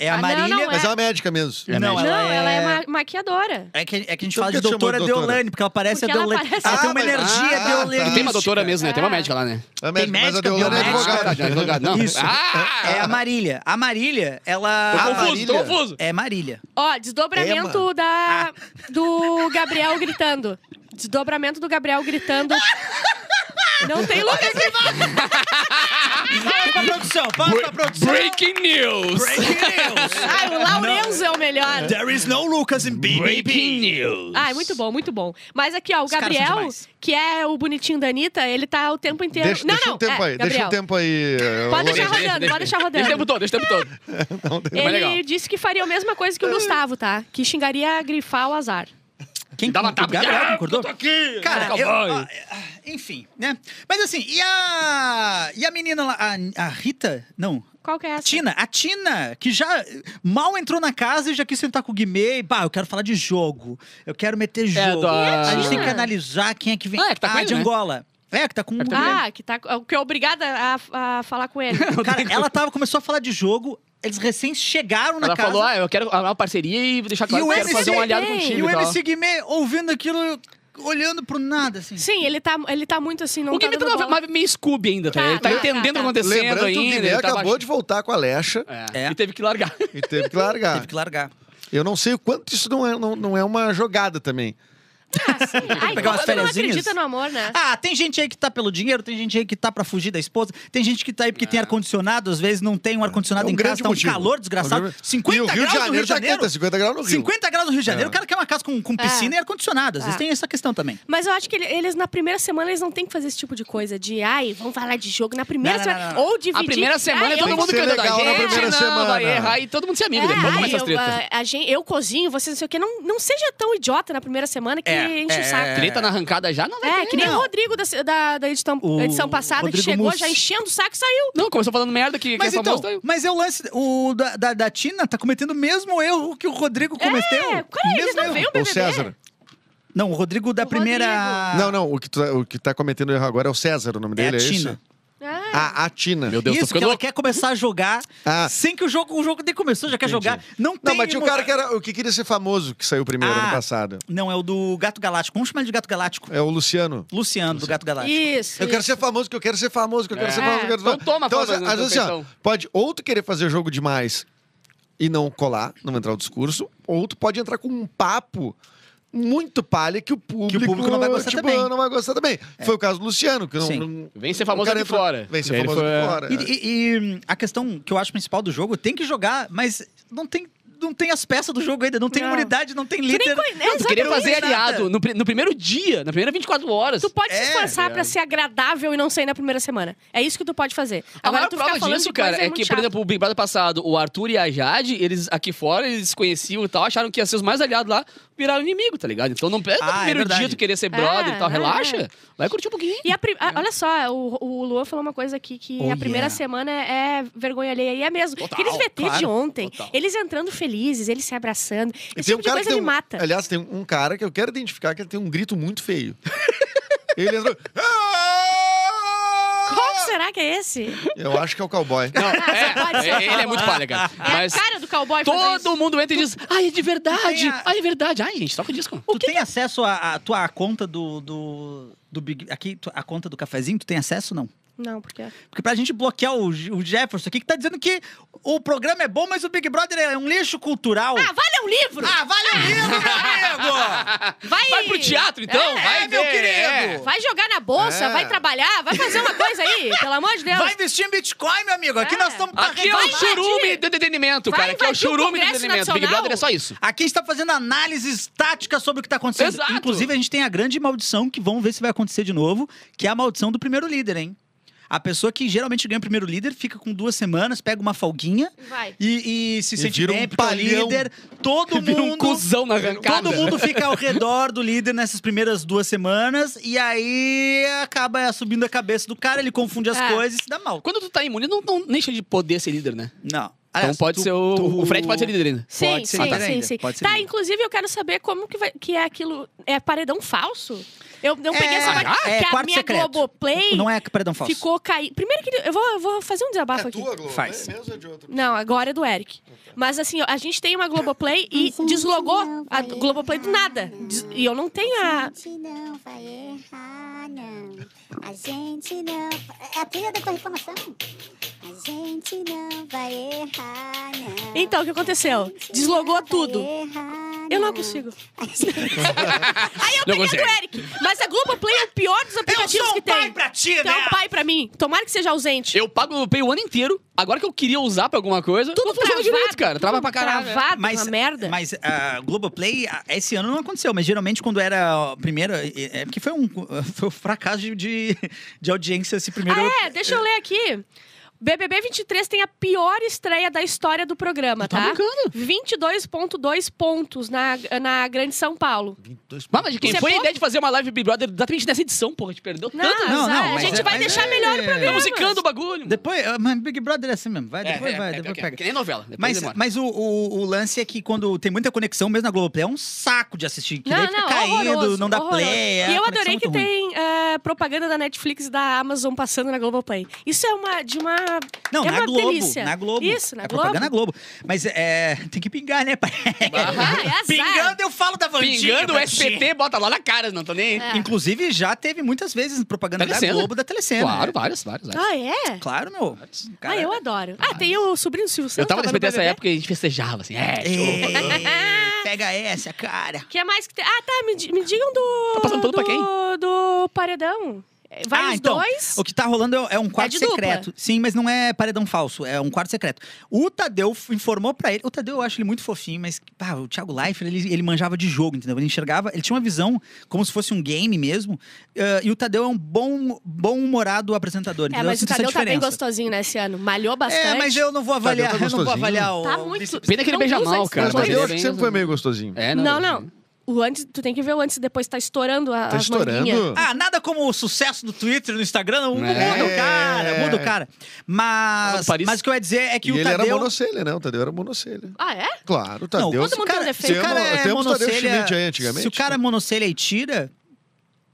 Speaker 1: É a
Speaker 2: Ah, não,
Speaker 1: Marília.
Speaker 2: não,
Speaker 3: Mas
Speaker 2: É.
Speaker 3: é uma médica mesmo.
Speaker 1: Não,
Speaker 2: Não,
Speaker 1: ela
Speaker 2: ela,
Speaker 1: é-
Speaker 2: é ma- maquiadora.
Speaker 1: É que, é que a gente
Speaker 3: Então
Speaker 1: fala
Speaker 3: por que
Speaker 1: de
Speaker 3: tu chamou
Speaker 1: doutora,
Speaker 3: de doutora?
Speaker 1: Deolane, porque ela parece
Speaker 2: Porque
Speaker 1: a
Speaker 2: ela
Speaker 1: Deolane.
Speaker 2: parece-
Speaker 1: ela tem
Speaker 3: Ah,
Speaker 1: uma
Speaker 3: mas-
Speaker 1: energia
Speaker 3: ah,
Speaker 1: Deolane.
Speaker 3: tá.
Speaker 4: E tem uma doutora mesmo, né? Tem uma médica lá, né?
Speaker 3: É médica, mas a
Speaker 1: médica,
Speaker 3: Deolane é
Speaker 1: biomédica.
Speaker 3: advogada.
Speaker 4: Advogado, advogado, não.
Speaker 1: Isso.
Speaker 4: Ah!
Speaker 1: É a Marília. A Marília, ela.
Speaker 4: Tô
Speaker 1: a
Speaker 4: confuso, tô
Speaker 3: Marília.
Speaker 4: confuso.
Speaker 1: É Marília.
Speaker 2: Ó, desdobramento
Speaker 3: Ema.
Speaker 2: da do Gabriel gritando. Desdobramento do Gabriel gritando. Não tem Lucas
Speaker 1: Fala pra produção, fala pra produção.
Speaker 4: Breaking news!
Speaker 1: Breaking news.
Speaker 2: Ai, o Laurenzo é o melhor.
Speaker 1: There is no Lucas in
Speaker 4: Breaking news!
Speaker 2: Ai, muito bom, muito bom. Mas aqui, ó, o
Speaker 1: Os caras são
Speaker 2: Gabriel,
Speaker 1: demais.
Speaker 2: que é o bonitinho da Anitta, ele tá o tempo inteiro.
Speaker 3: Deixa,
Speaker 2: não,
Speaker 3: deixa
Speaker 2: não,
Speaker 3: um tempo
Speaker 2: é,
Speaker 3: aí,
Speaker 2: Gabriel.
Speaker 3: deixa um tempo aí. eh,
Speaker 2: Pode
Speaker 3: Lorena.
Speaker 2: deixar rodando, pode deixar rodando.
Speaker 4: Deixa o tempo todo, deixa o tempo todo.
Speaker 2: Ele
Speaker 4: Mas legal.
Speaker 2: disse que faria a mesma coisa que o Gustavo, tá? Que xingaria a grifar o azar.
Speaker 1: Quem
Speaker 4: Dava
Speaker 1: o
Speaker 4: tapa.
Speaker 1: Gabriel
Speaker 4: Ah,
Speaker 1: concordou?
Speaker 4: tô aqui.
Speaker 1: Cara,
Speaker 4: Cowboy.
Speaker 1: eu, ah, ah, enfim, né? Mas assim, e a e a menina lá, a, a Rita? Não.
Speaker 2: Qual que é essa?
Speaker 1: Tina, a Tina, que já mal entrou na casa e já quis sentar com o Guimê. E, bah, eu quero falar de jogo. Eu quero
Speaker 4: É,
Speaker 1: meter jogo.
Speaker 4: da-
Speaker 1: a, gente tem
Speaker 2: Tina?
Speaker 1: que analisar quem é que vem.
Speaker 4: Ah, é que tá com
Speaker 1: a
Speaker 4: ele,
Speaker 1: de
Speaker 4: né?
Speaker 1: Angola. É, que tá com.
Speaker 2: Ah, que, tá, que é obrigada a, a falar com ele.
Speaker 1: Cara, ela tava, começou a falar de jogo, eles recém chegaram na
Speaker 4: Ela
Speaker 1: casa.
Speaker 4: falou, ah, eu quero armar uma parceria e deixar claro
Speaker 1: E o
Speaker 4: que eu quero
Speaker 1: MC
Speaker 4: fazer um aliado
Speaker 2: tem,
Speaker 1: e
Speaker 4: contigo
Speaker 1: o
Speaker 4: e tal.
Speaker 1: MC Guimê ouvindo aquilo, olhando pro nada, assim.
Speaker 2: Sim, ele tá, ele tá muito assim, não
Speaker 4: O
Speaker 2: tá
Speaker 4: Guimê tá
Speaker 2: dando
Speaker 4: na-
Speaker 2: bola.
Speaker 4: mas meio Scooby ainda, tá?
Speaker 2: Tá,
Speaker 4: Ele tá
Speaker 2: tá,
Speaker 4: entendendo
Speaker 2: tá,
Speaker 4: o que tá acontecendo
Speaker 3: Lembrando que o
Speaker 4: ainda.
Speaker 3: Guimê
Speaker 4: ele tá
Speaker 3: acabou
Speaker 4: baixo.
Speaker 3: de voltar com a Lecha
Speaker 4: É,
Speaker 1: É.
Speaker 4: E teve que largar.
Speaker 3: e teve que largar.
Speaker 1: Teve que largar.
Speaker 3: Eu não sei o quanto isso não é, não, não é uma jogada também.
Speaker 2: Ah, sim. Ai,
Speaker 1: Pegar umas
Speaker 2: como tu não
Speaker 1: fériasinhas?
Speaker 2: acredita no amor, né?
Speaker 1: Ah, tem gente aí que tá pelo dinheiro, tem gente aí que tá pra fugir da esposa, tem gente que tá aí porque tem ar-condicionado, às vezes não tem um
Speaker 3: É
Speaker 1: ar-condicionado
Speaker 3: um
Speaker 1: em casa,
Speaker 3: grande
Speaker 1: tá um
Speaker 3: motivo.
Speaker 1: calor desgraçado.
Speaker 3: E
Speaker 1: 50
Speaker 3: o Rio de
Speaker 1: graus no Rio
Speaker 3: Janeiro
Speaker 1: de
Speaker 3: já
Speaker 1: Janeiro.
Speaker 3: quenta, 50 graus no Rio. É.
Speaker 1: 50 graus no Rio de Janeiro, o cara quer uma casa com, com piscina
Speaker 2: É.
Speaker 1: e ar-condicionado. Às vezes
Speaker 2: É.
Speaker 1: tem essa questão também.
Speaker 2: Mas eu acho que ele- eles, na primeira semana, eles não têm que fazer esse tipo de coisa. De, ai, vamos falar de jogo na primeira
Speaker 1: Não, não,
Speaker 2: semana.
Speaker 1: não, não.
Speaker 2: Ou dividir.
Speaker 4: A primeira semana
Speaker 2: Ai,
Speaker 4: é
Speaker 2: eu
Speaker 4: todo
Speaker 3: Tem que
Speaker 4: mundo
Speaker 3: ser
Speaker 4: querendo a
Speaker 3: legal na
Speaker 4: gente,
Speaker 3: primeira
Speaker 4: não,
Speaker 3: semana.
Speaker 4: vai errar e todo mundo se amigo,
Speaker 2: É,
Speaker 4: depois
Speaker 2: ai,
Speaker 4: começa as
Speaker 2: eu,
Speaker 4: tretas.
Speaker 2: a- a gente- eu cozinho, vocês não sei o que. Não, não seja tão idiota na primeira semana que
Speaker 1: É,
Speaker 2: enche
Speaker 1: é,
Speaker 2: o saco.
Speaker 4: Treta na arrancada já não vai
Speaker 2: É,
Speaker 4: ter.
Speaker 2: que nem
Speaker 1: Não.
Speaker 2: o Rodrigo da, da, da edição,
Speaker 1: O
Speaker 2: edição passada,
Speaker 1: Rodrigo
Speaker 2: que chegou
Speaker 1: Mussi.
Speaker 2: já enchendo o saco e saiu.
Speaker 4: Não, começou falando merda que, que é
Speaker 1: Mas
Speaker 4: famoso.
Speaker 1: então,
Speaker 3: tá
Speaker 4: Então,
Speaker 1: mas é o lance. O da, da, da Tina tá cometendo o mesmo erro que o Rodrigo cometeu.
Speaker 2: É, cara, eles
Speaker 1: Mesmo
Speaker 2: não
Speaker 1: erro.
Speaker 2: veem o
Speaker 3: Ou
Speaker 2: BBB.
Speaker 3: César.
Speaker 1: Não, o Rodrigo da
Speaker 2: O
Speaker 1: primeira.
Speaker 3: Não, não, o que, tu, o que tá cometendo erro agora é o César, o nome
Speaker 1: Ah. É a
Speaker 3: dele é,
Speaker 1: Tina.
Speaker 3: isso?
Speaker 2: Ah,
Speaker 3: A, a Tina.
Speaker 4: Meu Deus, tô
Speaker 1: Isso, que
Speaker 4: ficando
Speaker 1: ela
Speaker 4: louco.
Speaker 1: quer começar a jogar
Speaker 3: Ah.
Speaker 1: sem que o jogo, o jogo nem começou, já quer jogar. Não tem
Speaker 3: Não, mas tinha um
Speaker 1: emo-
Speaker 3: cara que, era, o que queria ser famoso que saiu primeiro
Speaker 1: Ah.
Speaker 3: ano passado.
Speaker 1: Não, é o do Gato Galáctico. Vamos chamar ele de Gato Galáctico.
Speaker 3: É o Luciano.
Speaker 1: Luciano, do Gato Galáctico.
Speaker 2: Isso.
Speaker 3: Eu quero
Speaker 2: isso.
Speaker 3: ser famoso, que eu quero ser famoso, que eu quero
Speaker 4: É.
Speaker 3: ser famoso, que eu quero ser famoso.
Speaker 4: Então toma
Speaker 3: então,
Speaker 4: fama
Speaker 3: às-
Speaker 4: no
Speaker 3: às
Speaker 4: teu
Speaker 3: vezes, assim, ó,
Speaker 4: peitão.
Speaker 3: pode ou tu querer fazer jogo demais e não colar, não entrar no discurso, ou tu pode entrar com um papo muito palha que o público,
Speaker 1: público não vai gostar
Speaker 3: tipo,
Speaker 1: também. É.
Speaker 3: não vai gostar também. Foi o caso do Luciano, que não...
Speaker 1: Sim.
Speaker 3: não-
Speaker 4: Vem ser
Speaker 3: o
Speaker 4: famoso
Speaker 3: cara
Speaker 4: aqui
Speaker 3: entrou-
Speaker 4: fora.
Speaker 3: Vem ser
Speaker 4: Ele
Speaker 3: famoso aqui
Speaker 4: foi-
Speaker 3: fora.
Speaker 1: E,
Speaker 3: é.
Speaker 1: e- e a questão que eu acho principal do jogo, tem que jogar, mas não tem, não tem as peças do jogo ainda. Não tem
Speaker 2: Não.
Speaker 1: unidade, não tem
Speaker 2: Tu nem
Speaker 1: líder.
Speaker 2: conhe- é,
Speaker 4: Tu queria
Speaker 2: exatamente.
Speaker 4: fazer aliado no, pri- no primeiro dia, na primeira 24 horas.
Speaker 2: Tu pode se
Speaker 1: É,
Speaker 2: esforçar pra ser agradável e não sair na primeira semana. É isso que tu pode fazer.
Speaker 4: A
Speaker 2: Agora
Speaker 4: maior
Speaker 2: tu ficar
Speaker 4: Ah, prova
Speaker 2: falando
Speaker 4: disso,
Speaker 2: de coisa
Speaker 4: cara,
Speaker 2: é,
Speaker 4: é,
Speaker 2: muito
Speaker 4: que, por
Speaker 2: chato.
Speaker 4: exemplo, o Big Brother passado, o Arthur e a Jade, eles aqui fora, eles se conheciam e tal, acharam que ia ser os mais aliados lá, viraram inimigo, tá ligado? Então não pega
Speaker 1: Ah, é
Speaker 4: no primeiro
Speaker 1: verdade.
Speaker 4: dia tu querer ser brother
Speaker 2: É,
Speaker 4: e tal,
Speaker 2: é,
Speaker 4: relaxa. Vai curtir um pouquinho.
Speaker 2: E a pri- a- olha só, o, o Luan falou uma coisa aqui que
Speaker 1: Oh,
Speaker 2: a primeira
Speaker 1: yeah.
Speaker 2: semana é vergonha alheia. E é mesmo. Aqueles VT de
Speaker 1: claro.
Speaker 2: ontem,
Speaker 4: Total.
Speaker 2: eles entrando felizes, eles se abraçando.
Speaker 3: E
Speaker 2: Esse tipo de coisa
Speaker 3: tem
Speaker 2: me
Speaker 3: um-
Speaker 2: mata.
Speaker 3: Aliás, tem um cara que eu quero identificar que ele tem um grito muito feio. ele entrou... "Ah!"
Speaker 2: Qual que será que é esse?
Speaker 3: Eu acho que é o cowboy.
Speaker 4: Não, é,
Speaker 2: pode ser.
Speaker 4: é, ele é muito palha, cara.
Speaker 2: É
Speaker 4: Mas
Speaker 2: a cara do cowboy fazer isso.
Speaker 4: todo mundo entra e diz, ai, é de verdade,
Speaker 1: Tem a-
Speaker 4: ai, é verdade. Ai, gente, toca o disco.
Speaker 1: Tu tem acesso à, à tua conta do, do, do Big. Aqui, tu- a conta do cafezinho, tu tem acesso ou não?
Speaker 2: Não, porque... Ah,
Speaker 1: Porque pra gente bloquear o, G- o Jefferson aqui, que tá dizendo que o programa é bom, mas o Big Brother é um lixo cultural.
Speaker 2: Ah, vale um livro!
Speaker 1: Ah, valeu lindo, meu amigo!
Speaker 2: Vai...
Speaker 4: Vai pro teatro, então,
Speaker 2: É,
Speaker 4: vai
Speaker 1: é,
Speaker 4: ver.
Speaker 1: meu querido.
Speaker 4: É.
Speaker 2: Vai jogar na bolsa,
Speaker 3: É.
Speaker 2: vai trabalhar, vai fazer uma coisa aí, pelo amor de Deus.
Speaker 1: Vai investir em Bitcoin, meu amigo. Aqui
Speaker 2: É.
Speaker 1: nós estamos pra
Speaker 4: Aqui é o
Speaker 2: Vai invadir.
Speaker 4: churume do entretenimento,
Speaker 2: Vai
Speaker 4: cara. Aqui é o
Speaker 2: invadir o
Speaker 4: churume do
Speaker 2: Congresso
Speaker 4: entretenimento. Big
Speaker 2: Nacional.
Speaker 4: Brother é só isso.
Speaker 1: Aqui a gente tá fazendo análises táticas sobre o que tá acontecendo.
Speaker 4: Exato.
Speaker 1: Inclusive, a gente tem a grande maldição que vamos ver se vai acontecer de novo, que é a maldição do primeiro líder, hein? A pessoa que geralmente ganha o primeiro líder fica com duas semanas, pega uma folguinha
Speaker 2: Vai.
Speaker 1: e, e se
Speaker 3: E
Speaker 1: sente
Speaker 3: vira um
Speaker 1: bem porque é o
Speaker 3: palhão.
Speaker 1: líder. Todo
Speaker 4: Vira um
Speaker 1: mundo.
Speaker 4: cuzão na arrancada.
Speaker 1: Todo mundo fica ao redor do líder nessas primeiras duas semanas e aí acaba subindo a cabeça do cara, ele confunde as
Speaker 2: É.
Speaker 1: coisas e se dá mal.
Speaker 4: Quando tu tá imune, não, não deixa de poder ser líder, né?
Speaker 1: Não.
Speaker 4: Então
Speaker 1: Aliás,
Speaker 4: pode
Speaker 1: tu-
Speaker 4: ser o.
Speaker 1: tu-
Speaker 4: O Fred pode ser líder ainda.
Speaker 2: Sim,
Speaker 1: Pode ser
Speaker 2: sim,
Speaker 1: líder
Speaker 2: sim,
Speaker 1: ainda,
Speaker 2: sim.
Speaker 1: pode ser
Speaker 2: tá,
Speaker 1: líder.
Speaker 2: inclusive eu quero saber como que, vai- que é aquilo. É paredão falso? Eu não
Speaker 1: É,
Speaker 2: peguei essa
Speaker 1: é,
Speaker 2: parte. que a
Speaker 1: quarto
Speaker 2: minha
Speaker 1: secreto.
Speaker 2: Globoplay
Speaker 1: Não é perdão falso.
Speaker 2: ficou cair. Primeiro que. Eu vou, eu vou fazer um desabafo aqui.
Speaker 3: Globo?
Speaker 1: Faz.
Speaker 3: É mesmo ou é de outro?
Speaker 2: Não, agora é do Eric. Mas assim, ó, a gente tem uma Globoplay e deslogou a Globoplay do nada. Des- E eu não tenho a.
Speaker 8: A gente não vai errar, não. A gente não. É a trilha da tua reclamação. A gente não vai errar, não.
Speaker 2: Então, o que aconteceu? Deslogou tudo. Eu não consigo. Aí eu
Speaker 4: Não
Speaker 2: peguei a do
Speaker 4: consegue.
Speaker 2: Eric. Mas a Globoplay é o pior dos
Speaker 1: Eu
Speaker 2: aplicativos
Speaker 1: sou
Speaker 2: que
Speaker 1: um
Speaker 2: tem.
Speaker 1: pai pra ti,
Speaker 2: Então,
Speaker 1: né?
Speaker 2: pai pra mim. Tomara que seja ausente.
Speaker 4: Eu pago o pay o ano inteiro. Agora que eu queria usar pra alguma coisa.
Speaker 2: Tudo
Speaker 4: não funciona
Speaker 2: travado,
Speaker 4: direito, cara. Trava
Speaker 2: tudo
Speaker 4: pra caralho. né?
Speaker 2: Travado, Ah, tá uma merda.
Speaker 1: Mas a Globoplay, a- esse ano não aconteceu, mas geralmente quando era a primeira. É é porque foi um, foi um fracasso de- de, de audiência esse primeiro.
Speaker 2: Ah, é, deixa eu ler aqui. BBB 23 tem a pior estreia da história do programa,
Speaker 4: Tá
Speaker 2: tá?
Speaker 4: brincando.
Speaker 2: 22,2 pontos na, na Grande São Paulo.
Speaker 4: Mas, mas de quem
Speaker 2: Isso é
Speaker 4: foi a
Speaker 2: pouco.
Speaker 4: ideia de fazer uma live Big Brother exatamente nessa edição, porra? A gente perdeu
Speaker 2: Não,
Speaker 4: tanto.
Speaker 1: Não,
Speaker 2: mas,
Speaker 1: não,
Speaker 2: ah, a
Speaker 1: mas
Speaker 2: gente
Speaker 1: é-
Speaker 2: vai
Speaker 1: mas
Speaker 2: deixar
Speaker 1: é-
Speaker 2: melhor o
Speaker 4: Tá
Speaker 2: programa.
Speaker 4: musicando o bagulho. mano.
Speaker 1: Depois. ah, Mas Big Brother é assim mesmo. Vai,
Speaker 4: É,
Speaker 1: depois
Speaker 4: é,
Speaker 1: vai,
Speaker 4: é,
Speaker 1: depois
Speaker 4: é,
Speaker 1: pega.
Speaker 4: Que nem novela. Depois
Speaker 1: Mas,
Speaker 4: demora.
Speaker 1: mas o, o- o lance é que quando tem muita conexão, mesmo na Globoplay, é um saco de assistir. Que
Speaker 2: Não,
Speaker 1: daí fica
Speaker 2: não,
Speaker 1: caindo,
Speaker 2: horroroso,
Speaker 1: não dá
Speaker 2: horroroso.
Speaker 1: play. é
Speaker 2: E eu
Speaker 1: uma conexão
Speaker 2: adorei que
Speaker 1: muito ruim.
Speaker 2: tem ah, da propaganda da Netflix e da Amazon passando na Globoplay. Isso é uma de uma
Speaker 1: Não,
Speaker 2: é
Speaker 1: na
Speaker 2: uma
Speaker 1: Globo.
Speaker 2: delícia.
Speaker 1: Na Globo.
Speaker 2: Isso, na
Speaker 1: é
Speaker 2: Globo.
Speaker 1: propaganda na Globo. Mas é, tem que pingar, né, pai?
Speaker 2: Ah, é azar.
Speaker 1: Pingando, eu falo da Vandinha.
Speaker 4: Pingando o
Speaker 1: Vandinha.
Speaker 4: SPT, bota lá na cara, não tô nem.
Speaker 1: É,
Speaker 4: aí.
Speaker 1: Inclusive, já teve muitas vezes propaganda
Speaker 4: Telecena.
Speaker 1: da Globo, da Telecena.
Speaker 4: Claro, várias, várias. várias.
Speaker 2: Ah, é?
Speaker 1: Claro, meu. é
Speaker 2: Ah, eu adoro. Ah, tem o sobrinho do Silvio Santos.
Speaker 4: eu tava no SPT
Speaker 2: nessa
Speaker 4: nessa época e a gente festejava, assim. É, show.
Speaker 1: Ei, Pega essa, cara.
Speaker 2: que é mais que tem? Ah, tá. Me, di- me digam do.
Speaker 4: Tá passando pano
Speaker 2: do,
Speaker 4: pra
Speaker 2: Do Paredão. É, Vai
Speaker 1: ah,
Speaker 2: os
Speaker 1: então,
Speaker 2: dois.
Speaker 1: O que tá rolando é- é um quarto
Speaker 2: de dupla.
Speaker 1: secreto. Sim, mas não é paredão falso, é um quarto secreto. O Tadeu f- informou pra ele. O Tadeu eu acho ele muito fofinho, mas pá, o Thiago Leifert, ele, ele manjava de jogo, entendeu? Ele enxergava, ele tinha uma visão como se fosse um game mesmo. eh, e o Tadeu é um bom, bom humorado apresentador.
Speaker 2: É,
Speaker 1: entendeu? Eu
Speaker 2: mas o
Speaker 1: sinto essa
Speaker 2: Tadeu tá bem
Speaker 1: diferença.
Speaker 2: gostosinho né, esse ano. Malhou bastante.
Speaker 1: É, mas eu não vou
Speaker 3: Tadeu tá
Speaker 1: avaliar, eu não vou
Speaker 3: gostosinho.
Speaker 1: avaliar o.
Speaker 2: Tá
Speaker 1: o
Speaker 2: muito.
Speaker 4: Pena que ele
Speaker 2: não
Speaker 4: beija
Speaker 2: usa
Speaker 4: mal,
Speaker 2: antes,
Speaker 4: cara,
Speaker 2: não
Speaker 3: Mas
Speaker 4: mas
Speaker 2: usa
Speaker 3: eu
Speaker 4: ele
Speaker 3: acho
Speaker 4: é
Speaker 3: que
Speaker 4: bem-
Speaker 3: sempre foi meio gostosinho.
Speaker 4: É,
Speaker 2: Não, não. O antes, tu tem que ver o antes e depois tá estourando a,
Speaker 3: Tá
Speaker 2: as manguinhas.
Speaker 3: estourando?
Speaker 1: Ah, nada como o sucesso do Twitter, no Instagram, não muda
Speaker 4: É.
Speaker 1: o cara, muda o cara.
Speaker 4: Tava no
Speaker 1: Mas,
Speaker 4: Paris.
Speaker 1: mas o que eu ia dizer é que
Speaker 3: e
Speaker 1: o
Speaker 3: ele
Speaker 1: Tadeu...
Speaker 3: era monocelha, né? O Tadeu era monocelha.
Speaker 2: Ah, é?
Speaker 3: Claro, o
Speaker 1: Não,
Speaker 3: Tadeu...
Speaker 2: Todo mundo
Speaker 1: se o
Speaker 2: tem um
Speaker 1: cara-
Speaker 2: defeito.
Speaker 1: Se o cara
Speaker 3: Temos-
Speaker 1: é
Speaker 3: temos Tadeu
Speaker 1: monocelha,
Speaker 3: Schmidt aí, antigamente,
Speaker 1: se o cara
Speaker 3: né?
Speaker 1: é monocelha e tira,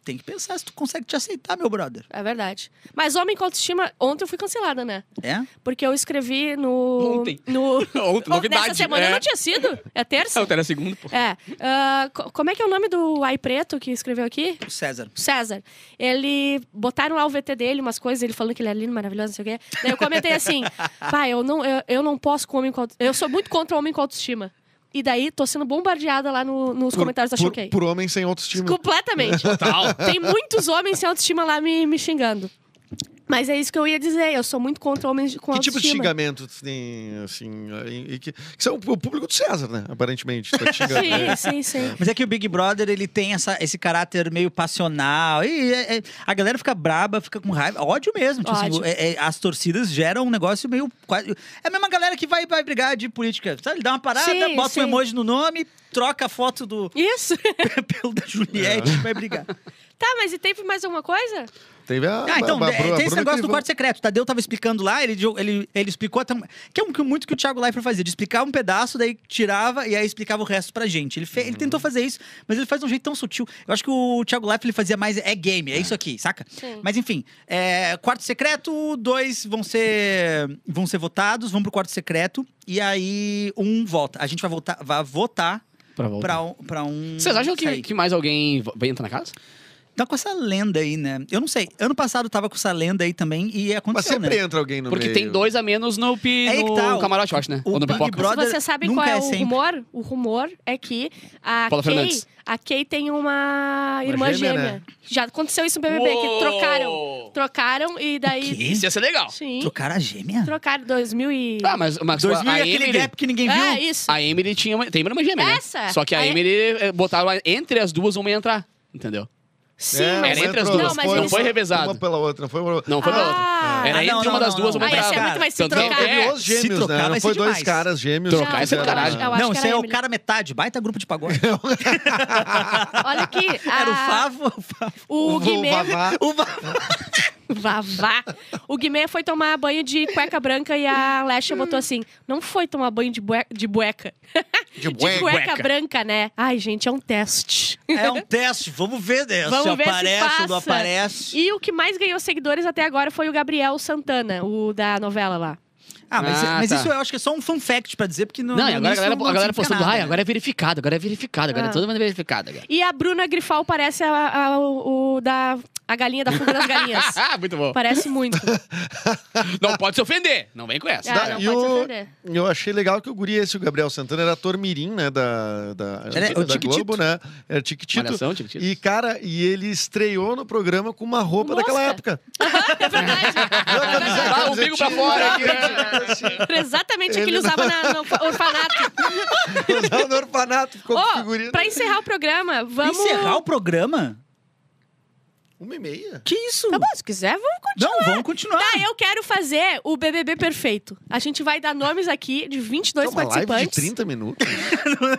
Speaker 1: tem que pensar se tu consegue te aceitar, meu brother.
Speaker 2: É verdade. Mas homem com autoestima, ontem eu fui cancelada, né?
Speaker 1: É?
Speaker 2: Porque eu escrevi no.
Speaker 4: Ontem.
Speaker 2: No...
Speaker 4: Ontem, novidade.
Speaker 2: Nessa semana
Speaker 4: é.
Speaker 2: eu não tinha sido. É terça?
Speaker 4: Ah, o Tera segundo, pô.
Speaker 2: É. Ah, co- como é que é o nome do Ai Preto que escreveu aqui?
Speaker 1: O César.
Speaker 2: César. Ele botaram lá o VT dele, umas coisas, ele falando que ele é lindo, maravilhoso, não sei o quê. Daí eu comentei assim: pai, eu não, eu, eu não posso com homem com autoestima. Eu sou muito contra o homem com autoestima. E daí tô sendo bombardeada lá no- nos comentários da
Speaker 3: por,
Speaker 2: Choquei.
Speaker 3: por homem sem autoestima.
Speaker 2: Completamente. Tem muitos homens sem autoestima lá me, me xingando. Mas é isso que eu ia dizer. Eu sou muito contra homens com
Speaker 3: Que tipo
Speaker 2: autoestima.
Speaker 3: de xingamento tu tem, assim, e, e que, que são o público do César, né? Aparentemente, tá te xingando. né?
Speaker 2: Sim, sim, sim.
Speaker 1: Mas é que o Big Brother, ele tem essa, esse caráter meio passional. E é- é- a galera fica braba, fica com raiva. Ódio mesmo. Tipo assim,
Speaker 2: Ódio.
Speaker 1: é- é- as torcidas geram um negócio meio. Quase, é a mesma galera que vai, vai brigar de política. Sabe? Ele dá uma parada,
Speaker 2: Sim,
Speaker 1: bota
Speaker 2: sim.
Speaker 1: um emoji no nome, troca a foto do
Speaker 3: É.
Speaker 2: Isso.
Speaker 1: pelo da Juliette e vai brigar.
Speaker 2: Tá, mas e teve mais alguma coisa?
Speaker 3: Teve a,
Speaker 1: Ah, então,
Speaker 3: a- a- a-
Speaker 1: é,
Speaker 3: a- a-
Speaker 1: tem esse
Speaker 3: Bruna
Speaker 1: negócio do
Speaker 3: Trivão.
Speaker 1: quarto secreto. O Tadeu tava explicando lá, ele, deu- ele, ele explicou até. um- Que é um, que muito que o Thiago Leifert fazia, de explicar um pedaço, daí tirava e aí explicava o resto pra gente. Ele, fe- ele tentou fazer isso, mas ele faz de um jeito tão sutil. Eu acho que o Thiago Leifert ele fazia mais é game, é isso aqui, saca?
Speaker 2: Sim.
Speaker 1: Mas enfim, é, quarto secreto, dois vão ser, vão ser votados, vão pro quarto secreto, e aí um volta. A gente vai, voltar, vai votar
Speaker 4: Pra voltar.
Speaker 1: pra, um- pra um.
Speaker 4: Vocês acham que,
Speaker 1: sair.
Speaker 4: que mais alguém vo- vai entrar na casa?
Speaker 1: Tá com essa lenda aí, né? Eu não sei. Ano passado tava com essa lenda aí também e aconteceu,
Speaker 3: Mas sempre
Speaker 1: né?
Speaker 3: entra alguém no
Speaker 4: Porque
Speaker 3: meio.
Speaker 4: tem dois a menos no, pi,
Speaker 1: É aí que
Speaker 4: no
Speaker 1: tá, o-
Speaker 4: camarote, eu acho, né?
Speaker 1: o
Speaker 4: Ou no
Speaker 1: Big
Speaker 4: pipoca.
Speaker 1: Brother-
Speaker 2: Se vocês sabem
Speaker 1: nunca
Speaker 2: qual é,
Speaker 1: é
Speaker 2: o
Speaker 1: sempre.
Speaker 2: rumor, o rumor é que a
Speaker 4: Paula
Speaker 2: Kay,
Speaker 4: Fernandes.
Speaker 2: a Kay tem uma, irmã
Speaker 3: gêmea,
Speaker 2: gêmea.
Speaker 3: né?
Speaker 2: Já aconteceu isso no BBB, que
Speaker 4: Uou!
Speaker 2: trocaram. Trocaram e daí...
Speaker 1: quê?
Speaker 4: Isso ia ser legal.
Speaker 2: Sim.
Speaker 1: Trocaram a gêmea?
Speaker 2: Trocaram 2000 e...
Speaker 4: Ah, mas, mas
Speaker 1: 2000
Speaker 4: a
Speaker 1: é aquele
Speaker 4: Emily...
Speaker 1: gap que ninguém viu.
Speaker 2: é, isso.
Speaker 4: A Emily tinha uma, tem uma irmã gêmea, né?
Speaker 2: Essa?
Speaker 4: Só que a
Speaker 2: A-
Speaker 4: Emily eh, botaram a- entre as duas uma ia entrar, entendeu?
Speaker 2: Sim,
Speaker 3: É,
Speaker 2: mas...
Speaker 4: Era entre as
Speaker 3: entrou,
Speaker 4: duas,
Speaker 2: Não, mas
Speaker 4: não
Speaker 2: eles-
Speaker 4: foi revezado.
Speaker 3: Uma pela outra, não foi uma...
Speaker 4: Não, foi pra outra.
Speaker 2: Ah.
Speaker 4: Era
Speaker 1: Ah,
Speaker 4: entre
Speaker 1: não,
Speaker 4: uma
Speaker 1: não,
Speaker 4: das
Speaker 1: não,
Speaker 4: duas,
Speaker 1: não.
Speaker 4: uma
Speaker 1: Ah,
Speaker 4: entrava.
Speaker 1: isso é muito
Speaker 2: mais se
Speaker 4: Tanto
Speaker 3: Não,
Speaker 4: é-
Speaker 2: trocar.
Speaker 3: teve
Speaker 4: é,
Speaker 3: os gêmeos,
Speaker 1: trocar,
Speaker 3: né?
Speaker 1: vai
Speaker 3: Não
Speaker 1: ser
Speaker 3: foi dois
Speaker 1: demais.
Speaker 3: caras gêmeos.
Speaker 4: Trocar
Speaker 3: que
Speaker 4: é
Speaker 3: fizeram-
Speaker 4: sacanagem.
Speaker 2: Eu acho
Speaker 1: não,
Speaker 2: que
Speaker 1: isso
Speaker 2: era
Speaker 1: é
Speaker 2: a
Speaker 1: o
Speaker 2: Emily.
Speaker 1: cara metade. Baita grupo de pagode.
Speaker 2: Olha aqui. Ah.
Speaker 1: Era o
Speaker 2: a-
Speaker 1: Favo, o Favo.
Speaker 2: O Guimê...
Speaker 3: Vavá.
Speaker 1: O Favo.
Speaker 2: Vavá. O Guimê foi tomar banho de cueca branca e a Lesha botou assim: não foi tomar banho de, bue de bueca.
Speaker 3: De
Speaker 2: De
Speaker 3: bué.
Speaker 2: cueca branca, né? Ai, gente, é um teste.
Speaker 1: É um teste, vamos ver né,
Speaker 2: Vamos
Speaker 1: se
Speaker 2: ver se
Speaker 1: aparece ou não
Speaker 2: passa.
Speaker 1: aparece.
Speaker 2: E o que mais ganhou seguidores até agora foi o Gabriel Santana, o da novela lá.
Speaker 1: Ah, mas,
Speaker 4: Ah,
Speaker 1: mas
Speaker 4: tá.
Speaker 1: isso eu acho que é só um fun fact pra dizer, porque não.
Speaker 4: Não, e agora a
Speaker 1: isso
Speaker 4: galera,
Speaker 1: não
Speaker 4: a galera
Speaker 1: significa
Speaker 4: postando,
Speaker 1: nada,
Speaker 4: ai,
Speaker 1: né?
Speaker 4: agora é verificado, agora é verificado, agora
Speaker 2: Ah.
Speaker 4: é todo mundo verificado. Agora.
Speaker 2: E a Bruna Grifal parece a, a- o, o da. A galinha da fuga das galinhas.
Speaker 4: muito bom.
Speaker 2: Parece muito.
Speaker 4: Não pode se ofender, não vem com essa.
Speaker 2: Ah, não pode
Speaker 3: E
Speaker 2: se
Speaker 3: o-
Speaker 2: ofender.
Speaker 3: Eu achei legal que o guri esse, o Gabriel Santana, era ator mirim, né, da, da,
Speaker 1: Ele é
Speaker 3: da
Speaker 1: o Tiquitito.
Speaker 3: Globo, né? Era tiquitito.
Speaker 4: Malhação, Tiquitito.
Speaker 3: E, cara, e ele estreou no programa com uma roupa
Speaker 2: Mosca.
Speaker 3: daquela época.
Speaker 2: É verdade.
Speaker 3: Viu a camisa-
Speaker 4: Ah, o
Speaker 3: camisetinha?
Speaker 4: umbigo pra fora aqui, né?
Speaker 2: Era exatamente o que
Speaker 3: Ele
Speaker 2: ele usava na, no orfanato.
Speaker 3: Usava no orfanato, ficou com figurino.
Speaker 2: Ô, pra encerrar o programa, vamos.
Speaker 1: Encerrar o programa?
Speaker 3: Uma e meia.
Speaker 1: Que isso?
Speaker 2: Tá bom, se quiser, vamos continuar.
Speaker 1: não, vamos continuar.
Speaker 2: Tá, eu quero fazer o BBB perfeito. A gente vai dar nomes aqui de 22
Speaker 3: Então, uma live de
Speaker 2: participantes.
Speaker 3: 30 minutos.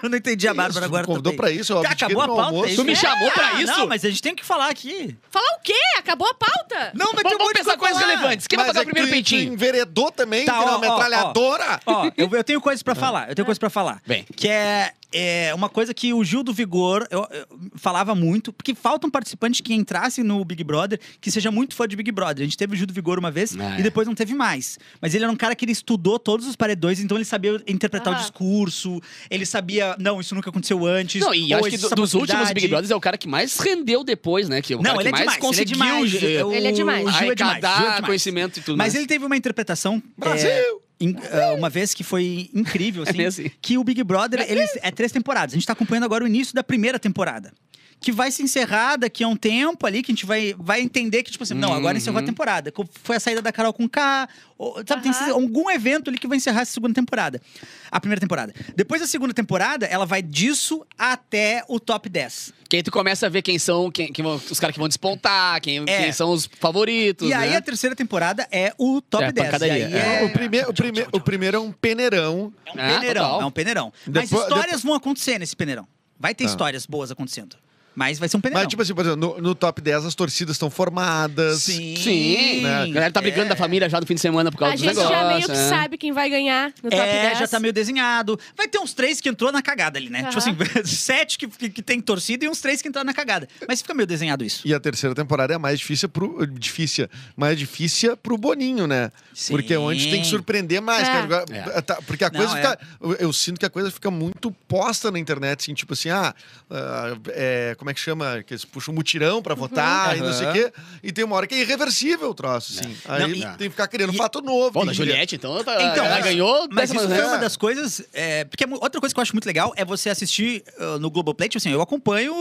Speaker 1: eu não entendi a
Speaker 3: Isso,
Speaker 1: Bárbara
Speaker 3: tu
Speaker 1: agora.
Speaker 3: me convidou
Speaker 1: também.
Speaker 3: pra isso, eu
Speaker 1: Já
Speaker 3: abdiquei
Speaker 1: acabou a
Speaker 3: do meu
Speaker 1: pauta?
Speaker 3: almoço.
Speaker 1: é
Speaker 4: Tu me
Speaker 1: isso?
Speaker 4: chamou pra
Speaker 1: Ah,
Speaker 4: isso?
Speaker 1: Não, mas a gente tem que falar aqui.
Speaker 2: Falar o quê? Acabou a pauta?
Speaker 1: Não, mas
Speaker 4: Vamos,
Speaker 1: tem um
Speaker 4: vamos
Speaker 1: monte de
Speaker 4: pensar coisas
Speaker 1: falar.
Speaker 4: relevantes. Quem
Speaker 3: Mas
Speaker 4: vai pagar
Speaker 3: é
Speaker 4: o primeiro
Speaker 3: que tu- Tu
Speaker 4: peitinho?
Speaker 3: enveredou também,
Speaker 1: Tá,
Speaker 3: que era
Speaker 1: ó,
Speaker 3: uma
Speaker 1: ó, ó.
Speaker 3: metralhadora.
Speaker 1: Ó, eu, eu tenho coisas pra falar. Eu tenho coisas pra falar.
Speaker 4: Ah. Vem.
Speaker 1: Que é é uma coisa que o Gil do Vigor eu- eu falava muito, porque falta um participante que entrasse no Big Brother que seja muito fã de Big Brother. A gente teve o Gil do Vigor uma vez
Speaker 4: Ah,
Speaker 1: e
Speaker 4: é.
Speaker 1: depois não teve mais. Mas ele era um cara que ele estudou todos os paredões, então ele sabia interpretar o
Speaker 2: Aham.
Speaker 1: discurso, ele sabia, não, isso nunca aconteceu antes.
Speaker 4: Não, e
Speaker 1: ou
Speaker 4: acho que
Speaker 1: existe
Speaker 4: do-
Speaker 1: essa
Speaker 4: dos últimos
Speaker 1: possibilidade.
Speaker 4: Big Brothers é o cara que mais rendeu depois, né? Que é o
Speaker 1: Não,
Speaker 4: cara
Speaker 1: ele é,
Speaker 4: que
Speaker 1: demais,
Speaker 4: mais
Speaker 1: ele é
Speaker 4: conseguiu
Speaker 1: demais,
Speaker 4: eh,
Speaker 1: O-
Speaker 2: Ele é demais.
Speaker 1: o Gil é demais.
Speaker 4: arrecadar
Speaker 1: Gil é demais.
Speaker 4: conhecimento e tudo
Speaker 1: Mas
Speaker 4: mais.
Speaker 1: ele teve uma interpretação.
Speaker 3: Brasil!
Speaker 1: é, in- é, uma vez que foi incrível,
Speaker 4: É
Speaker 1: assim,
Speaker 4: mesmo, sim.
Speaker 1: que o Big Brother ele, é três temporadas. A gente tá acompanhando agora o início da primeira temporada. Que vai se encerrar daqui a um tempo ali, que a gente vai, vai entender que, tipo assim, não, agora encerrou a
Speaker 4: Uhum.
Speaker 1: temporada. Co- Foi a saída da Carol com K. ou- sabe, tem
Speaker 2: Aham.
Speaker 1: esse- algum evento ali que vai encerrar essa segunda temporada. A primeira temporada. Depois da segunda temporada, ela vai disso até o top 10.
Speaker 4: Que aí tu começa a ver quem são quem, quem vão- os caras que vão despontar, quem,
Speaker 1: É.
Speaker 4: quem são os favoritos,
Speaker 1: e aí
Speaker 4: né?
Speaker 1: a terceira temporada é o top
Speaker 4: É,
Speaker 1: 10. E aí
Speaker 4: pancadaria, é.
Speaker 1: é...
Speaker 3: O, primeiro, o, prime- o primeiro é um peneirão.
Speaker 1: É um
Speaker 4: Ah,
Speaker 1: peneirão,
Speaker 4: total.
Speaker 1: é um peneirão.
Speaker 3: Depois- Tá.
Speaker 1: mas histórias vão acontecer nesse peneirão. Vai ter histórias boas acontecendo. Mas vai ser um peneirão.
Speaker 3: Mas, tipo assim, por exemplo, no, no top 10 as torcidas estão formadas.
Speaker 1: Sim.
Speaker 4: Sim,
Speaker 3: né?
Speaker 4: a galera tá
Speaker 1: É.
Speaker 4: brigando da família já no fim de semana por causa
Speaker 2: A
Speaker 4: dos
Speaker 2: gente
Speaker 4: negócios.
Speaker 2: já meio que
Speaker 4: né?
Speaker 2: sabe quem vai ganhar no top Ah,
Speaker 1: É,
Speaker 2: 10.
Speaker 1: já tá meio desenhado. Vai ter uns três que entrou na cagada ali, né?
Speaker 2: Aham.
Speaker 1: Tipo assim, sete que, que, que tem torcida e uns três que entraram na cagada. Mas fica meio desenhado isso.
Speaker 3: E a terceira temporada é a mais difícil pro, difícil, mais difícil pro Boninho, né?
Speaker 1: Sim.
Speaker 3: Porque é onde tem que surpreender mais.
Speaker 2: É.
Speaker 3: cara. Agora,
Speaker 4: É.
Speaker 3: tá, porque a
Speaker 1: Não,
Speaker 3: coisa
Speaker 1: é.
Speaker 3: fica. Eu, eu sinto que a coisa fica muito posta na internet, assim, tipo assim, ah, ah, é, como é que chama? Que eles puxam um mutirão pra votar e não sei o quê. E tem uma hora que é irreversível o troço, assim.
Speaker 1: É. Não,
Speaker 3: Aí
Speaker 1: e-
Speaker 3: tem que ficar criando
Speaker 1: e-
Speaker 3: fato novo.
Speaker 4: Bom,
Speaker 3: tem
Speaker 4: da
Speaker 3: que-
Speaker 4: Juliette, então, tá-
Speaker 1: Então,
Speaker 4: ela
Speaker 1: mas-
Speaker 4: ganhou
Speaker 1: Mas
Speaker 4: dessa
Speaker 1: isso foi
Speaker 4: maneira.
Speaker 1: uma das coisas. é, porque é mu- outra coisa que eu acho muito legal é você assistir ah, no Globoplay. Tipo assim, eu acompanho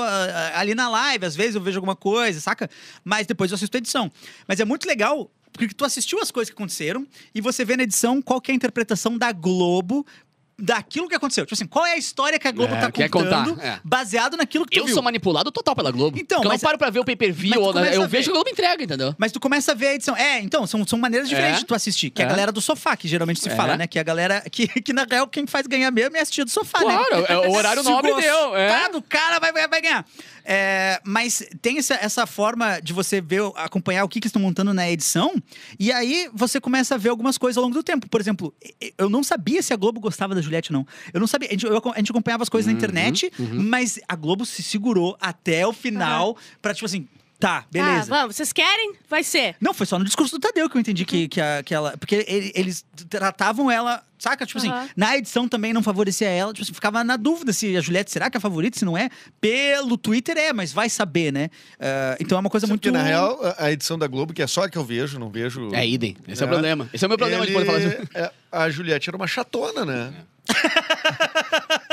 Speaker 1: ah, ah, ali na live, às vezes eu vejo alguma coisa, saca? Mas depois eu assisto a edição. Mas é muito legal. Porque tu assistiu as coisas que aconteceram e você vê na edição qual que é a interpretação da Globo daquilo que aconteceu. Tipo assim, qual é a história que a Globo
Speaker 4: É,
Speaker 1: tá
Speaker 4: quer
Speaker 1: contando
Speaker 4: contar, é.
Speaker 1: baseado naquilo que tu
Speaker 4: Eu
Speaker 1: viu.
Speaker 4: sou manipulado total pela Globo.
Speaker 1: Então,
Speaker 4: Porque eu não
Speaker 1: mas-
Speaker 4: paro pra ver o
Speaker 1: mas
Speaker 4: pay-per-view.
Speaker 1: tu
Speaker 4: ou nada.
Speaker 1: começa
Speaker 4: Eu
Speaker 1: a ver.
Speaker 4: vejo que a Globo entrega, entendeu?
Speaker 1: Mas tu começa a ver a edição. É, então, são, são maneiras diferentes
Speaker 4: É.
Speaker 1: de tu assistir. Que é.
Speaker 4: É.
Speaker 1: a galera do sofá, que geralmente se
Speaker 4: É.
Speaker 1: fala, né? Que é a galera. Que, que na real, quem faz ganhar mesmo é assistir do sofá, né?
Speaker 4: Claro, é o horário
Speaker 1: Se
Speaker 4: nobre
Speaker 1: gostar
Speaker 4: deu, é.
Speaker 1: do cara, vai, vai, vai ganhar. É, mas tem essa, essa forma de você ver, acompanhar o que, que eles estão montando na edição. E aí você começa a ver algumas coisas ao longo do tempo. Por exemplo, e- eu não sabia se a Globo gostava da Juliette, não. Eu não sabia. A gente, eu acom- a gente acompanhava as coisas
Speaker 4: Uhum,
Speaker 1: na internet, mas a Globo se segurou até o final pra, tipo assim. Tá,
Speaker 2: Ah,
Speaker 1: beleza.
Speaker 2: vamos, vocês querem? Vai ser.
Speaker 1: Não, foi só no discurso do Tadeu que eu entendi que, que, a- que ela. Porque ele- eles tratavam ela, saca? Tipo
Speaker 2: Aham.
Speaker 1: assim, na edição também não favorecia ela. Tipo assim, ficava na dúvida se a Juliette será que é a favorita, se não é. Pelo Twitter é, mas vai saber, né? Ah, então é uma coisa muito.
Speaker 3: Porque, na real, a- a edição da Globo, que é só a que eu vejo, não
Speaker 1: Tipo,
Speaker 3: vejo.
Speaker 4: É idem. Esse é,
Speaker 1: né?
Speaker 3: É.
Speaker 4: o problema. Esse é o meu problema de poder falar assim.
Speaker 3: Ele- é, a Juliette era uma chatona, né?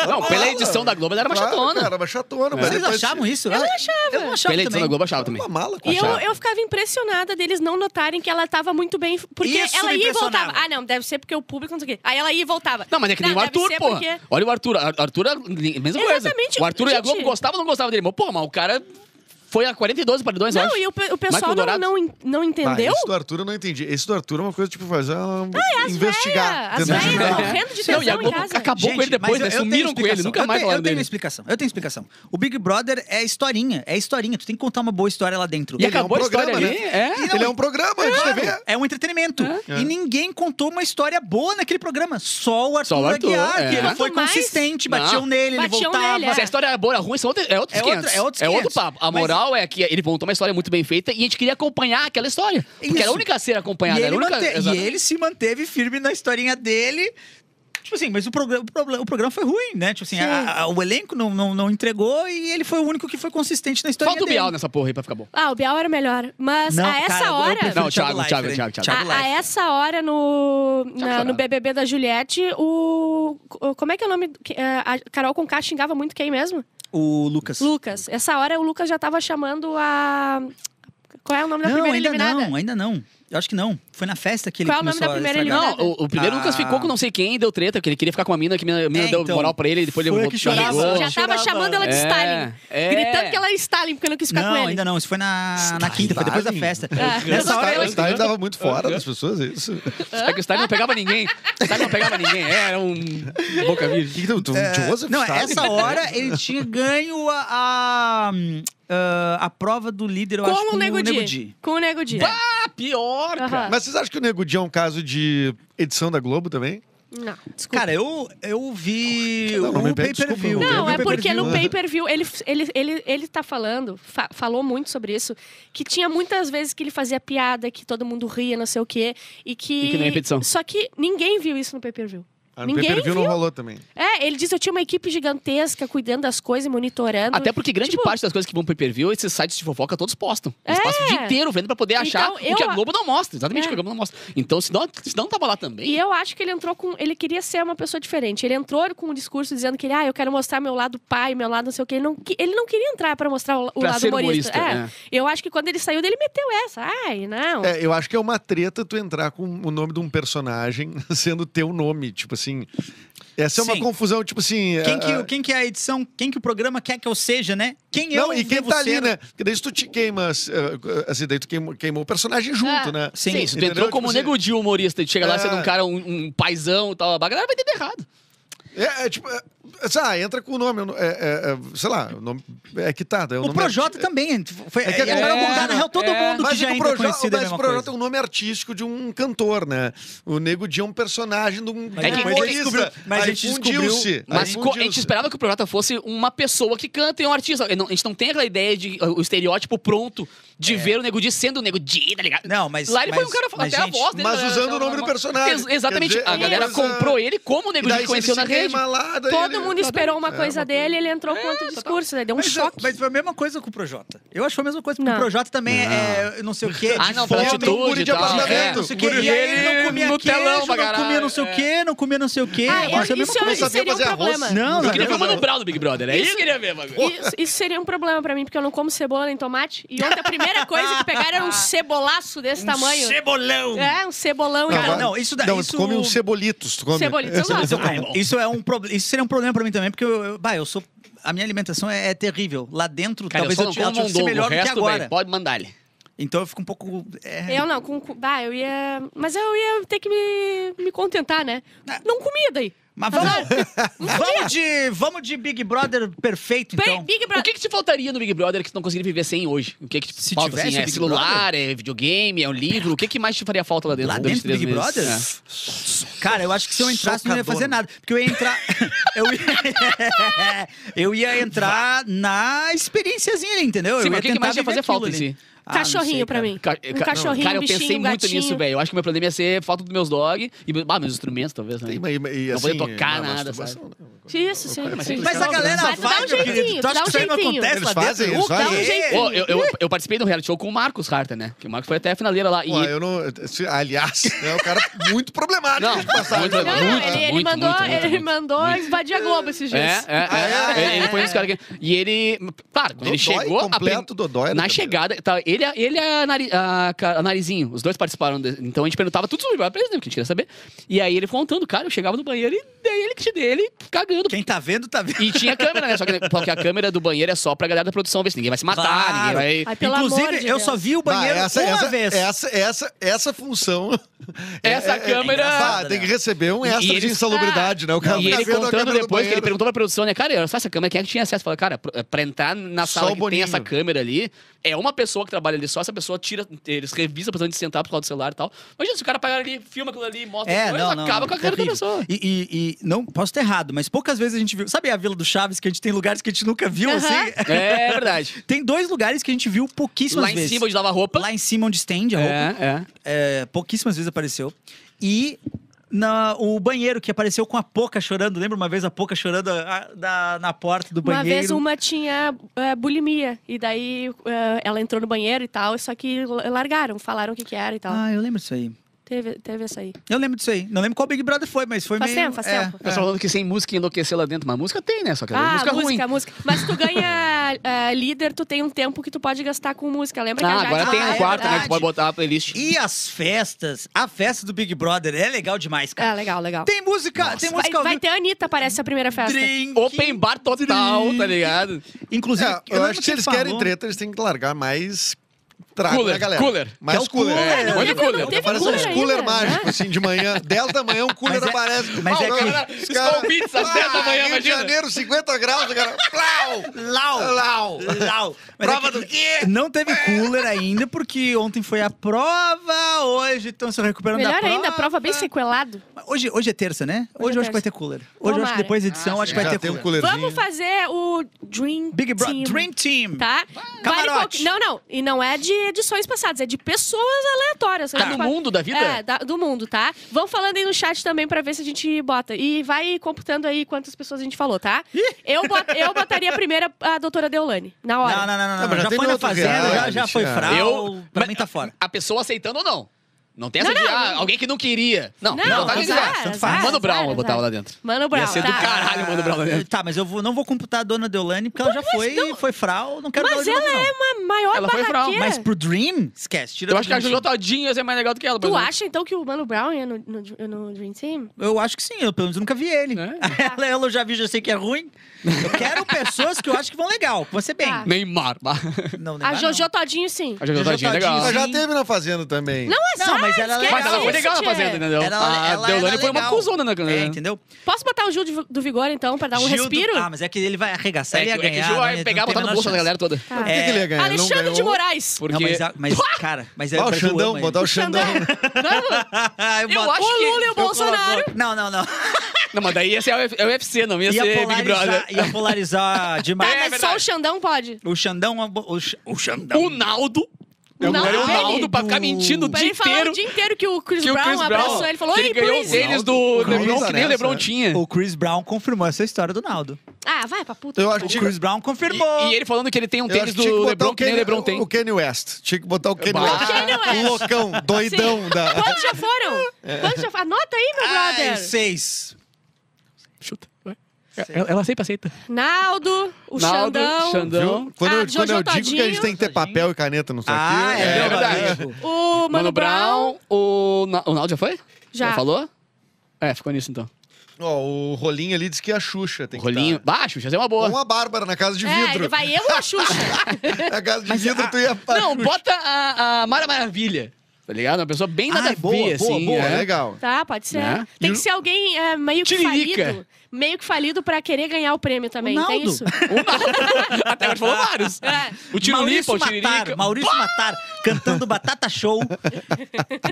Speaker 4: Não, pela
Speaker 3: Fala.
Speaker 4: edição da Globo, ela era uma
Speaker 3: Claro,
Speaker 4: chatona.
Speaker 3: cara, Era uma chatona.
Speaker 4: é.
Speaker 3: mas
Speaker 1: Vocês
Speaker 3: depois-
Speaker 1: achavam isso? Eu não achava. Eu não achava.
Speaker 4: Pela edição
Speaker 1: também.
Speaker 4: da Globo, eu achava também.
Speaker 3: Uma mala. com
Speaker 2: E eu,
Speaker 3: chave.
Speaker 2: eu ficava impressionada deles não notarem que ela tava muito bem. Porque
Speaker 1: Isso
Speaker 2: ela
Speaker 1: me
Speaker 2: ia e
Speaker 1: impressionava.
Speaker 2: voltava. Ah, não, deve ser porque o público não sei o quê. Aí ela ia e voltava.
Speaker 4: Não, mas é que nem o
Speaker 2: deve
Speaker 4: Arthur,
Speaker 2: ser
Speaker 4: pô.
Speaker 2: porque-
Speaker 4: Olha o Arthur. Ar- Arthur, a mesma coisa.
Speaker 2: Exatamente,
Speaker 4: O Arthur e a
Speaker 2: gente.
Speaker 4: Globo gostavam ou não gostavam dele? Mas, pô, mas o cara foi a 42 paredões, eu
Speaker 2: Não,
Speaker 4: acho.
Speaker 2: e o, pe- o
Speaker 4: Michael
Speaker 2: pessoal não,
Speaker 4: Dourado.
Speaker 2: não, en- não
Speaker 3: Bah,
Speaker 2: entendeu?
Speaker 3: esse Tá, do Arthur eu não entendi. Esse do Arthur é uma coisa, tipo, fazer uma... investigar.
Speaker 2: As
Speaker 3: tentar
Speaker 2: velhas
Speaker 3: julgar.
Speaker 2: morrendo de
Speaker 4: É. Não, e a
Speaker 2: tesão em
Speaker 4: Globo
Speaker 2: casa.
Speaker 4: acabou com ele depois,
Speaker 1: mas eu-
Speaker 4: né?
Speaker 1: eu tenho
Speaker 4: Sumiram com ele,
Speaker 1: explicação.
Speaker 4: nunca mais
Speaker 1: eu tenho,
Speaker 4: falaram
Speaker 1: eu tenho uma
Speaker 4: dele.
Speaker 1: explicação, eu tenho explicação. O Big Brother é historinha, é historinha. Tu tem que contar uma boa história lá dentro.
Speaker 3: Ele
Speaker 4: E
Speaker 3: é um
Speaker 4: acabou a história
Speaker 3: programa,
Speaker 4: ali.
Speaker 3: né?
Speaker 4: É.
Speaker 1: Não,
Speaker 3: Ele é um programa de TV.
Speaker 1: É um entretenimento. E ninguém contou uma história boa naquele programa. Só o Arthur,
Speaker 4: Só o Arthur,
Speaker 1: Aguiar,
Speaker 4: é. Ah.
Speaker 1: que ele
Speaker 2: Quanto
Speaker 1: foi
Speaker 2: mais-
Speaker 1: consistente,
Speaker 4: Não.
Speaker 1: batiam nele,
Speaker 2: Batiam
Speaker 1: ele voltava.
Speaker 2: nele, é.
Speaker 4: Se a história é boa ou ruim, são outro- é outros
Speaker 1: É outro-
Speaker 4: 500.
Speaker 1: é outros
Speaker 4: É outro
Speaker 1: 500.
Speaker 4: papo. A
Speaker 1: Mas-
Speaker 4: moral é que ele montou uma história muito bem feita e a gente queria acompanhar aquela história. Porque era a
Speaker 1: Isso.
Speaker 4: única a ser acompanhada.
Speaker 1: E
Speaker 4: era
Speaker 1: ele,
Speaker 4: a única...
Speaker 1: mante- e
Speaker 4: né? Exato.
Speaker 1: ele se manteve firme na historinha dele. Tipo assim, mas o, progra- o proble- o programa foi ruim, né? Tipo assim, a- a- o elenco não, não- não entregou e ele foi o único que foi consistente na história
Speaker 4: Falta o
Speaker 1: dele.
Speaker 4: Bial né? nessa porra aí pra ficar bom.
Speaker 2: Ah, o Bial era melhor. Mas
Speaker 1: Não,
Speaker 2: a essa
Speaker 1: cara, eu- eu
Speaker 2: hora.
Speaker 1: prefiro
Speaker 4: Não, Thiago,
Speaker 1: Leifert,
Speaker 4: Thiago,
Speaker 1: hein?
Speaker 4: Thiago, Thiago.
Speaker 1: Thiago
Speaker 2: A, a
Speaker 1: Leifert.
Speaker 2: essa hora no, na-
Speaker 4: Chorado.
Speaker 2: no BBB da Juliette, o. o- Como é que é o nome? que- é, A Carol Conká xingava muito quem mesmo?
Speaker 1: O Lucas.
Speaker 2: Lucas. Essa hora o Lucas já tava chamando a. Qual é o nome da
Speaker 1: não,
Speaker 2: primeira
Speaker 1: ainda
Speaker 2: eliminada?
Speaker 1: não, ainda não. Eu acho que não. Foi na festa que ele
Speaker 2: Qual é o nome
Speaker 1: começou
Speaker 2: da
Speaker 1: a
Speaker 2: primeira
Speaker 1: estragar.
Speaker 2: eliminada?
Speaker 4: Não, o, o primeiro
Speaker 1: Ah.
Speaker 4: Lucas ficou com não sei quem, deu treta, porque ele queria ficar com a mina, que a mina, a mina
Speaker 1: É,
Speaker 4: deu
Speaker 1: então.
Speaker 4: moral pra ele, e depois ele
Speaker 1: Foi a
Speaker 4: voltou.
Speaker 1: que
Speaker 2: Isso,
Speaker 1: chorava.
Speaker 4: largou.
Speaker 2: já tava
Speaker 1: Chorava.
Speaker 2: chamando ela de
Speaker 4: É,
Speaker 2: Stalin.
Speaker 4: é.
Speaker 2: Gritando que ela é Stalin, porque eu não quis ficar
Speaker 1: Não,
Speaker 2: com ele.
Speaker 1: ainda não. Isso foi na, na quinta, foi depois da festa.
Speaker 2: É.
Speaker 1: Nessa hora
Speaker 3: Tá,
Speaker 1: ela
Speaker 3: ele dava muito fora das pessoas, é isso. O
Speaker 4: É que o Stalin não pegava ninguém. O Stalin não pegava ninguém. Era um boca virgem.
Speaker 3: que que tu- tu- Joseph
Speaker 1: Não,
Speaker 3: Stalin?
Speaker 1: essa hora ele tinha ganho a, a, ah, a prova do líder, eu
Speaker 2: Com
Speaker 1: acho,
Speaker 2: o Nego Di.
Speaker 1: Di.
Speaker 2: Com o Nego Di.
Speaker 4: Ah, pior, cara.
Speaker 2: Aham.
Speaker 3: Mas vocês acham que o Nego Di é um caso de edição da Globo também?
Speaker 2: Não.
Speaker 1: Cara, eu, eu vi
Speaker 3: Não, não me
Speaker 1: o
Speaker 3: pede desculpa,
Speaker 1: pay-per-view.
Speaker 3: não.
Speaker 1: Eu
Speaker 2: Não,
Speaker 1: vi
Speaker 2: é
Speaker 1: o
Speaker 2: porque
Speaker 1: um pay-per-view.
Speaker 2: no pay-per-view ele, ele, ele, ele tá falando, fa- falou muito sobre isso, que tinha muitas vezes que ele fazia piada, que todo mundo ria, não sei o quê, e que.
Speaker 4: E que não é repetição.
Speaker 2: Só que ninguém viu isso no pay-per-view.
Speaker 3: Ah, no
Speaker 2: Ninguém
Speaker 3: pay-per-view não
Speaker 2: viu.
Speaker 3: rolou também.
Speaker 2: É, ele disse eu tinha uma equipe gigantesca cuidando das coisas, monitorando.
Speaker 4: Até porque grande
Speaker 2: Tipo- É.
Speaker 4: parte das coisas que vão pro pay-per-view, esses sites de fofoca todos postam. Eles passam o dia inteiro vendo pra poder achar
Speaker 2: Então,
Speaker 4: o que
Speaker 2: eu
Speaker 4: a
Speaker 2: a-
Speaker 4: Globo não mostra. Exatamente o
Speaker 2: É.
Speaker 4: que a Globo não mostra. Então, se não, se não tava lá também...
Speaker 2: E eu acho que ele entrou com. Ele queria ser uma pessoa diferente. Ele entrou com um discurso dizendo que ele, ah, eu quero mostrar meu lado pai, meu lado não sei o quê. Ele não, que- ele não queria entrar pra mostrar o, o
Speaker 4: Pra
Speaker 2: lado
Speaker 4: ser
Speaker 2: humorista.
Speaker 4: humorista, né?
Speaker 2: É. Eu acho que quando ele saiu dele, meteu essa. Ai, não.
Speaker 3: É, eu acho que é uma treta tu entrar com o nome de um personagem sendo teu nome, tipo assim. Essa é
Speaker 1: Sim.
Speaker 3: uma confusão, tipo assim.
Speaker 1: Quem
Speaker 3: é,
Speaker 1: que, quem que é a edição, quem que o programa quer que eu seja, né? Quem eu
Speaker 3: Não, e quem
Speaker 1: devo
Speaker 3: tá
Speaker 1: ser?
Speaker 3: ali, né? Porque daí se tu te queima, assim, eh, assim, daí tu queimou, queimou o personagem junto,
Speaker 2: Ah,
Speaker 3: né?
Speaker 1: É, sim.
Speaker 4: Sim, se tu
Speaker 3: Entendeu?
Speaker 4: entrou como
Speaker 3: Tipo assim,
Speaker 4: nego de humorista e tu chega lá
Speaker 3: É.
Speaker 4: sendo um cara, um, um paizão e tal, a galera vai entender errado.
Speaker 3: É, é tipo, é, sei lá, entra com o nome, eu não- é, é, é, sei lá, o nome é quitado. É,
Speaker 1: O
Speaker 3: nome
Speaker 1: Projota também. Foi,
Speaker 3: É que-
Speaker 1: e agora
Speaker 4: é,
Speaker 1: vão dar, na real, todo
Speaker 4: é.
Speaker 1: mundo que
Speaker 3: Mas
Speaker 1: já
Speaker 3: é que o
Speaker 1: entra
Speaker 3: Projota,
Speaker 1: conhecido é a
Speaker 3: mas o
Speaker 1: mesma
Speaker 3: Projota
Speaker 1: coisa.
Speaker 3: é um nome artístico de um cantor, né? O Nego Di é um personagem de um
Speaker 1: Mas
Speaker 4: depois a gente
Speaker 1: descobriu- mas a gente descobriu- Aí
Speaker 4: Mas co- a gente esperava que o Projota fosse uma pessoa que canta e um artista. E não- A gente não tem aquela ideia de ah, o estereótipo pronto de ver o Nego Di sendo o Nego Di, tá ligado?
Speaker 1: É. Não, mas-
Speaker 4: Lá ele foi um
Speaker 1: mas-
Speaker 4: cara,
Speaker 1: mas,
Speaker 4: até
Speaker 1: gente,
Speaker 4: a voz dele. né,
Speaker 3: mas
Speaker 4: era-
Speaker 3: usando
Speaker 4: era
Speaker 3: o nome do
Speaker 4: normal.
Speaker 3: personagem.
Speaker 4: Ex- exatamente.
Speaker 3: Quer dizer,
Speaker 4: a
Speaker 3: é
Speaker 4: galera
Speaker 3: uma coisa-
Speaker 4: comprou ele como o
Speaker 3: E
Speaker 4: Nego
Speaker 3: daí
Speaker 4: Di
Speaker 3: se
Speaker 4: conheceu
Speaker 3: ele
Speaker 4: na
Speaker 3: se
Speaker 4: rede.
Speaker 3: queima lá, daí
Speaker 2: Todo
Speaker 3: ele-
Speaker 2: mundo esperou uma coisa dele, ele entrou com outro discurso, né? Deu um
Speaker 1: Mas, é
Speaker 2: choque.
Speaker 1: mas foi a mesma coisa com o Projota. Eu acho que foi a mesma coisa, porque
Speaker 2: Não.
Speaker 1: o Projota também é, é não sei o quê.
Speaker 4: Ah,
Speaker 1: de
Speaker 4: não,
Speaker 1: fome,
Speaker 4: pela
Speaker 3: um guri
Speaker 4: atitude e
Speaker 3: de
Speaker 4: tal.
Speaker 3: apartamento,
Speaker 4: É.
Speaker 1: não sei o quê.
Speaker 3: guri
Speaker 1: E aí ele não comia
Speaker 4: no telão
Speaker 1: queijo,
Speaker 4: pra
Speaker 1: não comia
Speaker 4: caralho.
Speaker 1: não sei o
Speaker 4: É.
Speaker 1: quê, não comia não sei o quê.
Speaker 2: Ah,
Speaker 1: Aconteceu a
Speaker 2: isso,
Speaker 1: mesma coisa.
Speaker 2: isso
Speaker 3: Não sabia
Speaker 2: seria um
Speaker 3: fazer arroz.
Speaker 2: problema.
Speaker 1: Não,
Speaker 4: Eu
Speaker 1: não,
Speaker 4: queria ver o
Speaker 1: não.
Speaker 4: Mano Brown do Big Brother, é isso que eu queria ver, mano.
Speaker 2: Isso, isso seria um problema pra mim, porque eu não como cebola nem tomate. E ontem a primeira coisa que pegaram era um cebolaço desse tamanho.
Speaker 1: Cebolão!
Speaker 2: É, um Então, cebolão.
Speaker 1: Cara,
Speaker 2: cara.
Speaker 1: não, isso daí.
Speaker 3: Não,
Speaker 1: isso...
Speaker 3: tu come uns cebolitos. Tu come.
Speaker 2: Cebolito, eu gosto.
Speaker 1: Ah, isso é um pro- isso seria um problema pra mim também, porque eu, eu, bah, eu sou a minha alimentação é, é terrível. Lá dentro,
Speaker 4: Cara,
Speaker 1: talvez
Speaker 4: eu
Speaker 1: eu,
Speaker 4: só não
Speaker 1: tivesse
Speaker 4: como um
Speaker 1: ser melhor
Speaker 4: o
Speaker 1: do que
Speaker 4: resto,
Speaker 1: agora.
Speaker 4: velho, pode mandar ele.
Speaker 1: Então eu fico um pouco é,
Speaker 2: Eu não, com. com- Bah, eu ia. Mas eu ia ter que me, me contentar, né? Não comia daí.
Speaker 1: Ah. Mas vamos, vamos de vamos de Big Brother perfeito
Speaker 2: Bem,
Speaker 1: então.
Speaker 2: Big
Speaker 4: O
Speaker 2: Brother.
Speaker 4: que, que te faltaria no Big Brother que tu não conseguiria viver sem hoje? O que que te
Speaker 1: Se
Speaker 4: falta, assim,
Speaker 1: tivesse
Speaker 4: é
Speaker 1: Big
Speaker 4: celular, é videogame, é um livro? O que que mais te faria falta lá dentro?
Speaker 1: Lá
Speaker 4: durante
Speaker 1: dentro do Big
Speaker 4: três meses?
Speaker 1: Brother?
Speaker 4: É.
Speaker 1: Cara, eu acho que se eu entrasse eu não ia
Speaker 3: Socadona.
Speaker 1: fazer nada, porque eu ia entrar eu ia, eu ia entrar na experiênciazinha, ali, entendeu?
Speaker 4: Sim,
Speaker 1: eu
Speaker 4: mas
Speaker 1: ia
Speaker 4: o que que
Speaker 1: tentar
Speaker 4: mais ia
Speaker 1: viver
Speaker 4: fazer
Speaker 1: aquilo
Speaker 4: falta assim? em
Speaker 1: ali.
Speaker 4: si?
Speaker 1: Ah, não
Speaker 2: Cachorrinho
Speaker 1: sei,
Speaker 2: pra
Speaker 1: cara.
Speaker 2: mim.
Speaker 4: Ca-
Speaker 2: um
Speaker 4: ca-
Speaker 2: cachorrinho,
Speaker 4: Cara, eu
Speaker 2: um bichinho,
Speaker 4: pensei
Speaker 2: um
Speaker 4: muito
Speaker 2: gatinho.
Speaker 4: nisso, velho. Eu acho que meu problema ia ser falta dos meus dog e ah, meus instrumentos, talvez, né?
Speaker 3: Tem, mas- mas-
Speaker 4: Não
Speaker 3: assim,
Speaker 4: poder tocar
Speaker 3: na
Speaker 4: nada,
Speaker 3: masturbação,
Speaker 4: sabe?
Speaker 3: né?
Speaker 2: Isso, sim. sim.
Speaker 4: mas tem que
Speaker 1: Mas a galera
Speaker 2: Mas dá um
Speaker 1: vai, meu
Speaker 2: jeitinho,
Speaker 1: querido. Tu
Speaker 2: dá
Speaker 1: acha
Speaker 2: um
Speaker 1: que isso aí não
Speaker 2: jeitinho.
Speaker 1: acontece lá
Speaker 3: Eles fazem,
Speaker 1: dentro?
Speaker 3: eles
Speaker 1: O quê?
Speaker 3: fazem.
Speaker 2: Dá um jeitinho.
Speaker 4: Pô, eu, eu, eu participei de um reality show com o Marcos Harta, né? Que o Marcos foi até a finaleira lá.
Speaker 3: Pô,
Speaker 4: e...
Speaker 3: eu não. se- Aliás, é um cara muito problemático.
Speaker 4: Não,
Speaker 3: de passagem.
Speaker 4: muito legal.
Speaker 2: Não, não,
Speaker 4: Muito,
Speaker 2: ele, ele
Speaker 4: muito,
Speaker 2: mandou,
Speaker 4: muito, muito,
Speaker 2: ele
Speaker 4: muito,
Speaker 2: mandou invadir a Globo esses dias.
Speaker 4: É, é, é. Ele- Ele foi esse cara que. E ele. Claro, quando ele
Speaker 3: Dodói,
Speaker 4: chegou. a
Speaker 3: completo Dodói, né,
Speaker 4: na
Speaker 3: cara?
Speaker 4: chegada. Tá, ele ele a, nari, a, ca- a Narizinho. Os dois participaram. de- então a gente perguntava tudo sobre o pra eles, né? Porque a gente queria saber. E aí ele contando, cara, eu chegava no banheiro e daí ele que dele cagando.
Speaker 1: Quem tá vendo tá vendo.
Speaker 4: E tinha câmera, né? Só que, porque a câmera do banheiro é só pra galera da produção ver se ninguém vai se matar,
Speaker 1: Claro.
Speaker 4: ninguém vai.
Speaker 2: Ai, pelo amor
Speaker 1: Inclusive,
Speaker 2: de
Speaker 1: eu
Speaker 2: Deus.
Speaker 1: só vi o
Speaker 3: Bah,
Speaker 1: banheiro
Speaker 3: essa,
Speaker 1: uma
Speaker 3: essa,
Speaker 1: vez.
Speaker 3: Essa, essa, essa função.
Speaker 4: Essa câmera-
Speaker 3: bah, tem que receber um
Speaker 4: E
Speaker 3: extra de
Speaker 4: eles-
Speaker 3: insalubridade, né? O cara
Speaker 4: e
Speaker 3: fica
Speaker 4: ele
Speaker 3: vendo a
Speaker 4: contando
Speaker 3: câmera do
Speaker 4: depois que ele
Speaker 3: banheiro.
Speaker 4: perguntou pra produção, né, cara, olha só essa câmera, quem é que tinha acesso? Fala, cara, pra- pra entrar na
Speaker 3: Só
Speaker 4: sala
Speaker 3: o
Speaker 4: que tem
Speaker 3: Boninho.
Speaker 4: essa câmera ali, é uma pessoa que trabalha ali só, essa pessoa tira, eles revisam a pessoa de sentar por causa do celular e tal. Imagina se o cara pagar ali, filma aquilo ali, mostra
Speaker 1: É,
Speaker 4: depois,
Speaker 1: não, não,
Speaker 4: acaba
Speaker 1: não,
Speaker 4: com a carreira da
Speaker 1: terrível.
Speaker 4: pessoa.
Speaker 1: E, e- e não, posso estar errado, mas poucas vezes a gente viu. Sabe a Vila do Chaves, que a gente tem lugares que a gente nunca viu,
Speaker 2: Aham.
Speaker 1: assim?
Speaker 4: É verdade.
Speaker 1: Tem dois lugares que a gente viu pouquíssimas
Speaker 4: Lá em
Speaker 1: vezes.
Speaker 4: cima de lavar roupa.
Speaker 1: Lá em cima onde estende a roupa.
Speaker 4: É, é.
Speaker 1: É, pouquíssimas vezes apareceu. E na, o banheiro que apareceu com a Poca chorando. Lembra uma vez a Poca chorando a- da- na porta do
Speaker 2: Uma
Speaker 1: banheiro?
Speaker 2: vez um uma tinha eh, bulimia. E daí eh, ela entrou no banheiro e tal, só que l- largaram, falaram o que, que era e tal.
Speaker 1: Ah, eu lembro disso aí.
Speaker 2: Teve, teve essa aí.
Speaker 1: Eu lembro disso aí. Não lembro qual Big Brother foi, mas foi
Speaker 2: Faz
Speaker 1: meio...
Speaker 2: tempo, faz
Speaker 1: é,
Speaker 2: tempo.
Speaker 4: O pessoal falando que sem música ia enlouquecer lá dentro, mas música tem, né? Só que
Speaker 2: Ah,
Speaker 4: música, ruim.
Speaker 2: música, música. Mas tu ganha eh, líder, tu tem um tempo que tu pode gastar com música. Lembra que a
Speaker 4: Ah,
Speaker 2: Jade
Speaker 4: agora tem
Speaker 1: Ah,
Speaker 4: um
Speaker 1: é
Speaker 2: falava?
Speaker 4: quarto, né? Que
Speaker 1: verdade.
Speaker 4: tu pode botar a playlist.
Speaker 1: E as festas, a festa do Big Brother é legal demais, cara.
Speaker 2: Ah, legal, legal.
Speaker 1: Tem música, tem
Speaker 2: Vai,
Speaker 1: música ao
Speaker 2: vai
Speaker 1: vivo.
Speaker 2: ter a Anitta, parece, a primeira festa.
Speaker 1: Drink.
Speaker 4: Open bar total, tá ligado?
Speaker 1: Inclusive,
Speaker 3: É, eu
Speaker 1: lembro
Speaker 3: acho
Speaker 1: quem
Speaker 3: que se eles
Speaker 1: falou.
Speaker 3: querem treta, eles têm que largar mais Trago,
Speaker 4: Cooler,
Speaker 3: né, galera?
Speaker 4: cooler.
Speaker 3: Mas
Speaker 1: Que é o
Speaker 3: cooler.
Speaker 1: cooler,
Speaker 3: é.
Speaker 1: né?
Speaker 4: Olha o cooler.
Speaker 2: Não teve
Speaker 3: Aparece uns
Speaker 2: cooler
Speaker 3: cooler
Speaker 2: ainda,
Speaker 3: mágicos,
Speaker 2: né?
Speaker 3: assim, de manhã. 10 da manhã, um cooler
Speaker 1: Mas é-
Speaker 3: aparece.
Speaker 1: mas é
Speaker 3: Não,
Speaker 1: que-
Speaker 3: não, não. Os caras-
Speaker 4: Convites às 10 da
Speaker 3: Ah,
Speaker 4: manhã,
Speaker 3: Rio de
Speaker 4: imagina.
Speaker 3: Janeiro, 50 graus, o cara. Plau!
Speaker 1: Lau!
Speaker 3: Lau!
Speaker 1: Lau! Mas
Speaker 3: Prova
Speaker 1: é que
Speaker 3: do quê?
Speaker 1: Não teve cooler ainda, porque ontem foi a prova, hoje estão se recuperando da
Speaker 2: Melhor
Speaker 1: prova.
Speaker 2: ainda, a prova bem sequelado.
Speaker 1: Hoje, hoje é terça, né? Hoje,
Speaker 2: Hoje é
Speaker 1: eu acho que vai
Speaker 2: terça.
Speaker 1: ter cooler. Hoje eu acho
Speaker 2: Tomara.
Speaker 1: que depois da edição,
Speaker 4: Ah,
Speaker 1: acho
Speaker 4: sim.
Speaker 1: que vai ter
Speaker 3: Já tem um
Speaker 1: cooler.
Speaker 3: coolerzinho.
Speaker 2: Vamos fazer o Dream
Speaker 1: Big Brother
Speaker 2: Team,
Speaker 1: Dream Team.
Speaker 2: Tá?
Speaker 1: Camarote.
Speaker 2: qualquer- Não, não. E não é de edições passadas, é de pessoas aleatórias.
Speaker 1: Tá.
Speaker 4: Ah, do mundo da vida?
Speaker 2: É, da- do mundo, tá? Vão falando aí no chat também pra ver se a gente bota. E vai computando aí quantas pessoas a gente falou, tá? Eu, bot- eu botaria primeiro a doutora Deolane, na hora.
Speaker 1: Não, não, não, não.
Speaker 3: Ah,
Speaker 1: não.
Speaker 3: mas já
Speaker 1: já
Speaker 3: tem
Speaker 1: foi na
Speaker 3: outro
Speaker 1: fazenda, já,
Speaker 3: reality,
Speaker 1: já foi
Speaker 3: né?
Speaker 1: frau.
Speaker 4: Eu-
Speaker 1: Pra
Speaker 4: mas-
Speaker 1: mim tá fora.
Speaker 4: A pessoa aceitando ou não. Não tem essa
Speaker 2: Não,
Speaker 4: de
Speaker 2: não,
Speaker 4: ah,
Speaker 2: não.
Speaker 4: alguém que não queria. Não,
Speaker 2: Não,
Speaker 4: não, tá
Speaker 1: azar,
Speaker 4: ligado.
Speaker 1: tanto faz.
Speaker 4: Mano Brown
Speaker 2: Azar,
Speaker 4: eu botava
Speaker 2: azar.
Speaker 4: lá dentro.
Speaker 2: Mano Brown,
Speaker 4: Ia ser
Speaker 2: tá.
Speaker 4: do caralho, Mano Brown lá dentro.
Speaker 1: Tá, mas eu vou- não vou computar a dona Deolane, porque ela já foi, foi frau, não quero dar
Speaker 2: Mas
Speaker 1: de novo,
Speaker 2: ela
Speaker 1: não.
Speaker 2: é uma maior
Speaker 4: Ela foi frau,
Speaker 2: barraqueira.
Speaker 1: Mas pro Dream, esquece. Tira
Speaker 4: Eu
Speaker 1: do
Speaker 4: acho que a
Speaker 1: Dream
Speaker 4: Julia
Speaker 1: Team.
Speaker 4: Todinho ia ser mais legal do que ela. por
Speaker 2: Tu
Speaker 4: exemplo.
Speaker 2: acha, então, que o Mano Brown ia no, no, no Dream Team?
Speaker 1: Eu acho que sim, eu pelo menos nunca vi ele.
Speaker 4: É?
Speaker 1: Ela, ela eu já vi, já sei que é ruim. Eu quero pessoas que eu acho que vão legal, que você bem.
Speaker 2: Tá.
Speaker 4: Neymar. bah.
Speaker 1: Não, nem
Speaker 2: A
Speaker 1: vai,
Speaker 2: Jojo Todinho, sim.
Speaker 4: A Julia
Speaker 1: Julia
Speaker 4: Todinho é
Speaker 1: Todinho.
Speaker 4: legal.
Speaker 3: Mas já
Speaker 1: Sim.
Speaker 3: teve na Fazenda também.
Speaker 2: Não,
Speaker 1: Não,
Speaker 2: azar,
Speaker 1: Não, mas ela é
Speaker 2: esquece
Speaker 1: legal.
Speaker 4: Mas ela foi
Speaker 2: isso,
Speaker 4: legal na
Speaker 2: tchê.
Speaker 4: Fazenda, entendeu?
Speaker 1: Ela-
Speaker 4: a
Speaker 1: ela
Speaker 4: Deolane
Speaker 1: era
Speaker 4: foi uma
Speaker 1: legal.
Speaker 4: cuzona, né? cara?
Speaker 1: É, entendeu?
Speaker 2: Posso botar o Gil de- do Vigor, então, pra dar um
Speaker 1: Gil do-
Speaker 2: respiro?
Speaker 1: Ah, mas é que ele vai arregaçar,
Speaker 4: É,
Speaker 1: ele ia
Speaker 4: que- é que o
Speaker 1: ganhar. né?
Speaker 4: Gil
Speaker 1: não
Speaker 4: vai
Speaker 1: ia-
Speaker 4: pegar,
Speaker 1: não tem
Speaker 4: botar
Speaker 1: a
Speaker 4: no
Speaker 1: menor
Speaker 4: bolso da
Speaker 1: chance.
Speaker 4: galera toda.
Speaker 2: Tá.
Speaker 3: Por que, que
Speaker 4: é
Speaker 3: ele ia ganhar? Ele não
Speaker 2: Alexandre de
Speaker 3: ganhou?
Speaker 2: Moraes.
Speaker 1: Não, mas,
Speaker 4: Porque...
Speaker 1: a- mas cara, mas é
Speaker 3: Ah, o
Speaker 1: pra
Speaker 3: Xandão,
Speaker 1: Joama,
Speaker 3: botar o Xandão.
Speaker 2: Vamos.
Speaker 1: eu,
Speaker 4: Eu
Speaker 1: boto-
Speaker 4: acho
Speaker 2: O
Speaker 4: que-
Speaker 2: Lula e o
Speaker 1: eu
Speaker 2: Bolsonaro.
Speaker 1: colaboro. Não, não, não.
Speaker 4: Não, mas daí ia ser a UF- a UFC, não ia,
Speaker 1: Ia
Speaker 4: ser Big
Speaker 1: polarizar,
Speaker 4: Brother.
Speaker 1: ia polarizar
Speaker 2: Tá,
Speaker 1: demais.
Speaker 4: É
Speaker 2: mas
Speaker 4: verdade.
Speaker 2: só o Xandão pode.
Speaker 1: O Xandão. O, X- o Xandão.
Speaker 4: O Naldo. Eu
Speaker 2: Naldo,
Speaker 4: quero o
Speaker 2: ele-
Speaker 4: Naldo pra ficar mentindo o
Speaker 2: Pra
Speaker 4: dia
Speaker 2: ele falar
Speaker 4: inteiro.
Speaker 2: o dia inteiro que o Chris
Speaker 4: que o
Speaker 2: Brown
Speaker 4: Chris
Speaker 2: abraçou
Speaker 4: Brown,
Speaker 2: ele e falou:
Speaker 4: que
Speaker 2: Ei,
Speaker 4: ele ganhou os
Speaker 2: Breezy."
Speaker 4: tênis do
Speaker 3: Naldo
Speaker 4: Lebron,
Speaker 3: tá
Speaker 4: que nem o
Speaker 3: nessa,
Speaker 4: Lebron
Speaker 3: né?
Speaker 4: tinha.
Speaker 1: O Chris Brown confirmou essa história do Naldo.
Speaker 2: Ah, vai pra puta.
Speaker 3: Eu
Speaker 1: O
Speaker 3: acho que
Speaker 1: Chris Brown confirmou.
Speaker 4: E, e ele falando que ele tem um
Speaker 3: Eu acho
Speaker 4: tênis
Speaker 3: que tinha que
Speaker 4: do
Speaker 3: botar
Speaker 4: Lebron que nem o
Speaker 3: Kanye-
Speaker 4: Lebron tem.
Speaker 3: O Kanye West. Tinha que botar o Kanye
Speaker 4: Bah.
Speaker 3: West.
Speaker 2: Kanye West.
Speaker 3: Loucão, doidão da.
Speaker 2: Quantos já foram?
Speaker 4: É.
Speaker 2: Quantos já foram? Anota aí, meu
Speaker 1: Ai,
Speaker 2: brother.
Speaker 1: Ah, seis.
Speaker 4: Chuta. vai. É, Ela, ela sempre aceita.
Speaker 2: Naldo, o
Speaker 4: Naldo,
Speaker 2: Xandão,
Speaker 4: Xandão.
Speaker 3: Quando,
Speaker 2: Ah,
Speaker 3: eu, quando eu
Speaker 2: Jojo
Speaker 3: digo que a gente tem que ter
Speaker 1: Todinho.
Speaker 3: papel e caneta no saquinho.
Speaker 1: Ah, é,
Speaker 4: é
Speaker 1: meu
Speaker 4: verdade.
Speaker 1: amigo.
Speaker 2: o Mano,
Speaker 4: Mano Brown, o... Na- O Naldo já foi?
Speaker 2: Já.
Speaker 4: falou? É, ficou nisso então.
Speaker 3: Ó, o rolinho ali diz que é a Xuxa tem
Speaker 4: O rolinho.
Speaker 1: tá.
Speaker 3: que estar.
Speaker 4: Baixo, já é uma boa.
Speaker 3: Ou a Bárbara na casa de
Speaker 2: É,
Speaker 3: vidro.
Speaker 2: vai ah, eu ou a Xuxa?
Speaker 3: Na casa de vidro, tu ia pra
Speaker 4: Não,
Speaker 3: Xuxa.
Speaker 4: bota a, a Mara Maravilha. Tá ligado? Uma pessoa bem nada
Speaker 1: Ai,
Speaker 4: a ver,
Speaker 1: boa, boa,
Speaker 4: assim.
Speaker 1: boa,
Speaker 4: é.
Speaker 3: Legal.
Speaker 2: tá, pode ser.
Speaker 4: Né?
Speaker 2: Tem
Speaker 3: E
Speaker 2: que
Speaker 3: o-
Speaker 2: ser alguém é, meio que
Speaker 4: Tiririca.
Speaker 2: falido. Meio que falido pra querer ganhar o prêmio também.
Speaker 1: O
Speaker 2: Tem
Speaker 1: Naldo.
Speaker 2: isso?
Speaker 4: O Naldo. Até hoje falou vários.
Speaker 2: É.
Speaker 4: O Tirolipa,
Speaker 1: Maurício
Speaker 4: o Tiririca.
Speaker 1: Matar, Maurício Matar, cantando Batata Show.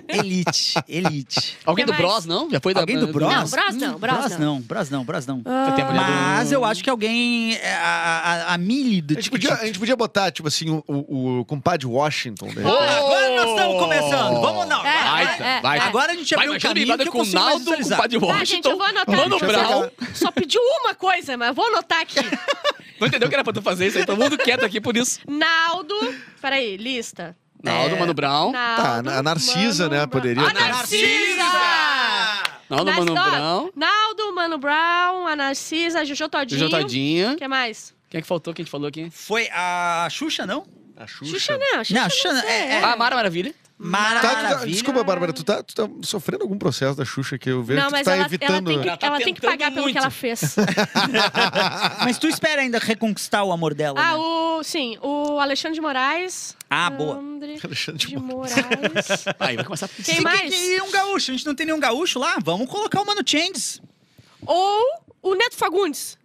Speaker 1: elite, elite.
Speaker 4: Alguém
Speaker 2: Quem
Speaker 4: do
Speaker 2: mais?
Speaker 4: Bros, não? Já foi da-
Speaker 1: Alguém do Bros?
Speaker 2: Não, Bros não, Bros
Speaker 1: Bros
Speaker 2: não.
Speaker 1: não, Bros não, Bros não.
Speaker 4: Tem a mulher do-
Speaker 1: Mas eu acho que alguém. é, A, a, a Mili do
Speaker 3: A gente,
Speaker 1: Tic
Speaker 3: podia,
Speaker 1: Tic.
Speaker 3: a gente podia botar, tipo assim, o, o, o compadre Washington. de repente.
Speaker 1: Agora nós estamos começando. Vamos não.
Speaker 2: É,
Speaker 4: Vai,
Speaker 2: é,
Speaker 4: Oh. tá,
Speaker 2: é,
Speaker 4: vai.
Speaker 2: é.
Speaker 1: Agora a gente
Speaker 4: Vai,
Speaker 1: abriu um
Speaker 4: imagina o
Speaker 1: caminho que
Speaker 4: Big Brother
Speaker 1: eu
Speaker 4: com o
Speaker 1: consigo mais
Speaker 4: Naldo, com o
Speaker 1: visualizar.
Speaker 4: Padre Washington.
Speaker 2: Tá, gente, eu vou anotar.
Speaker 4: então. Mano
Speaker 2: Deixa eu
Speaker 4: Brown.
Speaker 2: Só pedi uma coisa, mas vou anotar aqui.
Speaker 4: Não entendeu que era pra tu fazer isso aí? Todo mundo quieto aqui por isso.
Speaker 2: Naldo. Peraí, lista. É.
Speaker 4: Naldo, Mano Brown.
Speaker 2: Naldo,
Speaker 3: tá, a Narcisa,
Speaker 2: Mano
Speaker 3: né,
Speaker 2: Brown.
Speaker 3: poderia
Speaker 2: A
Speaker 3: ter.
Speaker 2: Narcisa!
Speaker 4: Naldo,
Speaker 2: Nas-
Speaker 4: Mano
Speaker 2: ó,
Speaker 4: Brown.
Speaker 2: Naldo, Mano Brown, a Narcisa, Jojo Todinho.
Speaker 4: Jojo Todinho.
Speaker 2: O que mais?
Speaker 4: Quem é que faltou? Quem a gente falou aqui?
Speaker 1: Foi a Xuxa, não?
Speaker 3: A
Speaker 2: Xuxa é não, Xuxa
Speaker 1: não, a Xuxa não. É, é
Speaker 4: Ah, Mara Maravilha.
Speaker 1: maravilha.
Speaker 3: Tá, tu tá- desculpa, Bárbara, tu tá, tu tá sofrendo algum processo da Xuxa que eu vejo
Speaker 2: não,
Speaker 3: que tu
Speaker 2: mas
Speaker 3: tá
Speaker 2: ela, ela
Speaker 3: evitando.
Speaker 2: tem que,
Speaker 4: Ela tá
Speaker 2: ela tem que
Speaker 4: tentando
Speaker 2: pagar pelo
Speaker 4: muito.
Speaker 2: que ela fez.
Speaker 1: Mas tu espera ainda reconquistar o amor dela,
Speaker 2: ah,
Speaker 1: né?
Speaker 2: o. Sim, o Alexandre de Moraes.
Speaker 1: Ah, boa.
Speaker 2: André
Speaker 3: Alexandre de
Speaker 2: de Moraes.
Speaker 4: Aí, vai começar a
Speaker 2: Quem
Speaker 1: E que-
Speaker 2: mais?
Speaker 1: que- e um gaúcho? A gente não tem nenhum gaúcho lá? Vamos colocar o Mano Changes.
Speaker 2: Ou o Neto Fagundes.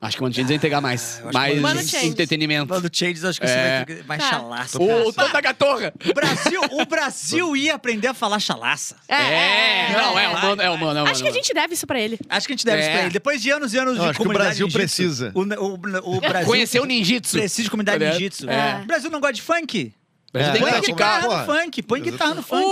Speaker 4: Acho que o Mano Changes ia entregar mais.
Speaker 1: É, acho que
Speaker 4: mais
Speaker 1: o
Speaker 2: Mano Changes.
Speaker 4: entretenimento.
Speaker 1: Mano Changes, acho que você
Speaker 4: É.
Speaker 1: vai ter que- mais
Speaker 2: Tá.
Speaker 1: chalaça.
Speaker 4: O Tom da Gatorra.
Speaker 1: O Brasil, o Brasil ia aprender a falar chalaça.
Speaker 2: É.
Speaker 4: É, não, é o Mano, é o Mano. é o
Speaker 2: Acho que a
Speaker 4: Mano.
Speaker 2: gente deve isso pra ele.
Speaker 1: Acho que a gente deve isso
Speaker 4: É.
Speaker 1: pra ele. Depois de anos e anos de
Speaker 3: Eu acho que o
Speaker 1: comunidade
Speaker 3: Brasil
Speaker 1: ninjitsu,
Speaker 3: precisa.
Speaker 1: O, o- o Brasil
Speaker 4: Conheceu É. o ninjitsu.
Speaker 1: precisa de comunidade
Speaker 4: Olha,
Speaker 1: ninjitsu.
Speaker 4: é.
Speaker 1: O Brasil não gosta de funk?
Speaker 4: Brasil
Speaker 3: É,
Speaker 4: tem que
Speaker 1: Põe
Speaker 3: mas-
Speaker 4: praticar.
Speaker 1: guitarra no
Speaker 3: porra.
Speaker 1: funk. Põe guitarra no funk.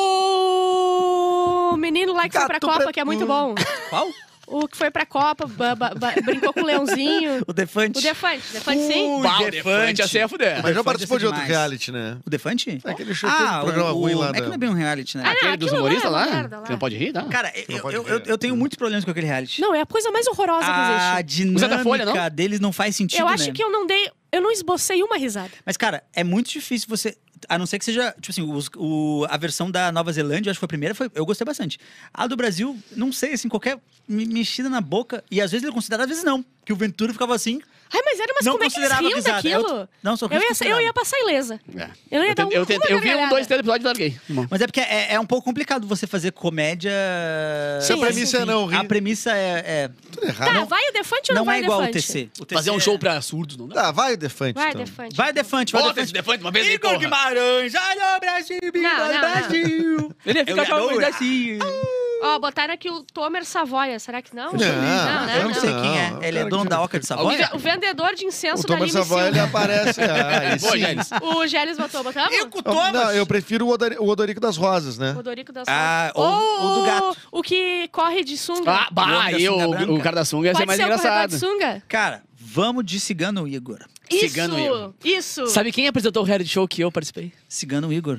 Speaker 2: O menino lá que foi pra
Speaker 3: Gato Hum.
Speaker 2: Copa,
Speaker 3: preto.
Speaker 2: que é muito bom.
Speaker 1: Qual?
Speaker 2: O que foi pra Copa, ba- ba- ba- brincou com o leãozinho.
Speaker 1: O Defante.
Speaker 2: O Defante, Defante sim.
Speaker 1: Ui,
Speaker 4: Bah, o Defante, assim é fuder.
Speaker 3: Mas já
Speaker 1: Defante
Speaker 3: participou
Speaker 1: ia ser
Speaker 3: de outro
Speaker 1: demais.
Speaker 3: reality, né?
Speaker 1: O Defante?
Speaker 3: É aquele show, aquele programa
Speaker 1: o,
Speaker 3: ruim
Speaker 1: o,
Speaker 3: lá
Speaker 1: É que
Speaker 3: da-
Speaker 1: não é bem um reality, né?
Speaker 2: Ah,
Speaker 4: Aquele dos
Speaker 2: aquilo lá é
Speaker 4: humoristas
Speaker 2: uma
Speaker 4: lá,
Speaker 2: merda lá.
Speaker 4: que não pode rir, tá?
Speaker 1: Cara,
Speaker 3: Não
Speaker 1: eu,
Speaker 3: pode
Speaker 1: eu,
Speaker 3: ver.
Speaker 1: eu, eu tenho muitos problemas com aquele reality.
Speaker 2: Não, é a coisa mais horrorosa
Speaker 1: A
Speaker 2: que existe.
Speaker 1: dinâmica
Speaker 4: é da Folha, não?
Speaker 1: deles não faz sentido,
Speaker 2: Eu
Speaker 1: né?
Speaker 2: acho que eu não dei. Eu não esbocei uma risada.
Speaker 1: Mas, cara, é muito difícil você... A não ser que seja, tipo assim, os- o, a versão da Nova Zelândia, eu acho que foi a primeira, foi, eu gostei bastante. A do é Brasil, não sei, assim, qualquer me- mexida na boca, e às vezes ele considera, às vezes não. Que o Ventura ficava assim,
Speaker 2: Ai, mas era umas
Speaker 1: Não
Speaker 2: como é que eles
Speaker 1: considerava
Speaker 2: riam
Speaker 1: risada, é
Speaker 2: daquilo?
Speaker 1: outro- não, são
Speaker 2: eu
Speaker 1: risos
Speaker 2: ia, eu ia
Speaker 1: considerados.
Speaker 2: passar ilesa.
Speaker 4: É.
Speaker 2: Eu não ia dar um-
Speaker 4: tentei- eu, tentei- eu vi um,
Speaker 2: gargalhada.
Speaker 4: dois, três episódios e larguei. Bom.
Speaker 1: Mas é porque é, é um pouco complicado você fazer comédia.
Speaker 3: Se a premissa é não rir.
Speaker 1: A premissa é. é-
Speaker 3: Tudo errado.
Speaker 2: Tá, vai o Defante ou
Speaker 1: não
Speaker 2: não, vai
Speaker 1: é igual o
Speaker 2: Defante?
Speaker 1: TC. O TC
Speaker 4: Fazer um
Speaker 1: é-
Speaker 4: show pra surdos, não dá?
Speaker 3: Tá, vai o Defante,
Speaker 2: Vai,
Speaker 3: então.
Speaker 2: Defante.
Speaker 1: Vai, Defante, vai,
Speaker 4: Foda-se,
Speaker 1: Defante.
Speaker 4: Defante, uma vez aí,
Speaker 1: Igor
Speaker 4: porra.
Speaker 1: Guimarães, olha o Brasil,
Speaker 2: Não, não,
Speaker 1: olha o Brasil.
Speaker 4: Ele ia
Speaker 1: Eu
Speaker 4: ficar
Speaker 1: já
Speaker 4: com uma
Speaker 1: dou-
Speaker 4: coisa assim.
Speaker 2: Ó, botaram aqui o Tomer Savoia. Será que não?
Speaker 3: Não,
Speaker 1: Eu não sei quem
Speaker 3: Não,
Speaker 1: é. Ele é
Speaker 3: cara,
Speaker 1: dono
Speaker 3: que-
Speaker 1: da Oca de
Speaker 2: O,
Speaker 1: Savoia?
Speaker 2: ve- É o vendedor de
Speaker 3: O
Speaker 2: incenso da Lima
Speaker 3: Thomas
Speaker 2: e
Speaker 3: Savoy, ele
Speaker 2: Silva.
Speaker 3: aparece. Ah, aí
Speaker 4: É, Boa,
Speaker 3: sim.
Speaker 4: Janis.
Speaker 2: O Gélis botou, botamos?
Speaker 1: é Eu com o
Speaker 3: Não,
Speaker 1: Thomas.
Speaker 3: Não, eu prefiro o Odori- o Odorico das Rosas, né?
Speaker 2: O Dorico da
Speaker 1: Ah,
Speaker 2: Sombra.
Speaker 1: ou- ou do gato.
Speaker 2: O que corre de sunga.
Speaker 4: Ah,
Speaker 1: O
Speaker 4: bah,
Speaker 1: homem da
Speaker 4: eu,
Speaker 1: sunga branca.
Speaker 4: o cara da sunga ia
Speaker 2: Pode
Speaker 4: ser mais
Speaker 2: ser o corredor de
Speaker 4: engraçado.
Speaker 2: sunga?
Speaker 1: Cara, vamos de Cigano Igor.
Speaker 4: Cigano Igor.
Speaker 2: Isso! Isso!
Speaker 4: Sabe quem apresentou o reality show que eu participei?
Speaker 1: Cigano Igor.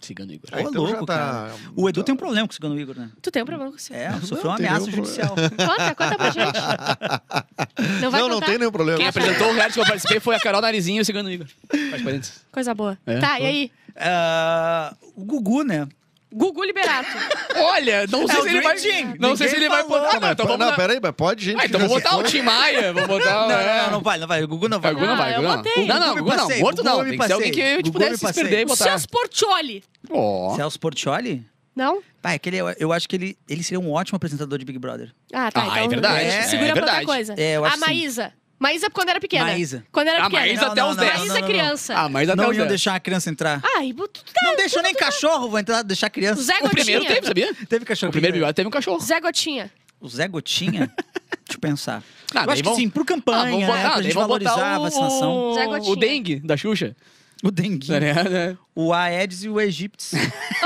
Speaker 4: Cigano Igor.
Speaker 1: Ô,
Speaker 3: então já
Speaker 1: louco,
Speaker 3: tá-
Speaker 1: cara. O Edu tem um problema com o Cigano Igor, né?
Speaker 2: Tu tem um problema com isso?
Speaker 1: É, sofreu
Speaker 3: Não,
Speaker 1: uma
Speaker 3: tem
Speaker 1: ameaça
Speaker 3: nenhum
Speaker 1: judicial.
Speaker 2: Conta, conta pra gente. Não tá vai
Speaker 3: Não, não
Speaker 2: contar?
Speaker 3: tem nenhum problema.
Speaker 4: Quem é apresentou o reality que eu participei foi a Carol Narizinho e o Cigano Igor. Faz parênteses.
Speaker 1: né?
Speaker 2: Coisa boa.
Speaker 4: É.
Speaker 2: Tá, e aí?
Speaker 1: Ah, o Gugu, né?
Speaker 2: Gugu Liberato.
Speaker 4: Olha, não sei
Speaker 1: o
Speaker 4: se ele vai.
Speaker 1: Dream Team.
Speaker 4: Não sei
Speaker 1: Ninguém
Speaker 4: se ele vai
Speaker 1: falou.
Speaker 4: botar. Ah, não,
Speaker 3: Não,
Speaker 4: então vamos.
Speaker 3: não,
Speaker 4: dar-
Speaker 3: peraí, mas pode, gente.
Speaker 4: Ah, então
Speaker 3: já
Speaker 4: vou botar
Speaker 3: se
Speaker 4: o
Speaker 3: foi.
Speaker 4: Tim Maia, vou botar.
Speaker 1: Não,
Speaker 4: é.
Speaker 1: não, não vai, não vai. O Gugu não vai.
Speaker 4: Ah, Gugu não
Speaker 2: Ah,
Speaker 4: vai,
Speaker 2: eu
Speaker 4: Gugu não.
Speaker 2: botei.
Speaker 4: Não,
Speaker 1: Gugu
Speaker 4: não,
Speaker 1: me
Speaker 4: Gugu não.
Speaker 1: passei,
Speaker 4: Morto
Speaker 1: Gugu
Speaker 4: não.
Speaker 1: me
Speaker 4: Tem que ser alguém
Speaker 1: passei.
Speaker 4: que eu
Speaker 1: Gugu
Speaker 4: te
Speaker 1: me
Speaker 4: pudesse se
Speaker 1: passei.
Speaker 4: perder e botar.
Speaker 2: Seus Portioli.
Speaker 4: Ó.
Speaker 1: Celso Portioli?
Speaker 2: Não?
Speaker 1: Pá, é que ele, é- eu acho que ele, ele seria um ótimo apresentador de Big Brother.
Speaker 2: Ah, tá.
Speaker 4: Ah,
Speaker 2: então
Speaker 4: é verdade,
Speaker 1: é
Speaker 2: Segura pra outra
Speaker 4: verdade.
Speaker 2: coisa.
Speaker 1: É, eu acho
Speaker 2: a
Speaker 1: sim.
Speaker 2: Maísa. Maísa quando era pequena.
Speaker 1: Maísa.
Speaker 2: Quando era
Speaker 4: A
Speaker 2: pequena.
Speaker 4: Maísa Ah, até
Speaker 1: Não,
Speaker 4: os
Speaker 1: não, não,
Speaker 4: 10.
Speaker 1: não,
Speaker 2: Maísa
Speaker 1: não, não.
Speaker 2: criança.
Speaker 4: Ah, mas até Ah,
Speaker 1: não
Speaker 4: os
Speaker 1: iam
Speaker 4: 10.
Speaker 1: deixar a criança entrar.
Speaker 2: Ai, tu tá...
Speaker 1: não deixou
Speaker 4: é?
Speaker 1: nem cachorro, vou entrar, deixar a
Speaker 2: O
Speaker 1: criança.
Speaker 2: Zé
Speaker 4: O
Speaker 2: Gotinha.
Speaker 4: primeiro teve, sabia?
Speaker 1: Teve cachorro.
Speaker 4: O primeiro Big Brother teve um cachorro.
Speaker 2: Zé Gotinha.
Speaker 1: O Zé Gotinha? Deixa eu pensar.
Speaker 4: Ah,
Speaker 1: eu
Speaker 4: daí
Speaker 1: acho que
Speaker 4: vão-
Speaker 1: sim, pro
Speaker 4: Ah,
Speaker 1: campanha,
Speaker 4: vamos
Speaker 1: né,
Speaker 4: botar,
Speaker 1: pra
Speaker 4: daí
Speaker 1: gente
Speaker 4: vamos botar
Speaker 1: valorizar a
Speaker 4: o-
Speaker 1: vacinação.
Speaker 2: Zé
Speaker 4: O
Speaker 2: Gotinha.
Speaker 4: dengue da Xuxa.
Speaker 1: O dengue,
Speaker 4: Tá ligado?
Speaker 1: o Aedes e o Egiptes.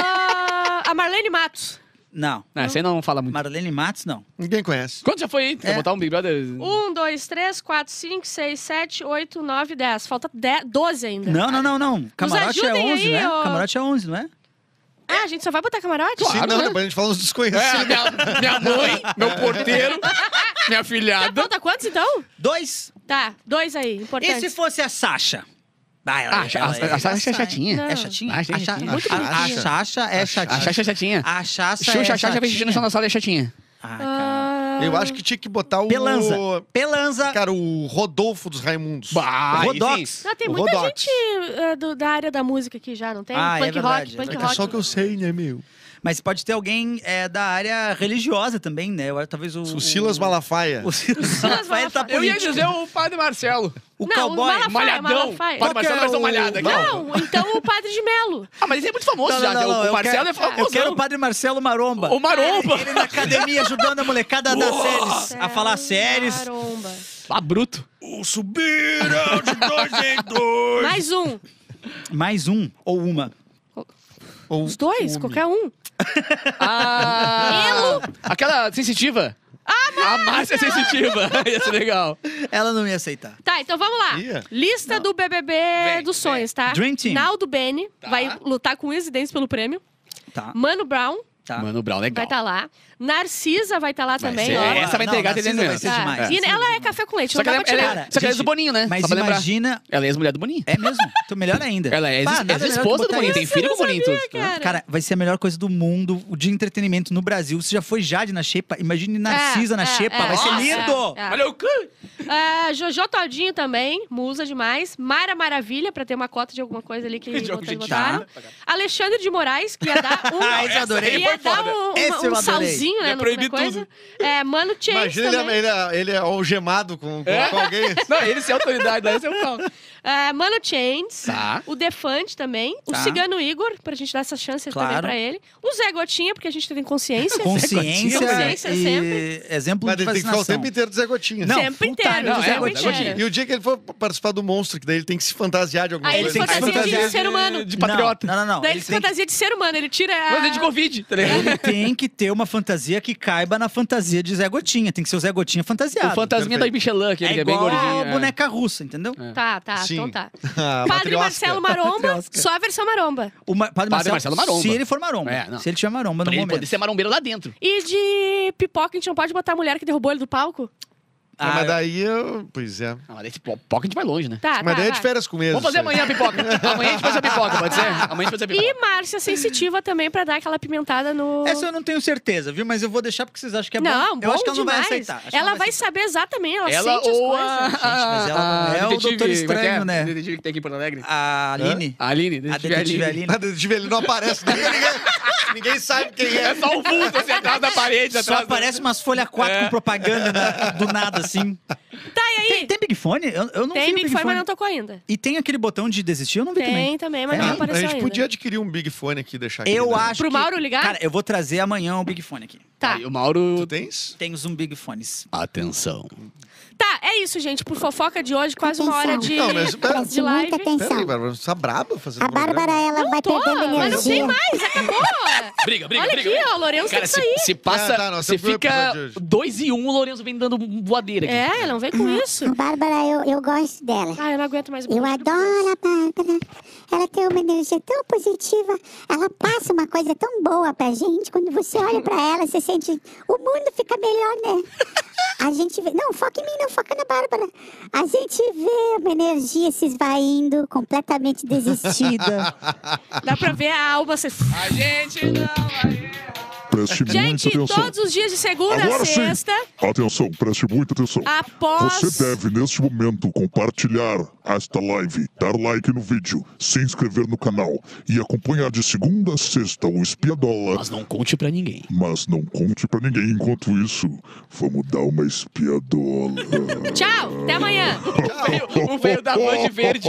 Speaker 2: Ah, a Marlene Matos.
Speaker 1: não.
Speaker 4: Não, você não fala muito.
Speaker 1: Marlene Matos, não.
Speaker 3: Ninguém conhece.
Speaker 4: Quanto já foi aí? Pra
Speaker 1: É.
Speaker 4: botar um Big Brother?
Speaker 2: Um, dois, três, quatro, cinco, seis, sete, oito, nove, dez. Falta dez, doze ainda.
Speaker 1: Não, não, não, não. Camarote é
Speaker 2: ajudem
Speaker 1: 11,
Speaker 2: aí,
Speaker 1: né?
Speaker 2: ó.
Speaker 1: Camarote é 11, não é?
Speaker 2: Ah, a gente só vai botar camarote?
Speaker 3: Se
Speaker 4: Claro,
Speaker 3: não,
Speaker 4: né?
Speaker 3: depois a gente fala uns
Speaker 4: É,
Speaker 3: desconhecidos.
Speaker 4: minha, minha mãe, meu porteiro, minha filhada.
Speaker 2: Falta quantos, então?
Speaker 1: Dois.
Speaker 2: Tá, dois aí,
Speaker 1: E se
Speaker 2: importante.
Speaker 1: fosse a Sasha? Ah, ela,
Speaker 4: Ah, a- a- a Sasha é chatinha.
Speaker 1: É chatinha?
Speaker 4: Ah,
Speaker 1: A,
Speaker 4: achei
Speaker 1: Sha-
Speaker 4: chatinha.
Speaker 1: a, a Sasha é chatinha.
Speaker 4: A Xaxa é chatinha.
Speaker 1: A Sasha é
Speaker 4: Xuxa, a Xaxa
Speaker 1: chatinha.
Speaker 4: vem xixi no chão da sala e é chatinha.
Speaker 1: Ai, cara.
Speaker 2: Ah,
Speaker 3: Eu acho que tinha que botar o.
Speaker 1: Pelanza. Pelanza.
Speaker 3: Cara, o Rodolfo dos Raimundos.
Speaker 4: Bah,
Speaker 1: Rodox.
Speaker 2: Não, Ah, tem
Speaker 3: o
Speaker 2: muita
Speaker 3: Rodox.
Speaker 2: gente eh, do- da área da música aqui já, não tem?
Speaker 1: Ah, é
Speaker 2: punk
Speaker 1: verdade,
Speaker 2: rock,
Speaker 1: é
Speaker 2: punk
Speaker 1: verdade.
Speaker 2: rock.
Speaker 3: Só que eu sei, né, meu?
Speaker 1: Mas pode ter alguém é, da área religiosa também, né? Eu acho- Talvez o...
Speaker 3: O Silas Malafaia.
Speaker 1: O Silas Malafaia tá
Speaker 4: Eu ia
Speaker 1: político.
Speaker 4: dizer é o padre Marcelo.
Speaker 1: O
Speaker 2: Não, o
Speaker 1: cowboy.
Speaker 2: Malafaia.
Speaker 4: Malhadão.
Speaker 2: Malafaia.
Speaker 4: Padre
Speaker 1: Qual que é
Speaker 4: Marcelo Marcelo
Speaker 1: o-
Speaker 4: malhada aqui.
Speaker 2: Não, então o Padre de Melo.
Speaker 4: Ah, mas ele é muito famoso
Speaker 1: Não, não,
Speaker 4: já.
Speaker 1: não,
Speaker 4: né?
Speaker 1: não,
Speaker 4: o
Speaker 1: eu
Speaker 4: Marcelo
Speaker 1: quero-
Speaker 4: é famoso.
Speaker 1: Eu quero o Padre Marcelo Maromba.
Speaker 4: O Maromba.
Speaker 1: Ele na academia ajudando a molecada das séries. A falar séries.
Speaker 2: Caramba.
Speaker 4: Ah, bruto.
Speaker 1: Subiram de dois em dois.
Speaker 2: Mais um.
Speaker 1: Mais um ou uma.
Speaker 3: Ou
Speaker 2: Os dois, qualquer um.
Speaker 4: Ah, Aquela sensitiva. Ah, a Márcia sensitiva. Ia ser legal.
Speaker 1: Ela não ia aceitar.
Speaker 2: Tá, então vamos lá.
Speaker 3: Ia.
Speaker 2: Lista do BBB dos sonhos, tá?
Speaker 1: Dream Team.
Speaker 2: Naldo Bene vai lutar com exidência pelo prêmio.
Speaker 1: Tá,
Speaker 2: Mano Brown
Speaker 1: tá.
Speaker 4: Mano, o Brown,
Speaker 2: vai
Speaker 4: legal.
Speaker 2: estar lá. Narcisa vai estar lá também.
Speaker 4: ser-
Speaker 2: ó.
Speaker 4: é, essa vai
Speaker 1: Não,
Speaker 4: entregar
Speaker 1: Narcisa
Speaker 4: atendendo.
Speaker 1: vai ser
Speaker 2: Tá.
Speaker 1: demais.
Speaker 2: E ela é café com leite,
Speaker 4: Só que
Speaker 2: não dá
Speaker 4: ela,
Speaker 2: pra
Speaker 4: ela,
Speaker 2: tirar.
Speaker 4: ela, só que ela é do
Speaker 1: gente,
Speaker 4: Boninho, né?
Speaker 1: Mas
Speaker 4: Só pra lembrar.
Speaker 1: imagina...
Speaker 4: Ela é ex-mulher do Boninho.
Speaker 1: É mesmo? Então melhor ainda.
Speaker 4: Ela é ex-
Speaker 1: Pá, nada melhor que
Speaker 4: ex-esposa do
Speaker 1: botar
Speaker 4: Boninho.
Speaker 1: isso.
Speaker 4: Tem filho com o Boninho.
Speaker 2: sabia,
Speaker 4: tudo.
Speaker 2: cara.
Speaker 1: Cara, vai ser a melhor coisa do mundo o de entretenimento no Brasil. Se já foi Jade na Xepa, imagine Narcisa
Speaker 2: É,
Speaker 1: na
Speaker 2: é,
Speaker 1: Xepa.
Speaker 2: é,
Speaker 1: vai ser
Speaker 2: é,
Speaker 1: lindo!
Speaker 2: é, é.
Speaker 4: Olha o cu.
Speaker 2: Ah, Jojo Todinho também, musa demais. Mara Maravilha, pra ter uma cota de alguma coisa ali que
Speaker 4: De algum
Speaker 2: vocês
Speaker 4: jeitinho.
Speaker 2: botaram. Alexandre de Moraes, que ia dar
Speaker 1: Tá.
Speaker 2: um,
Speaker 1: Ah, esse eu adorei.
Speaker 2: ia
Speaker 4: Foi
Speaker 2: dar
Speaker 4: foda.
Speaker 2: um, uma-
Speaker 1: Esse eu
Speaker 2: um
Speaker 1: adorei.
Speaker 2: salzinho, né?
Speaker 4: Ia
Speaker 2: no-
Speaker 4: proibir
Speaker 2: na coisa. É, Mano Chase
Speaker 3: Imagina ele,
Speaker 2: também.
Speaker 3: ele, ele é algemado com, com,
Speaker 4: É?
Speaker 3: com alguém.
Speaker 4: Não, ele sem autoridade, daí você fala.
Speaker 2: É, Mano Chains,
Speaker 4: Tá.
Speaker 2: o Defante também, o
Speaker 1: Tá.
Speaker 2: Cigano Igor, pra gente dar essa chance também
Speaker 1: Claro.
Speaker 2: pra ele. O Zé Gotinha, porque a gente tem consciência.
Speaker 1: Consciência,
Speaker 2: Consciência
Speaker 1: e
Speaker 2: sempre.
Speaker 1: exemplo
Speaker 3: Mas
Speaker 1: de
Speaker 3: ele tem que ficar o
Speaker 1: vacinação.
Speaker 3: tempo inteiro de Zé Gotinha.
Speaker 1: Não,
Speaker 2: Sempre
Speaker 1: full time
Speaker 2: inteiro,
Speaker 1: do
Speaker 4: não,
Speaker 1: Zé
Speaker 4: é,
Speaker 1: Gotinha.
Speaker 4: Zé Gotinha.
Speaker 3: E o dia que ele for participar do monstro, que daí ele tem que se fantasiar de alguma
Speaker 2: Aí Ah, ele
Speaker 3: coisa. Ah,
Speaker 2: se
Speaker 1: Ele tem que
Speaker 2: fantasia de
Speaker 1: fantasiar
Speaker 2: ser humano.
Speaker 4: De
Speaker 1: Não,
Speaker 4: patriota.
Speaker 1: Não, não, não.
Speaker 2: Daí ele
Speaker 1: Ele
Speaker 2: se
Speaker 1: tem que-
Speaker 2: fantasia de ser humano, ele tira a...
Speaker 4: Mas é de Covid, tá ligado?
Speaker 1: Ele tem que ter uma fantasia que caiba na fantasia de Zé Gotinha. Tem que ser o Zé Gotinha
Speaker 4: O
Speaker 1: fantasiado.
Speaker 4: fantasminha da
Speaker 3: Perfeito.
Speaker 4: Michelin, aquele
Speaker 1: é
Speaker 4: que é bem
Speaker 1: igual
Speaker 4: gordinho.
Speaker 1: a boneca russa, entendeu?
Speaker 2: Tá, tá, então
Speaker 3: Sim.
Speaker 2: tá.
Speaker 3: Ah,
Speaker 2: Padre
Speaker 3: matriosca.
Speaker 2: Marcelo Maromba,
Speaker 1: Matriosca.
Speaker 2: só a versão Maromba.
Speaker 1: O Ma- Padre,
Speaker 4: Padre Marcelo Maromba.
Speaker 1: Se ele for maromba.
Speaker 4: É, não.
Speaker 1: se ele tiver maromba
Speaker 4: Pra
Speaker 1: no
Speaker 4: ele
Speaker 1: momento.
Speaker 4: poder ser marombeiro lá dentro.
Speaker 2: E de pipoca, a gente não pode botar a mulher que derrubou ele do palco?
Speaker 3: Ah,
Speaker 1: Ah,
Speaker 3: mas daí eu. Pois é.
Speaker 4: Ah, mas esse pipoca a gente vai longe, né?
Speaker 2: Tá, tá,
Speaker 3: mas daí é
Speaker 2: vai.
Speaker 3: de férias com meses.
Speaker 4: Vamos fazer
Speaker 3: isso aí.
Speaker 4: amanhã a pipoca. amanhã a gente faz a pipoca, pode ser? Amanhã a gente faz a pipoca.
Speaker 2: E Márcia Sensitiva também pra dar aquela pimentada no.
Speaker 1: Essa eu não tenho certeza, viu? Mas eu vou deixar porque vocês acham que é
Speaker 2: não,
Speaker 1: bom.
Speaker 2: bom
Speaker 1: Eu acho que ela não
Speaker 2: demais.
Speaker 1: vai aceitar. Acho que
Speaker 2: Ela
Speaker 1: não
Speaker 2: vai saber exatamente, ela,
Speaker 4: Ela
Speaker 2: sente as
Speaker 4: ou
Speaker 2: coisas.
Speaker 4: a...
Speaker 1: mas ela não é
Speaker 4: a
Speaker 1: o Doutor
Speaker 4: detetive, como é que é?
Speaker 1: Estranho, né?
Speaker 4: A detetive que tem aqui em Porto Alegre.
Speaker 1: A Aline.
Speaker 4: A Aline,
Speaker 1: A
Speaker 4: detetive,
Speaker 1: detetive
Speaker 4: Aline.
Speaker 1: Aline.
Speaker 3: Mas eu tive, ele não aparece nunca, ninguém, ninguém sabe quem é.
Speaker 4: É só o vulto, assim, atrás da parede,
Speaker 1: Só
Speaker 4: atrás do- É.
Speaker 1: aparece umas folhas 4 com propaganda na- do nada, assim.
Speaker 2: Tá, e aí?
Speaker 1: Tem, tem Big Fone? Eu, eu não vi
Speaker 2: Tem
Speaker 1: o
Speaker 2: Big Fone, mas não tocou ainda.
Speaker 1: E tem aquele botão de desistir? Eu não vi também.
Speaker 2: Tem também, mas
Speaker 1: Tem.
Speaker 2: não
Speaker 1: Ah,
Speaker 3: a
Speaker 2: apareceu
Speaker 3: gente
Speaker 2: ainda.
Speaker 3: podia adquirir um Big Fone aqui e deixar aqui.
Speaker 1: Eu
Speaker 3: né?
Speaker 1: acho
Speaker 2: Pro
Speaker 1: que-
Speaker 2: Mauro ligar?
Speaker 1: Cara, eu vou trazer amanhã um Big Fone aqui.
Speaker 2: Tá.
Speaker 4: Aí o Mauro...
Speaker 3: Tu tens?
Speaker 1: Tens um Big Fones.
Speaker 4: Atenção.
Speaker 2: Tá, é isso, gente. Por fofoca de hoje, quase uma hora de,
Speaker 3: Não, mas pera-
Speaker 2: de live.
Speaker 8: Muita
Speaker 3: Pera aí,
Speaker 8: atenção.
Speaker 3: Bárbara, você tá braba fazendo
Speaker 8: A Bárbara, ela vai
Speaker 2: Tô,
Speaker 8: perdendo energia.
Speaker 2: mas não tem mais, acabou.
Speaker 4: Briga, briga,
Speaker 2: Olha
Speaker 4: briga.
Speaker 2: aqui,
Speaker 4: briga.
Speaker 2: ó, o Lourenço
Speaker 4: Cara,
Speaker 2: tem que
Speaker 4: se,
Speaker 2: sair.
Speaker 4: se passa,
Speaker 3: Ah, tá, nós
Speaker 4: se
Speaker 3: temos um
Speaker 4: fica
Speaker 3: episódio hoje.
Speaker 4: 2 e 1, um, o Lourenço vem dando voadeira aqui.
Speaker 2: É, não vem com isso.
Speaker 8: A Bárbara, eu, eu gosto dela.
Speaker 2: Ah, eu não aguento mais. o
Speaker 8: Uhum. Eu
Speaker 2: Bruno.
Speaker 8: adoro a Bárbara. Ela tem uma energia tão positiva. Ela passa uma coisa tão boa pra gente. Quando você olha pra ela, você sente. O mundo fica melhor, né? A gente vê. Não, foca em mim, não foca na Bárbara. A gente vê uma energia se esvaindo, completamente desistida.
Speaker 2: Dá pra ver a alba ser...
Speaker 4: A gente não vai errar.
Speaker 9: Preste
Speaker 2: Gente,
Speaker 9: muita atenção.
Speaker 2: todos os dias de segunda a
Speaker 9: Agora sim.
Speaker 2: sexta,
Speaker 9: Atenção, preste muita atenção.
Speaker 2: após...
Speaker 9: Você deve, neste momento, compartilhar esta live, dar like no vídeo, se inscrever no canal e acompanhar de segunda a sexta o Espiadola.
Speaker 4: Mas não conte pra ninguém.
Speaker 9: Mas não conte pra ninguém enquanto isso. Vamos dar uma espiadola.
Speaker 2: Tchau, até amanhã.
Speaker 4: O veio da Band Verde.